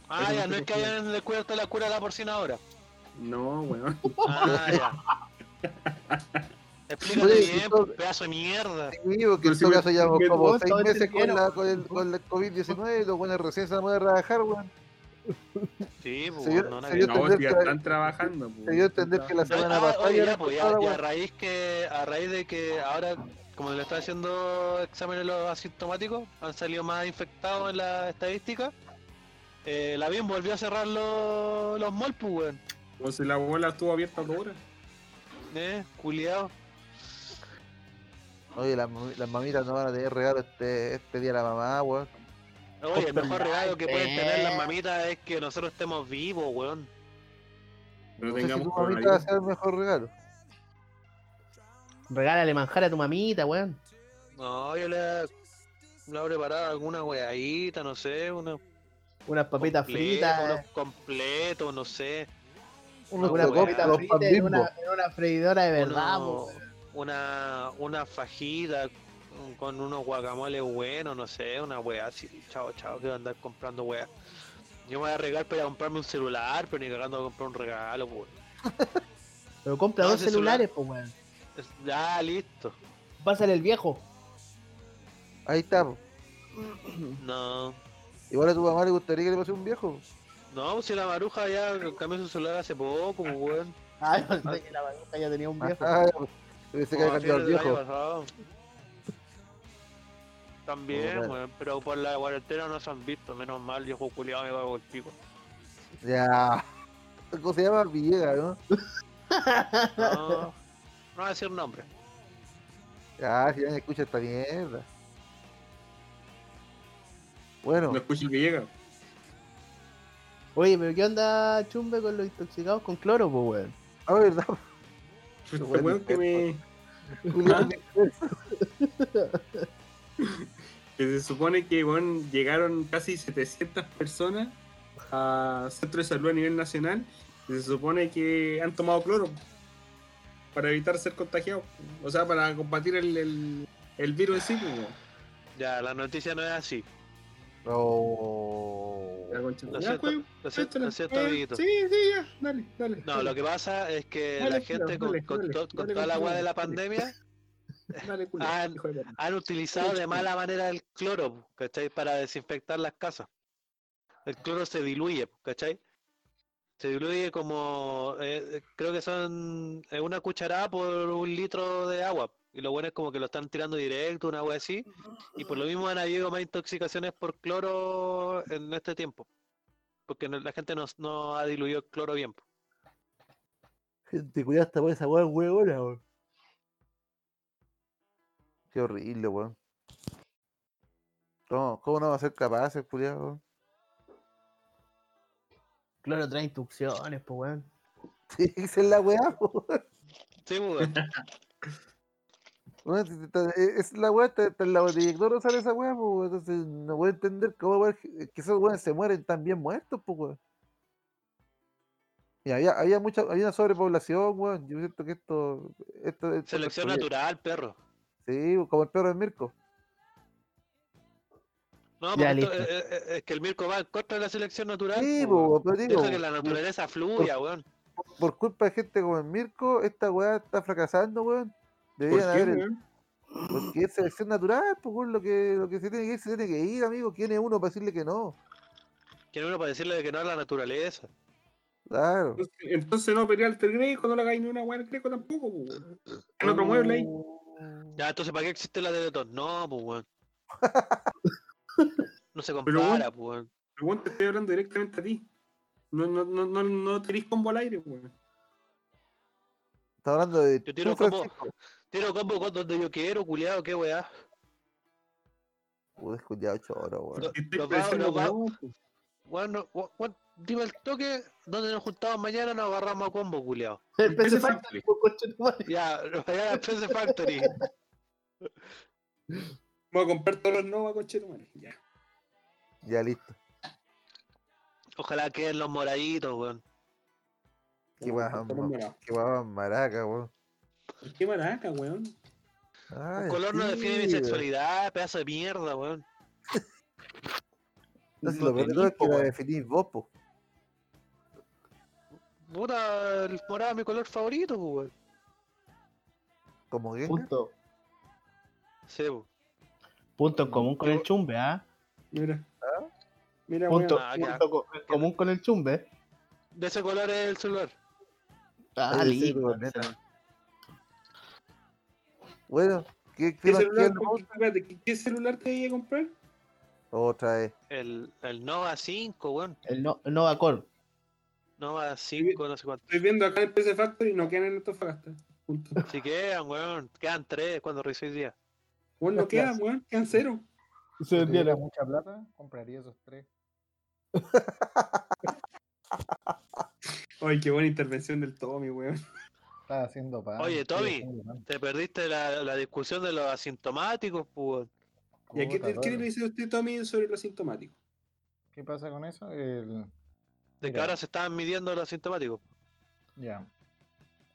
Speaker 2: Ah, ya, no es que hayan descubierto la cura de la porcina ahora.
Speaker 1: No, weón.
Speaker 2: Ah, ya. Explícate
Speaker 5: Oye,
Speaker 2: bien,
Speaker 5: eso-
Speaker 2: pues, pedazo de mierda.
Speaker 5: Sí, porque
Speaker 1: Pero
Speaker 5: en
Speaker 1: si
Speaker 5: todo
Speaker 1: me-
Speaker 5: caso llevamos
Speaker 1: me
Speaker 5: como
Speaker 3: gusta,
Speaker 5: seis
Speaker 3: me
Speaker 5: meses con
Speaker 3: entendieron.
Speaker 5: la, con el, con la COVID-19 y los buenos recién se van a trabajar, weón.
Speaker 2: Sí, pues
Speaker 5: Se
Speaker 2: weón,
Speaker 5: dio-
Speaker 2: no,
Speaker 5: se
Speaker 2: nada
Speaker 5: dio
Speaker 2: que-
Speaker 1: No,
Speaker 5: entender
Speaker 1: si ya
Speaker 5: que-
Speaker 1: están trabajando.
Speaker 5: Se dio a entender que la
Speaker 2: No,
Speaker 5: semana
Speaker 2: ah,
Speaker 5: pasada
Speaker 2: oye,
Speaker 5: ya
Speaker 2: ya,
Speaker 5: no
Speaker 2: pues, ya-
Speaker 5: estaba,
Speaker 2: ya a
Speaker 5: weón.
Speaker 2: raíz que a raíz de que ahora como le están haciendo exámenes a los asintomáticos han salido más infectados en la estadística eh, la BIM volvió a cerrar los los malls pues, weón
Speaker 1: Como si la abuela estuvo abierta dos horas.
Speaker 2: eh culiado
Speaker 5: Oye, las, mami- las mamitas no van a tener regalo este, este día a la mamá, weón.
Speaker 2: oye el
Speaker 4: Puta
Speaker 2: mejor
Speaker 4: la
Speaker 2: regalo que pueden tener las
Speaker 4: wea.
Speaker 2: mamitas es que nosotros estemos vivos weón
Speaker 1: Pero
Speaker 5: No sé si
Speaker 1: tengamos
Speaker 5: tu mamita va a
Speaker 1: coronavirus.
Speaker 5: ser el mejor regalo.
Speaker 4: Regálale manjar a tu mamita, weón.
Speaker 2: no yo le le he preparado alguna weadita no sé unos
Speaker 4: Unas papitas
Speaker 2: completos,
Speaker 4: fritas.
Speaker 2: unos completos no sé
Speaker 5: Unos
Speaker 2: Una
Speaker 5: unos
Speaker 2: weá.
Speaker 5: pan
Speaker 4: papitas fritas en
Speaker 5: bimbo.
Speaker 4: una, en una freidora de verdad,
Speaker 2: uno-
Speaker 4: po, weón.
Speaker 2: una, una fajita con unos guacamoles buenos, no sé, una weá así. Chao, chao, que voy a andar comprando weá. Yo me voy a regalar para comprarme un celular, pero ni cagando voy a comprar un regalo, pues.
Speaker 4: Pero compra
Speaker 2: no,
Speaker 4: dos
Speaker 2: ese
Speaker 4: celulares, pues weón.
Speaker 2: Ya, listo.
Speaker 4: Pásale el viejo.
Speaker 5: Ahí está, po.
Speaker 4: Mm.
Speaker 2: No.
Speaker 5: Igual a tu mamá le gustaría que le pase un viejo.
Speaker 2: No, si la maruja ya cambió su celular hace poco, pues, weón.
Speaker 4: Ah, yo pensé que la maruja ya tenía un viejo.
Speaker 5: Ajá, pues, pensé que
Speaker 2: Como a
Speaker 5: había cambiado
Speaker 2: fines
Speaker 5: el
Speaker 2: del Oh, año
Speaker 5: viejo.
Speaker 2: pasado. También,
Speaker 5: Puta.
Speaker 2: weón, pero por la cuarentena no se han visto, menos mal, viejo culiado me cago el pico.
Speaker 5: Ya. ¿Cómo se llama? Villegas, ¿no?
Speaker 2: No, no voy a decir nombre.
Speaker 5: Ya, si nadie escucha esta mierda. Bueno,
Speaker 1: No escucho que llega.
Speaker 4: Oye, pero ¿qué onda chumbe con los intoxicados con cloro, pues weón?
Speaker 5: a ver, da-
Speaker 1: Este
Speaker 5: bueno,
Speaker 1: weón que me.
Speaker 5: Julián,
Speaker 1: que se supone que weón, llegaron casi 700 personas a centro de salud a nivel nacional y se supone que han tomado cloro para evitar ser contagiados, o sea, para combatir el, el, el virus en sí. pues, weón.
Speaker 2: Ya, la noticia no es así.
Speaker 5: No.
Speaker 1: La concha-
Speaker 2: Lo
Speaker 1: Ya,
Speaker 2: siento,
Speaker 1: weón,
Speaker 2: lo siento,
Speaker 1: échala.
Speaker 2: lo siento,
Speaker 1: Eh,
Speaker 2: amiguito.
Speaker 1: Sí, sí, ya, dale, dale.
Speaker 2: No, lo que pasa es que
Speaker 1: Dale,
Speaker 2: la
Speaker 1: culo,
Speaker 2: gente con,
Speaker 1: dale,
Speaker 2: con
Speaker 1: dale,
Speaker 2: to- con
Speaker 1: dale,
Speaker 2: toda la
Speaker 1: culo,
Speaker 2: agua de la
Speaker 1: dale.
Speaker 2: pandemia
Speaker 1: Dale, culo,
Speaker 2: Ah,
Speaker 1: hijo de perra.
Speaker 2: han utilizado de
Speaker 1: chulo.
Speaker 2: mala manera el cloro, ¿cachai? Para desinfectar las casas. El cloro se diluye, ¿cachai? Se diluye como, eh, eh, creo que son eh, una cucharada por un litro de agua. Y lo bueno es como que lo están tirando directo, una agua así. Y por lo mismo han habido más intoxicaciones por cloro en este tiempo. Porque no- la gente no, no ha diluido el cloro bien. po.
Speaker 5: Gente, cuidado hasta por esa weá huevona, weón. Qué horrible, weón. ¿Cómo, ¿Cómo no va a ser capaces, culiado? weón?
Speaker 4: Cloro trae instrucciones, pues weón.
Speaker 5: Sí, esa es la weá, weón.
Speaker 2: Sí, pues, weón.
Speaker 5: Weón, si está- e- Es la weá, está está en la botella de cloro sale esa weá, pues, weón. Entonces no voy a entender cómo weón, que que esos weones se mueren tan bien muertos, pues, weón. Mira, había, había mucha, había una sobrepoblación, weón. Yo siento que esto. esto, esto
Speaker 2: Selección
Speaker 5: destruye.
Speaker 2: natural, perro.
Speaker 5: Sí, como el perro de Mirko.
Speaker 2: No,
Speaker 4: Ya,
Speaker 2: porque esto-
Speaker 4: listo.
Speaker 2: eh, eh, eh, es que el Mirko va en contra de la selección natural.
Speaker 5: Sí,
Speaker 2: Ah, po,
Speaker 5: pues,
Speaker 2: weón.
Speaker 5: pero digo.
Speaker 2: Deja que la naturaleza fluya, weón.
Speaker 5: por culpa de gente como el Mirko, esta weá está fracasando, weón.
Speaker 1: ¿Por
Speaker 5: Deberían
Speaker 1: qué,
Speaker 5: haber.
Speaker 1: weón?
Speaker 5: Porque es selección natural, pues, weón, lo que, lo que se tiene que ir, se tiene que ir, amigo. ¿Quién es uno para decirle que no?
Speaker 2: Quiere uno para decirle que no a la naturaleza.
Speaker 5: Claro.
Speaker 1: Entonces- Entonces no pelear al Greco, no le hagáis ni una weá al Greco tampoco, pues, weón. No promueve ahí.
Speaker 2: Oh. Ya, entonces, ¿para qué existe la Teletón? No, pues, weón. No se
Speaker 1: Pero, weón.
Speaker 2: compara, pues, weón.
Speaker 1: Weón, te estoy hablando directamente a ti. No, no, no, no, no tirís combo al aire, weón.
Speaker 5: Está hablando de.
Speaker 2: Yo tiro
Speaker 5: tú,
Speaker 2: como-
Speaker 5: Francisco.
Speaker 2: Tiro combo con donde yo quiero, culiado, qué weá.
Speaker 5: Pude escuchar choro, weón.
Speaker 2: Lo-
Speaker 1: Estoy
Speaker 2: los vagos-
Speaker 1: pensando,
Speaker 2: los vagos-
Speaker 1: weón.
Speaker 2: Bueno, gua- gua- dime el toque donde nos juntamos mañana, nos agarramos a combo, culiao.
Speaker 1: El PC
Speaker 4: PC
Speaker 1: Factory.
Speaker 4: Factory, po, concha tu madre.
Speaker 2: Ya, mañana a PC Factory.
Speaker 6: Voy a comprar todos los Nova, conchetumare. Ya.
Speaker 5: Ya listo.
Speaker 2: Ojalá queden los moraditos, weón.
Speaker 5: Qué
Speaker 6: Voy a
Speaker 5: guapa,
Speaker 6: comprar todos los
Speaker 5: mamá.
Speaker 6: morados.
Speaker 5: Qué guapa maraca, weón.
Speaker 6: Qué maraca, weón.
Speaker 5: Ay,
Speaker 2: El color no define mi
Speaker 5: Ah, sí, weón.
Speaker 2: sexualidad, pedazo de mierda, weón.
Speaker 5: No, si
Speaker 2: no
Speaker 5: lo peor de todo es
Speaker 2: tenís, po,
Speaker 5: que la
Speaker 2: weón.
Speaker 5: definís vos, po.
Speaker 2: Puta, el morado es mi color favorito, pues, weón.
Speaker 5: Como que.
Speaker 3: Punto.
Speaker 2: Sí, pues.
Speaker 4: Punto en común con el chumbe, ¿ah?
Speaker 6: Mira. Mira, weón.
Speaker 4: Punto,
Speaker 2: Ah, ya.
Speaker 4: punto co- en común con el chumbe.
Speaker 2: De ese color es el celular.
Speaker 4: Ah,
Speaker 5: Oye, sí,
Speaker 4: listo.
Speaker 5: weón, neta. Bueno, ¿qué, qué
Speaker 6: ¿Qué
Speaker 5: más
Speaker 6: celular,
Speaker 5: queda, weón?
Speaker 6: espérate, ¿qué- ¿Qué celular te iba a comprar?
Speaker 5: Otra vez.
Speaker 2: El, el Nova 5, weón.
Speaker 4: El, no, el Nova Corp.
Speaker 2: Nova 5, no sé cuánto.
Speaker 6: Estoy viendo acá en el PC Factory y no quedan en Antofagasta. Punto.
Speaker 2: Si quedan, weón. Quedan tres cuando revisé el día.
Speaker 6: Weón, no quedan, weón. Quedan cero.
Speaker 3: Si
Speaker 4: Se
Speaker 3: tuviera mucha plata, compraría esos tres.
Speaker 6: Ay, qué buena intervención del Tommy, weón.
Speaker 3: Estaba haciendo pan.
Speaker 2: Oye,
Speaker 3: estoy
Speaker 2: Tommy.
Speaker 3: haciendo pan.
Speaker 2: Te perdiste la, la discusión de los asintomáticos, pues, weón.
Speaker 6: ¿Y a qué,
Speaker 3: Puta,
Speaker 6: te- qué
Speaker 3: weón.
Speaker 6: le dice usted, Tommy, sobre los sintomáticos?
Speaker 3: ¿Qué pasa con eso? El,
Speaker 2: De que
Speaker 3: Mira.
Speaker 2: ahora se estaban midiendo los asintomáticos.
Speaker 3: ya.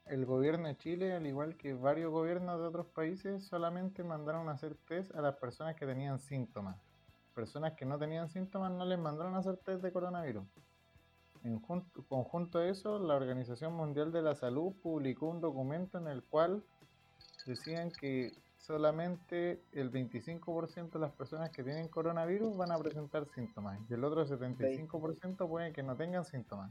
Speaker 3: El gobierno de Chile, al igual que varios gobiernos de otros países, solamente mandaron a hacer test a las personas que tenían síntomas. Personas que no tenían síntomas no les mandaron a hacer test de coronavirus. En jun- conjunto a eso, la Organización Mundial de la Salud publicó un documento en el cual decían que solamente el 25% de las personas que tienen coronavirus van a presentar síntomas y el otro 75% puede que no tengan síntomas.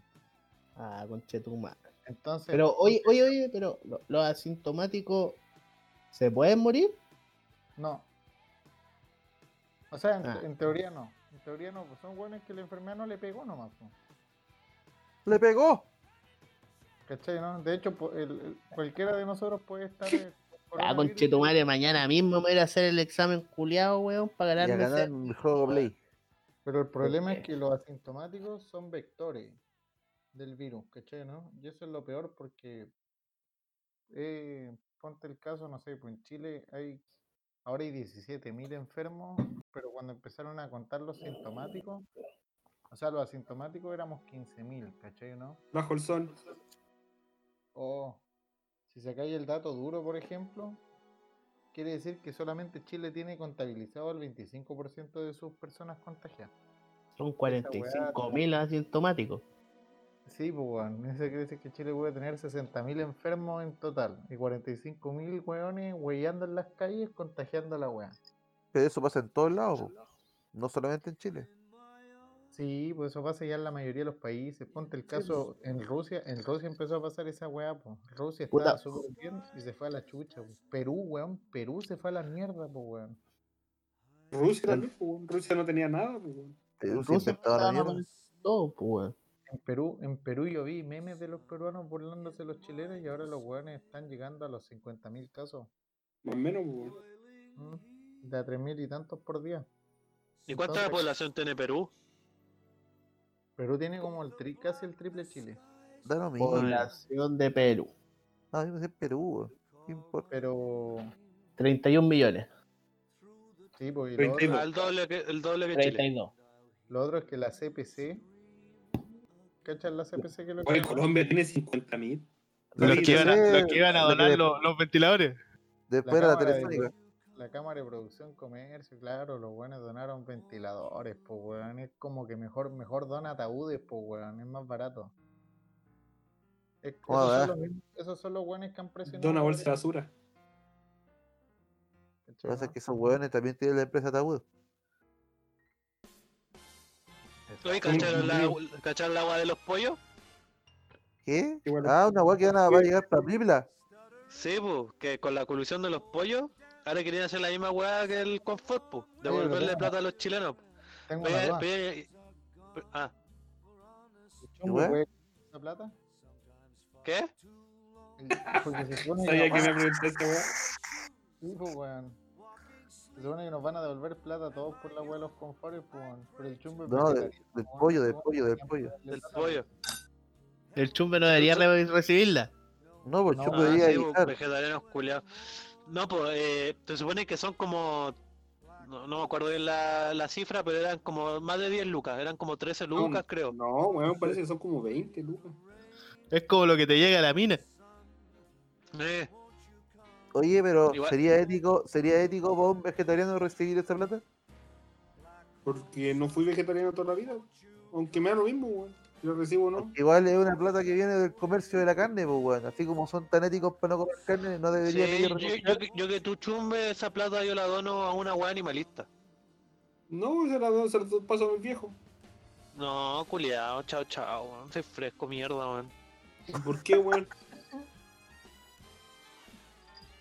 Speaker 4: Ah, conche tu madre.
Speaker 3: Entonces,
Speaker 4: Pero, oye, oye, oye, pero lo- los asintomáticos se pueden morir.
Speaker 3: No. O sea, en,
Speaker 4: Ah.
Speaker 3: en teoría no. En teoría no, pues son buenos que la enfermedad no le pegó nomás. pues. po,
Speaker 5: ¡Le pegó!
Speaker 3: ¿Cachai? No? De hecho, po- el- el- cualquiera de nosotros puede estar. eh, con
Speaker 4: Ah,
Speaker 3: coronavirus
Speaker 4: conche tu madre, mañana mismo me voy a ir a hacer el examen culiado, weón, para
Speaker 5: Y a
Speaker 4: ganarme.
Speaker 5: ganar
Speaker 4: ese-
Speaker 5: el juego Play.
Speaker 3: Pero el problema es
Speaker 4: Ok.
Speaker 3: que los asintomáticos son vectores del virus, ¿cachai? ¿no? Y eso es lo peor porque, eh, ponte el caso, no sé, pues en Chile hay, ahora hay 17.000 enfermos, pero cuando empezaron a contar los sintomáticos, o sea, los asintomáticos éramos 15.000, ¿cachai? ¿no?
Speaker 6: Bajo el sol.
Speaker 3: O si sacáis el dato duro, por ejemplo, quiere decir que solamente Chile tiene contabilizado el 25% de sus personas contagiadas.
Speaker 4: Son 45 mil asintomáticos.
Speaker 3: Sí, pues, weón. Eso quiere decir que Chile puede tener 60.000 enfermos en total y 45.000 weones hueando en las calles contagiando a la weá.
Speaker 5: Pero eso pasa en todos lados, po. no solamente en Chile.
Speaker 3: Sí, pues eso pasa ya en la mayoría de los países. Ponte el caso en Rusia. En Rusia empezó a pasar esa weá, pues. Rusia
Speaker 4: Puta.
Speaker 3: estaba súper bien y se fue a la chucha. po. Perú, weón. Perú se fue a la mierda, pues, weón.
Speaker 6: Rusia también, pues, weón. Rusia no tenía nada, pues, weón.
Speaker 5: Perú se
Speaker 4: Rusia
Speaker 5: inventaba la
Speaker 4: estaba
Speaker 5: mierda.
Speaker 4: con todo, pues, weón.
Speaker 3: En Perú, en Perú yo vi memes de los peruanos burlándose de los chilenos y ahora los weones están llegando a los 50.000 casos.
Speaker 6: Más o menos, pues, weón.
Speaker 3: ¿m? De a 3.000 y tantos por día.
Speaker 2: ¿Y cuánta
Speaker 3: Entonces-
Speaker 2: población tiene Perú?
Speaker 3: Perú tiene como el tri- casi el triple Chile.
Speaker 5: Da lo mismo.
Speaker 4: Población de Perú.
Speaker 5: Ah, yo pensé en Perú, weón. ¿Qué importa?
Speaker 3: Pero.
Speaker 4: 31 millones.
Speaker 3: Sí, pues, y lo,
Speaker 6: Treinta y
Speaker 3: otro,
Speaker 6: dos.
Speaker 2: Al doble que, el doble que Chile.
Speaker 4: 32.
Speaker 3: lo otro es que la CPC. ¿Cachan la CPC que lo
Speaker 6: Oye,
Speaker 3: que-
Speaker 6: Colombia tiene 50.000.
Speaker 5: Lo
Speaker 6: Los que iban a-
Speaker 5: pensé- lo que de-
Speaker 4: ventiladores.
Speaker 5: Después era la
Speaker 3: cámara de-
Speaker 5: telefónica.
Speaker 3: La Cámara de Producción Comercio, claro, los buenos donaron ventiladores, pues weón. Es como que mejor, mejor dona ataúdes, pues weón, es más barato. Es-
Speaker 5: ¿Cómo
Speaker 3: esos,
Speaker 5: va?
Speaker 3: son los, mismos- esos son los buenos que han presionado.
Speaker 6: Dona
Speaker 3: a la
Speaker 6: bolsa de
Speaker 3: derecha,
Speaker 6: basura.
Speaker 5: Ah, Lo que
Speaker 3: ¿cachai,
Speaker 5: pasa es
Speaker 3: no?
Speaker 5: que esos hueones también tienen la empresa Taúd.
Speaker 2: Oye, ¿cacharon la, ¿cacharon la agua de los pollos?
Speaker 5: ¿Qué?
Speaker 6: Qué bueno.
Speaker 5: Ah, una hueá que van a, va a llegar para abrirla.
Speaker 2: Sí, pues, que con la colusión de los pollos, ahora querían hacer la misma weá que el confort, pues,
Speaker 3: pero
Speaker 2: devolverle
Speaker 3: tengo-
Speaker 2: plata a los chilenos. po.
Speaker 3: Tengo una
Speaker 2: Pe-
Speaker 3: duda.
Speaker 2: pe- pe- ah,
Speaker 3: ¿Chumbo
Speaker 5: weón?
Speaker 3: puede cobrar esa plata?
Speaker 2: ¿qué?
Speaker 3: Porque se supone que la
Speaker 6: Sabía que
Speaker 3: weá-
Speaker 6: me preguntaste, weón.
Speaker 3: Sí, pues, weón. Se supone que nos van a devolver plata a todos por la hueá de los confores, pues, weón. Por el chumbo.
Speaker 5: No,
Speaker 3: por
Speaker 5: del-
Speaker 3: el capitalismo,
Speaker 5: del
Speaker 3: weón,
Speaker 5: pollo, del
Speaker 3: weón,
Speaker 5: pollo, del
Speaker 3: tenían
Speaker 5: pollo.
Speaker 3: plata,
Speaker 2: del
Speaker 3: plata,
Speaker 2: pollo.
Speaker 4: El chumbe no debería re- recibirla.
Speaker 5: No, pues
Speaker 3: No,
Speaker 5: yo
Speaker 3: ah,
Speaker 5: podría
Speaker 2: sí, pues,
Speaker 5: evitar.
Speaker 2: vegetarianos culiados. No, pues, eh, se supone que son como. No, no me acuerdo bien la, la cifra, pero eran como más de 10 lucas, eran como 13 lucas, creo.
Speaker 6: No, weón, parece que son como 20 lucas.
Speaker 4: Es como lo que te llega a la mina.
Speaker 2: Eh,
Speaker 5: Oye, pero
Speaker 2: Igual-
Speaker 5: ¿sería ético sería ético para un vegetariano recibir esa plata?
Speaker 6: Porque no fui vegetariano toda la vida. Aunque me da lo mismo, weón. Si lo recibo o no.
Speaker 5: Porque Igual es una plata que viene del comercio de la carne, pues, weón. Así como son tan éticos para no comer carne, no
Speaker 2: sí,
Speaker 5: deberían
Speaker 2: yo,
Speaker 5: ellos recibir.
Speaker 2: yo que- yo que tú chumbe esa plata, yo la dono a una weá animalista.
Speaker 6: No, se la, se la paso a mi viejo.
Speaker 2: No, culiado, chao, chao, weón. Soy fresco, mierda, weón.
Speaker 6: ¿Por qué, weón?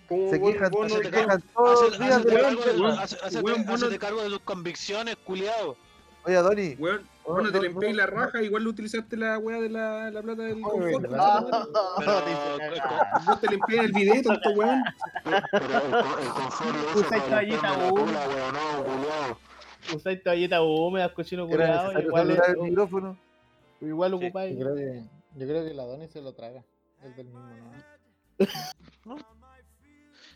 Speaker 6: Como,
Speaker 5: Se
Speaker 6: weón,
Speaker 5: quejan,
Speaker 6: vos no-
Speaker 5: se
Speaker 2: hacete
Speaker 5: quejan todos los
Speaker 2: Hacete
Speaker 5: días
Speaker 2: hacete
Speaker 5: de la
Speaker 2: cargo de-
Speaker 5: weón.
Speaker 2: hace- hacete-
Speaker 1: Weón, vos no-
Speaker 2: hacete cargo de tus convicciones, culiado.
Speaker 5: Oye, Donny.
Speaker 1: Weón,
Speaker 5: no-
Speaker 1: bueno, te
Speaker 5: no-
Speaker 1: le empeí
Speaker 5: no-
Speaker 1: la raja, igual lo utilizaste la weá de la, la plata del confort.
Speaker 3: verdad.
Speaker 1: No,
Speaker 2: Pero- eh,
Speaker 1: te le empeí el video, tonto weón.
Speaker 4: Usáis toallita
Speaker 2: uh.
Speaker 4: húmeda. Usáis toallita húmeda, cochino
Speaker 5: Era
Speaker 4: curado.
Speaker 5: necesario
Speaker 4: Igual,
Speaker 5: saludar el
Speaker 4: es-
Speaker 5: micrófono.
Speaker 4: igual
Speaker 2: Sí.
Speaker 4: ocupáis.
Speaker 3: Yo creo que, yo creo que la Doni se lo traga. Es del mismo, ¿no?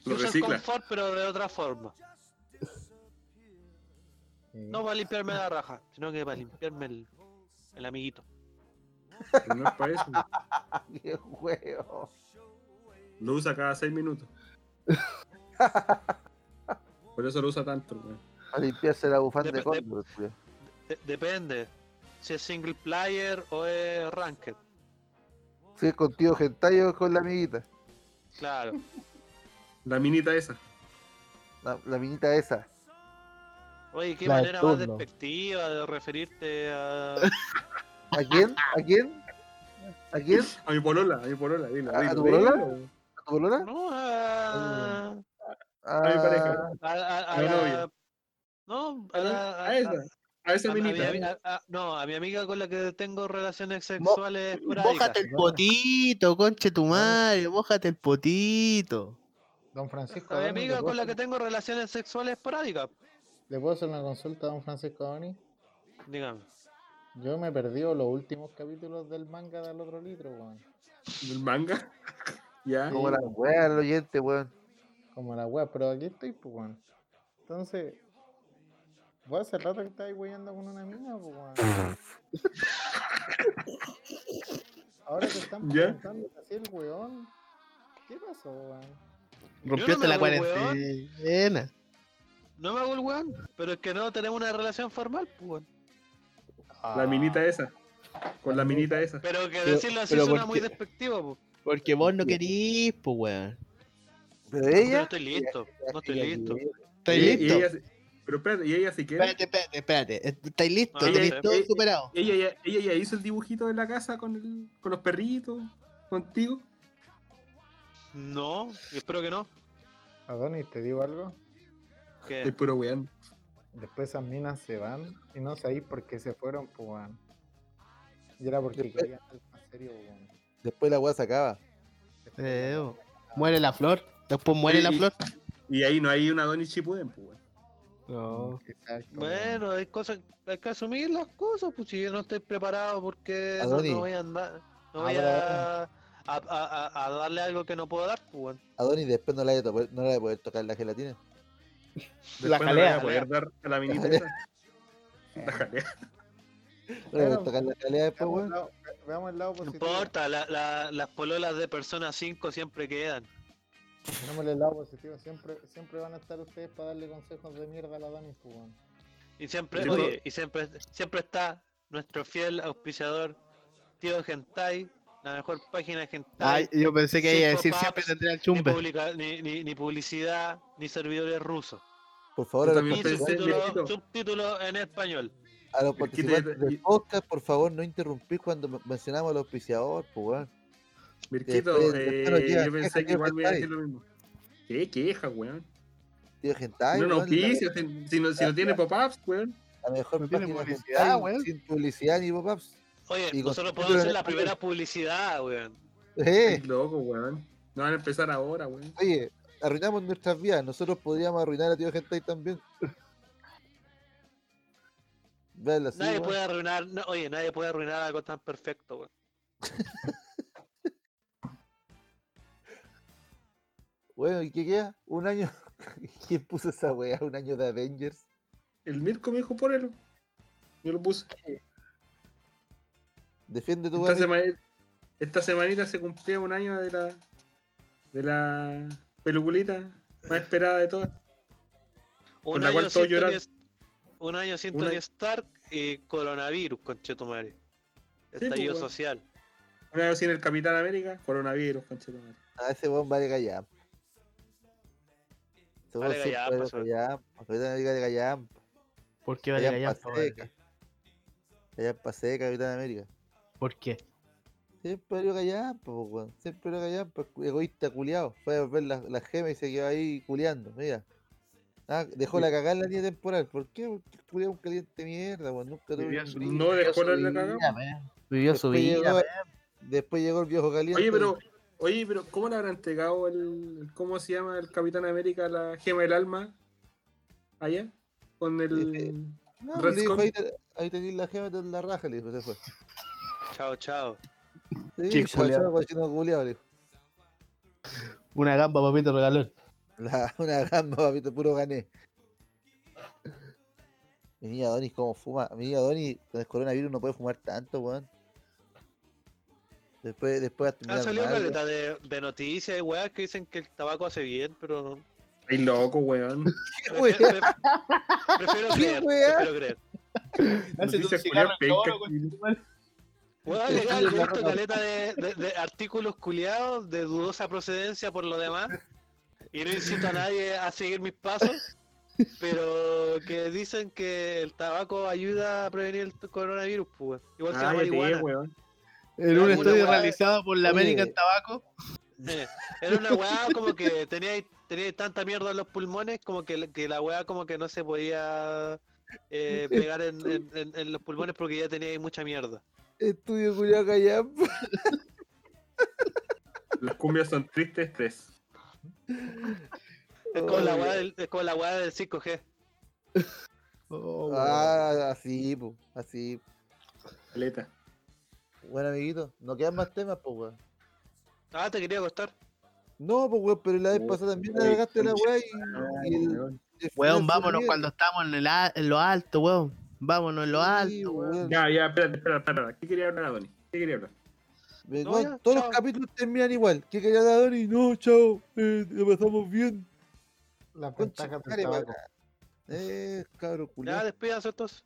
Speaker 1: Lo
Speaker 2: Usa el
Speaker 1: recicla.
Speaker 2: confort, pero de otra forma.
Speaker 3: Sí.
Speaker 2: No para limpiarme la raja, sino que para limpiarme el, el amiguito.
Speaker 1: Pero No es para eso.
Speaker 5: Ah, Qué huevo.
Speaker 1: Lo usa cada seis minutos. Por eso lo usa tanto, weón.
Speaker 5: A limpiarse la bufanda
Speaker 2: Dep-
Speaker 5: de
Speaker 2: dep-
Speaker 5: cóndor, culiao.
Speaker 2: De- depende si es single player o es ranked.
Speaker 5: Si es contigo Gentay o con la amiguita.
Speaker 2: Claro.
Speaker 1: La minita esa.
Speaker 5: La, la minita esa.
Speaker 2: Oye, qué
Speaker 3: La de
Speaker 2: manera más
Speaker 3: turno.
Speaker 2: despectiva de referirte a.
Speaker 5: ¿A quién? ¿A quién? ¿A quién?
Speaker 1: A mi polola, a mi polola, dilo.
Speaker 5: ¿A, a
Speaker 1: dilo,
Speaker 5: tu
Speaker 1: dilo.
Speaker 5: polola? ¿A tu polola?
Speaker 2: No, a.
Speaker 5: A
Speaker 1: mi
Speaker 5: Ah,
Speaker 1: pareja.
Speaker 2: a- a- a
Speaker 1: A mi
Speaker 2: la-
Speaker 1: novia.
Speaker 2: No, a, la-
Speaker 1: A esa. A
Speaker 2: a-
Speaker 1: esa
Speaker 2: a mi ami-
Speaker 1: minita.
Speaker 2: a- a- no, a mi amiga con la que tengo relaciones sexuales esporádicas.
Speaker 4: Mójate el potito, conche tu madre, mójate el potito.
Speaker 3: Don Francisco
Speaker 2: A mi
Speaker 3: Doni. ¿le
Speaker 2: amiga
Speaker 3: puedo
Speaker 2: con la que
Speaker 3: hacer-
Speaker 2: tengo relaciones sexuales esporádicas.
Speaker 3: ¿Le puedo hacer una consulta a don Francisco Doni?
Speaker 2: Dígame.
Speaker 3: Yo me he perdido los últimos capítulos del manga del otro litro, weón.
Speaker 1: Del manga. Ya.
Speaker 5: Como la wea al oyente, weón.
Speaker 3: Como la weá, pero aquí estoy, pues, weón. Entonces, vos hace rato que estáis weyando con una mina, pues, weón. Ahora que están
Speaker 1: ¿Ya?
Speaker 3: preguntando así el weón. ¿Qué pasó, weón?
Speaker 2: Yo no
Speaker 4: Rompiste
Speaker 2: me
Speaker 4: la
Speaker 2: hago el weón.
Speaker 4: cuarentena.
Speaker 2: No me hago el weón, pero es que no tenemos una relación formal, pues, weón.
Speaker 3: Ah.
Speaker 1: La minita esa. Con la minita esa.
Speaker 2: Pero que
Speaker 4: Pero-
Speaker 2: decirlo así
Speaker 4: pero
Speaker 2: suena
Speaker 4: ¿por
Speaker 2: muy
Speaker 4: qué?
Speaker 2: despectivo, pues.
Speaker 4: Porque vos no querís, pues weón.
Speaker 5: Pero
Speaker 2: Yo no
Speaker 5: ella.
Speaker 2: estoy listo, no estoy
Speaker 5: ella-
Speaker 2: listo.
Speaker 5: ella-
Speaker 4: ¿Estáis
Speaker 1: Y- y
Speaker 4: listos?
Speaker 1: ella se- pero espérate, y ella sí quiere.
Speaker 4: Espérate, espérate, espérate. ¿Estáis listos?
Speaker 2: Ah,
Speaker 4: ¿Tenéis
Speaker 2: ya,
Speaker 4: todo
Speaker 1: ya.
Speaker 4: superado?
Speaker 1: Ella ya, ella ya hizo el dibujito de la casa con, el, con los perritos, contigo.
Speaker 2: No, y espero que no.
Speaker 3: Ah, Adonis, te digo algo.
Speaker 1: Es
Speaker 2: Que
Speaker 1: puro weón.
Speaker 3: Después esas minas se van y no sabéis por qué se fueron, pues, weón. Y era porque
Speaker 5: Después-
Speaker 3: querían algo más serio, weón.
Speaker 5: Después la wea se acaba.
Speaker 3: Después de
Speaker 4: Eh,
Speaker 3: la-
Speaker 4: oh. muere la flor. Después muere
Speaker 1: Sí,
Speaker 4: la
Speaker 1: y-
Speaker 4: flor.
Speaker 1: Y ahí no hay una Donny Chipuden, pues, weón.
Speaker 4: No.
Speaker 3: Exacto, weón.
Speaker 2: oh. bueno, hay cosas, hay que asumir las cosas, pues si yo no estoy preparado porque no,
Speaker 5: Adonis.
Speaker 2: no voy a andar, no
Speaker 3: Ah,
Speaker 2: voy
Speaker 3: pero
Speaker 2: a, a, a- a- a darle algo que no puedo dar, pues weón.
Speaker 5: A Donny después no la voy a to- no la voy a poder tocar la gelatina.
Speaker 1: Después
Speaker 4: La
Speaker 1: no
Speaker 4: jalea,
Speaker 1: le voy a poder dar a la minita
Speaker 5: jalea.
Speaker 1: esa. La jalea.
Speaker 5: No la voy a
Speaker 3: Claro.
Speaker 5: tocar la jalea después,
Speaker 3: Veamos
Speaker 5: weón.
Speaker 3: el, lado, ve- veamos el lado
Speaker 2: pues, No
Speaker 3: positivo.
Speaker 2: importa, la- la- las pololas de Persona 5 siempre quedan.
Speaker 3: Veamos el lado positivo. Siempre, siempre van a estar ustedes para darle consejos de mierda a la Dani, pues, weón.
Speaker 2: Y siempre,
Speaker 1: Sí,
Speaker 2: oye,
Speaker 5: pues.
Speaker 1: pero-
Speaker 2: y siempre, siempre está nuestro fiel auspiciador, tío Gentai, la mejor página Gentai.
Speaker 4: Ay, yo pensé que iba a
Speaker 2: Cinco
Speaker 4: decir
Speaker 2: papas,
Speaker 4: siempre tendría el
Speaker 2: ni,
Speaker 4: chumbe.
Speaker 2: publica- ni, ni- ni publicidad, ni servidores rusos.
Speaker 5: Por favor, a
Speaker 1: Yo
Speaker 5: los,
Speaker 1: también
Speaker 2: Ni
Speaker 1: estoy-
Speaker 5: participantes,
Speaker 1: Subtítulos.
Speaker 2: subtítulos subtítulos en español.
Speaker 5: a los
Speaker 1: Es que te-
Speaker 5: participantes del
Speaker 1: y-
Speaker 5: podcast, por favor, no interrumpir cuando men- mencionamos al auspiciador, pues, weón.
Speaker 1: Mirquito,
Speaker 5: Después- después nos
Speaker 1: eh,
Speaker 5: llega
Speaker 1: yo
Speaker 5: queja,
Speaker 1: pensé que
Speaker 5: tío
Speaker 1: igual me iba a
Speaker 5: Gentai.
Speaker 1: decir lo mismo. ¿Qué queja, weón?
Speaker 5: Tío Gentai,
Speaker 1: no, no,
Speaker 5: weón, la-
Speaker 1: auspicia, si, si no, si no tiene pop-ups, weón.
Speaker 5: La mejor
Speaker 4: No tiene
Speaker 5: página de
Speaker 4: publicidad,
Speaker 5: hentai,
Speaker 4: weón.
Speaker 5: Sin publicidad ni pop-ups.
Speaker 2: Oye,
Speaker 5: Y con
Speaker 2: nosotros
Speaker 5: subtítulos
Speaker 2: podemos
Speaker 5: en
Speaker 2: hacer la
Speaker 5: español.
Speaker 2: primera publicidad, weón.
Speaker 5: Eh,
Speaker 1: Es loco, weón. No van a empezar ahora, weón.
Speaker 5: oye, arruinamos nuestras vidas. Nosotros podríamos arruinar a Tío Gentai también. Veanla así,
Speaker 2: nadie
Speaker 5: weón.
Speaker 2: puede arruinar, no, oye, nadie puede arruinar algo tan perfecto, weón.
Speaker 5: Bueno, ¿y qué queda? Un año. ¿Quién puso esa weá? Un año de Avengers.
Speaker 1: El Mirko me dijo ponelo. Yo lo puse.
Speaker 5: Defiende tu
Speaker 1: Esta,
Speaker 5: weá.
Speaker 1: semana- esta semanita se cumplía un año de la de la peliculita más esperada de todas.
Speaker 2: Un
Speaker 1: Con la
Speaker 2: año
Speaker 1: cual todos
Speaker 2: siento
Speaker 1: lloran.
Speaker 2: que es- Un año siento
Speaker 1: Una-
Speaker 2: que Stark y coronavirus, conchetumare.
Speaker 1: pues,
Speaker 2: Estallido
Speaker 1: weón.
Speaker 2: social.
Speaker 1: Un año sin el Capitán América, coronavirus, conchetumare.
Speaker 5: A Ah, ese weón vale callar. Ese weón
Speaker 2: Vale
Speaker 5: siempre
Speaker 2: callampa,
Speaker 5: vale
Speaker 2: ese weón.
Speaker 5: callampa. Capitán América de callampa.
Speaker 4: ¿Por qué vale
Speaker 5: Callampa
Speaker 4: callampa, madre?
Speaker 5: seca. Callampa seca, Capitán América.
Speaker 4: ¿Por qué?
Speaker 5: Siempre valió callampa, po, weón. Siempre valió callampa. cu- Egoísta, culiado. Fue a ver las las gemas y se quedó ahí culiando. Mira. Ah, dejó la cagada en la línea temporal. ¿Por qué? Porque culiado un caliente mierda, weón. Nunca tuvo
Speaker 3: Vivió
Speaker 5: un
Speaker 3: su-
Speaker 5: brillo.
Speaker 1: No
Speaker 3: Vivió
Speaker 1: dejó
Speaker 3: su
Speaker 1: la- la
Speaker 3: vida,
Speaker 1: cagada.
Speaker 3: man.
Speaker 4: Vivió su
Speaker 5: Después
Speaker 4: vida.
Speaker 5: llegó,
Speaker 4: man.
Speaker 5: después llegó el viejo caliente.
Speaker 1: Oye, pero
Speaker 5: y-
Speaker 1: oye, pero ¿cómo le habrá entregado el, el- cómo se llama el Capitán América la gema del alma allá con
Speaker 5: Eh,
Speaker 1: el
Speaker 5: No,
Speaker 1: Red
Speaker 5: le dijo,
Speaker 1: Skull.
Speaker 5: ahí, te- ahí tenéis la gema de la raja, le dijo, se fue.
Speaker 2: Chao, chao.
Speaker 5: Sí,
Speaker 4: Qué
Speaker 5: chao,
Speaker 4: culiao.
Speaker 5: chao, cochino culiao, le dijo.
Speaker 4: Una gamba, papito regalón.
Speaker 5: La- una gamba, papito, puro gané. Mi niña Donis, ¿cómo fuma? Mi niña Donis con el coronavirus no puede fumar tanto, weón. Después, después va a
Speaker 2: Han
Speaker 5: terminar
Speaker 2: salido
Speaker 5: mal, weón.
Speaker 2: caleta de, de noticias y weas que dicen que el tabaco hace bien, pero no.
Speaker 1: Ay, loco, weón.
Speaker 5: wea?
Speaker 2: Prefiero, prefiero
Speaker 5: ¿Qué
Speaker 2: creer,
Speaker 5: wea?
Speaker 2: prefiero creer.
Speaker 3: Hace
Speaker 1: Noticias
Speaker 3: un cigarro
Speaker 1: culiao, penca,
Speaker 3: todo, conche tu madre.
Speaker 2: Weón, legal,
Speaker 5: Yo
Speaker 2: he visto
Speaker 5: no.
Speaker 2: caleta de, de- de artículos culiados de dudosa procedencia por lo demás. Y no incito a nadie a seguir mis pasos. Pero que dicen que el tabaco ayuda a prevenir el coronavirus, pues. weón. Igual
Speaker 5: Ah,
Speaker 2: que la
Speaker 1: Cállate,
Speaker 2: marihuana.
Speaker 1: Ah, weón.
Speaker 4: En un
Speaker 2: Una
Speaker 4: estudio
Speaker 5: weá-
Speaker 4: realizado por la
Speaker 5: Oye.
Speaker 4: American Tobacco,
Speaker 2: Eh, Era una weá como que tenía, tenía tanta mierda en los pulmones como que, la- que la weá como que no se podía eh, pegar en, en- en- en los pulmones porque ya tenía ahí mucha mierda.
Speaker 5: Estudio culiao callampa.
Speaker 1: Las cumbias son tristes tres.
Speaker 2: Es como la
Speaker 5: Oye.
Speaker 2: weá del, es como la weá del 5G.
Speaker 4: Oh, weón.
Speaker 5: Ah, así, po, así.
Speaker 1: Caleta.
Speaker 5: Bueno, amiguito, no quedan más temas, pues, weón.
Speaker 2: Ah, te quería acostar.
Speaker 5: No, pues, weón, pero la vez
Speaker 1: Oh,
Speaker 5: pasada también
Speaker 1: ay,
Speaker 5: agarraste la
Speaker 1: concha
Speaker 5: weá y. y
Speaker 1: Ay,
Speaker 5: el-
Speaker 1: weón.
Speaker 5: el
Speaker 4: Weón,
Speaker 5: final
Speaker 4: vámonos
Speaker 5: fue
Speaker 4: cuando estamos en, el a- en lo alto, weón. Vámonos en lo
Speaker 5: Sí,
Speaker 4: alto, weón.
Speaker 5: weón.
Speaker 1: Ya, ya, espérate, espérate, espérate. ¿Qué quería hablar, Adonis? ¿Qué quería hablar?
Speaker 5: Ve,
Speaker 2: No,
Speaker 5: weón,
Speaker 2: ya,
Speaker 5: todos
Speaker 2: chao.
Speaker 5: los capítulos terminan igual. ¿Qué quería dar Dani? No, chao. Eh, la pasamos bien.
Speaker 3: Las
Speaker 5: Concha
Speaker 3: ventajas del
Speaker 5: madre, weón.
Speaker 3: tabaco.
Speaker 5: Eh, cabro Ah.
Speaker 2: Ya,
Speaker 5: culiado.
Speaker 2: despídanse estos.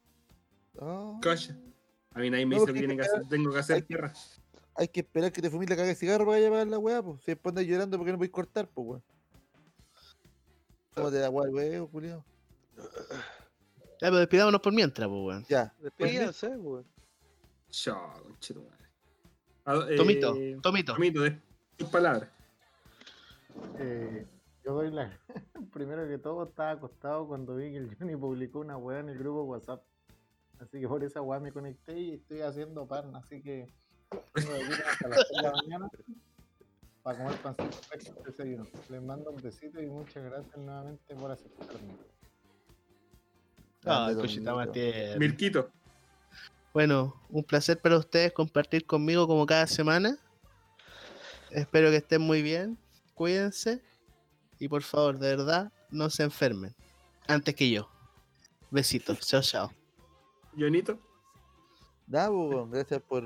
Speaker 1: Cacha. A mí nadie me
Speaker 5: No,
Speaker 1: dice
Speaker 5: porque
Speaker 1: que tiene que
Speaker 5: hay que-
Speaker 1: hacer, tengo que hacer
Speaker 5: hay-
Speaker 1: tierra.
Speaker 5: Hay que esperar que te fumes la caga de cigarro para que vaya a pagar la weá, pues. Si después andas llorando porque no podéis cortar, pues, weón. Tómate la weá, weón, culiado.
Speaker 4: Ya, pero despidámonos por mientras, pues, weón.
Speaker 5: Ya.
Speaker 2: Despídanse, weón.
Speaker 1: Chao, conchito, madre. Ado- eh,
Speaker 4: Tomito, Tomito.
Speaker 1: Tomito, de tus palabras.
Speaker 3: Eh, yo doy la. Primero que todo, estaba acostado cuando vi que el Johnny publicó una weá en el grupo WhatsApp. Así que por esa weá me conecté y estoy haciendo pan. Así que. tengo que ir hasta las seis de la mañana para comer pancito fresco de desayuno. Les mando un besito y muchas gracias nuevamente por aceptarme.
Speaker 4: Ah,
Speaker 5: Grande,
Speaker 4: cochita
Speaker 5: Domingo.
Speaker 4: más tierna.
Speaker 1: Mirquito.
Speaker 4: Bueno, un placer para ustedes compartir conmigo como cada semana. Espero que estén muy bien. Cuídense. Y por favor, de verdad, no se enfermen. Antes que yo. Besitos. Chao, chao.
Speaker 1: Jonito.
Speaker 5: Nada, pues, weón, gracias por,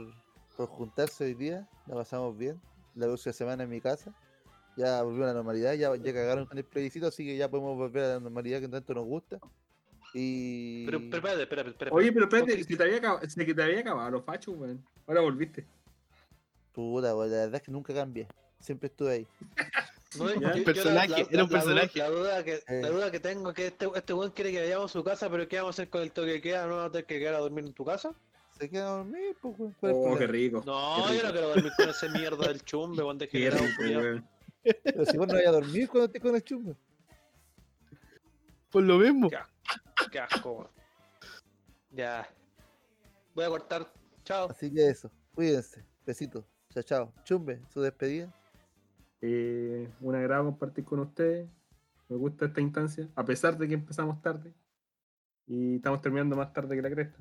Speaker 5: por juntarse hoy día. La pasamos bien. La próxima semana en mi casa. Ya volvió a la normalidad, ya, ya cagaron con el plebiscito, así que ya podemos volver a la normalidad que tanto nos gusta. Y.
Speaker 2: Pero, pero espérate, espérate, espérate.
Speaker 1: Oye, pero espérate, si te había acabado, se que te había acabado los fachos, weón. Ahora volviste.
Speaker 5: Puta, weón, la verdad es que nunca cambié. Siempre estuve ahí.
Speaker 2: No, yo-
Speaker 1: Era un
Speaker 2: yo la-
Speaker 4: personaje, era un
Speaker 2: duda-
Speaker 4: personaje.
Speaker 2: La duda, que, la
Speaker 5: Eh.
Speaker 2: duda que tengo es que este, este weón quiere que vayamos a su casa, pero ¿qué vamos a hacer con el toque que queda? ¿No vamos a tener que quedar a dormir en tu casa?
Speaker 5: Se queda a dormir, pues, weón. ¿cuál es el
Speaker 1: Oh, qué
Speaker 5: problema?
Speaker 1: rico.
Speaker 2: No,
Speaker 1: qué
Speaker 2: yo
Speaker 1: rico.
Speaker 2: no quiero dormir con ese mierda del chumbe, weón, de
Speaker 1: Qué rico,
Speaker 2: que
Speaker 1: weón.
Speaker 5: Pero si vos no vais a dormir cuando estés con el chumbo.
Speaker 4: Por lo mismo.
Speaker 2: Qué asco, weón. Ya. Voy a cortar. Chao.
Speaker 5: Así que eso, cuídense. Besitos. Chao, chao. Chumbe, su despedida.
Speaker 1: Eh, un agrado compartir con ustedes. Me gusta esta instancia, a pesar de que empezamos tarde. Y estamos terminando más tarde que la cresta.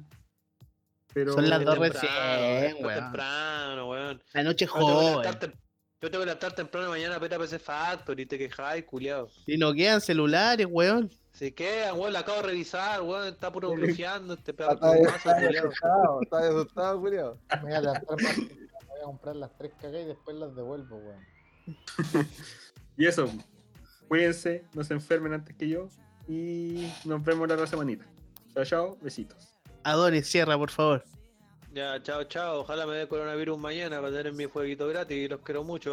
Speaker 1: Pero eh,
Speaker 4: Son las
Speaker 2: Es
Speaker 4: dos
Speaker 2: temprano,
Speaker 4: recién,
Speaker 2: es
Speaker 4: weón.
Speaker 2: temprano, weón.
Speaker 4: La noche
Speaker 2: Yo tengo que
Speaker 4: joven.
Speaker 2: levantar tem- Yo tengo que levantar temprano mañana para ir a PC Factory, te quejáis, culiao.
Speaker 4: Y no quedan celulares, weón.
Speaker 2: Se quedan, weón, la acabo de revisar, weón, está puro bloqueando este pedazo
Speaker 5: Está
Speaker 2: de mazo, culiao.
Speaker 5: asustado, está asustado, culiao.
Speaker 3: Me voy a levantar más temprano, voy a comprar las tres cagas y después las devuelvo, weón.
Speaker 1: Y eso, cuídense, no se enfermen antes que yo. Y nos vemos la otra semanita. Chao, chao, besitos.
Speaker 4: Adonis, cierra, por favor.
Speaker 2: Ya, chao, chao. Ojalá me dé coronavirus mañana para tener mi jueguito gratis. Los quiero mucho.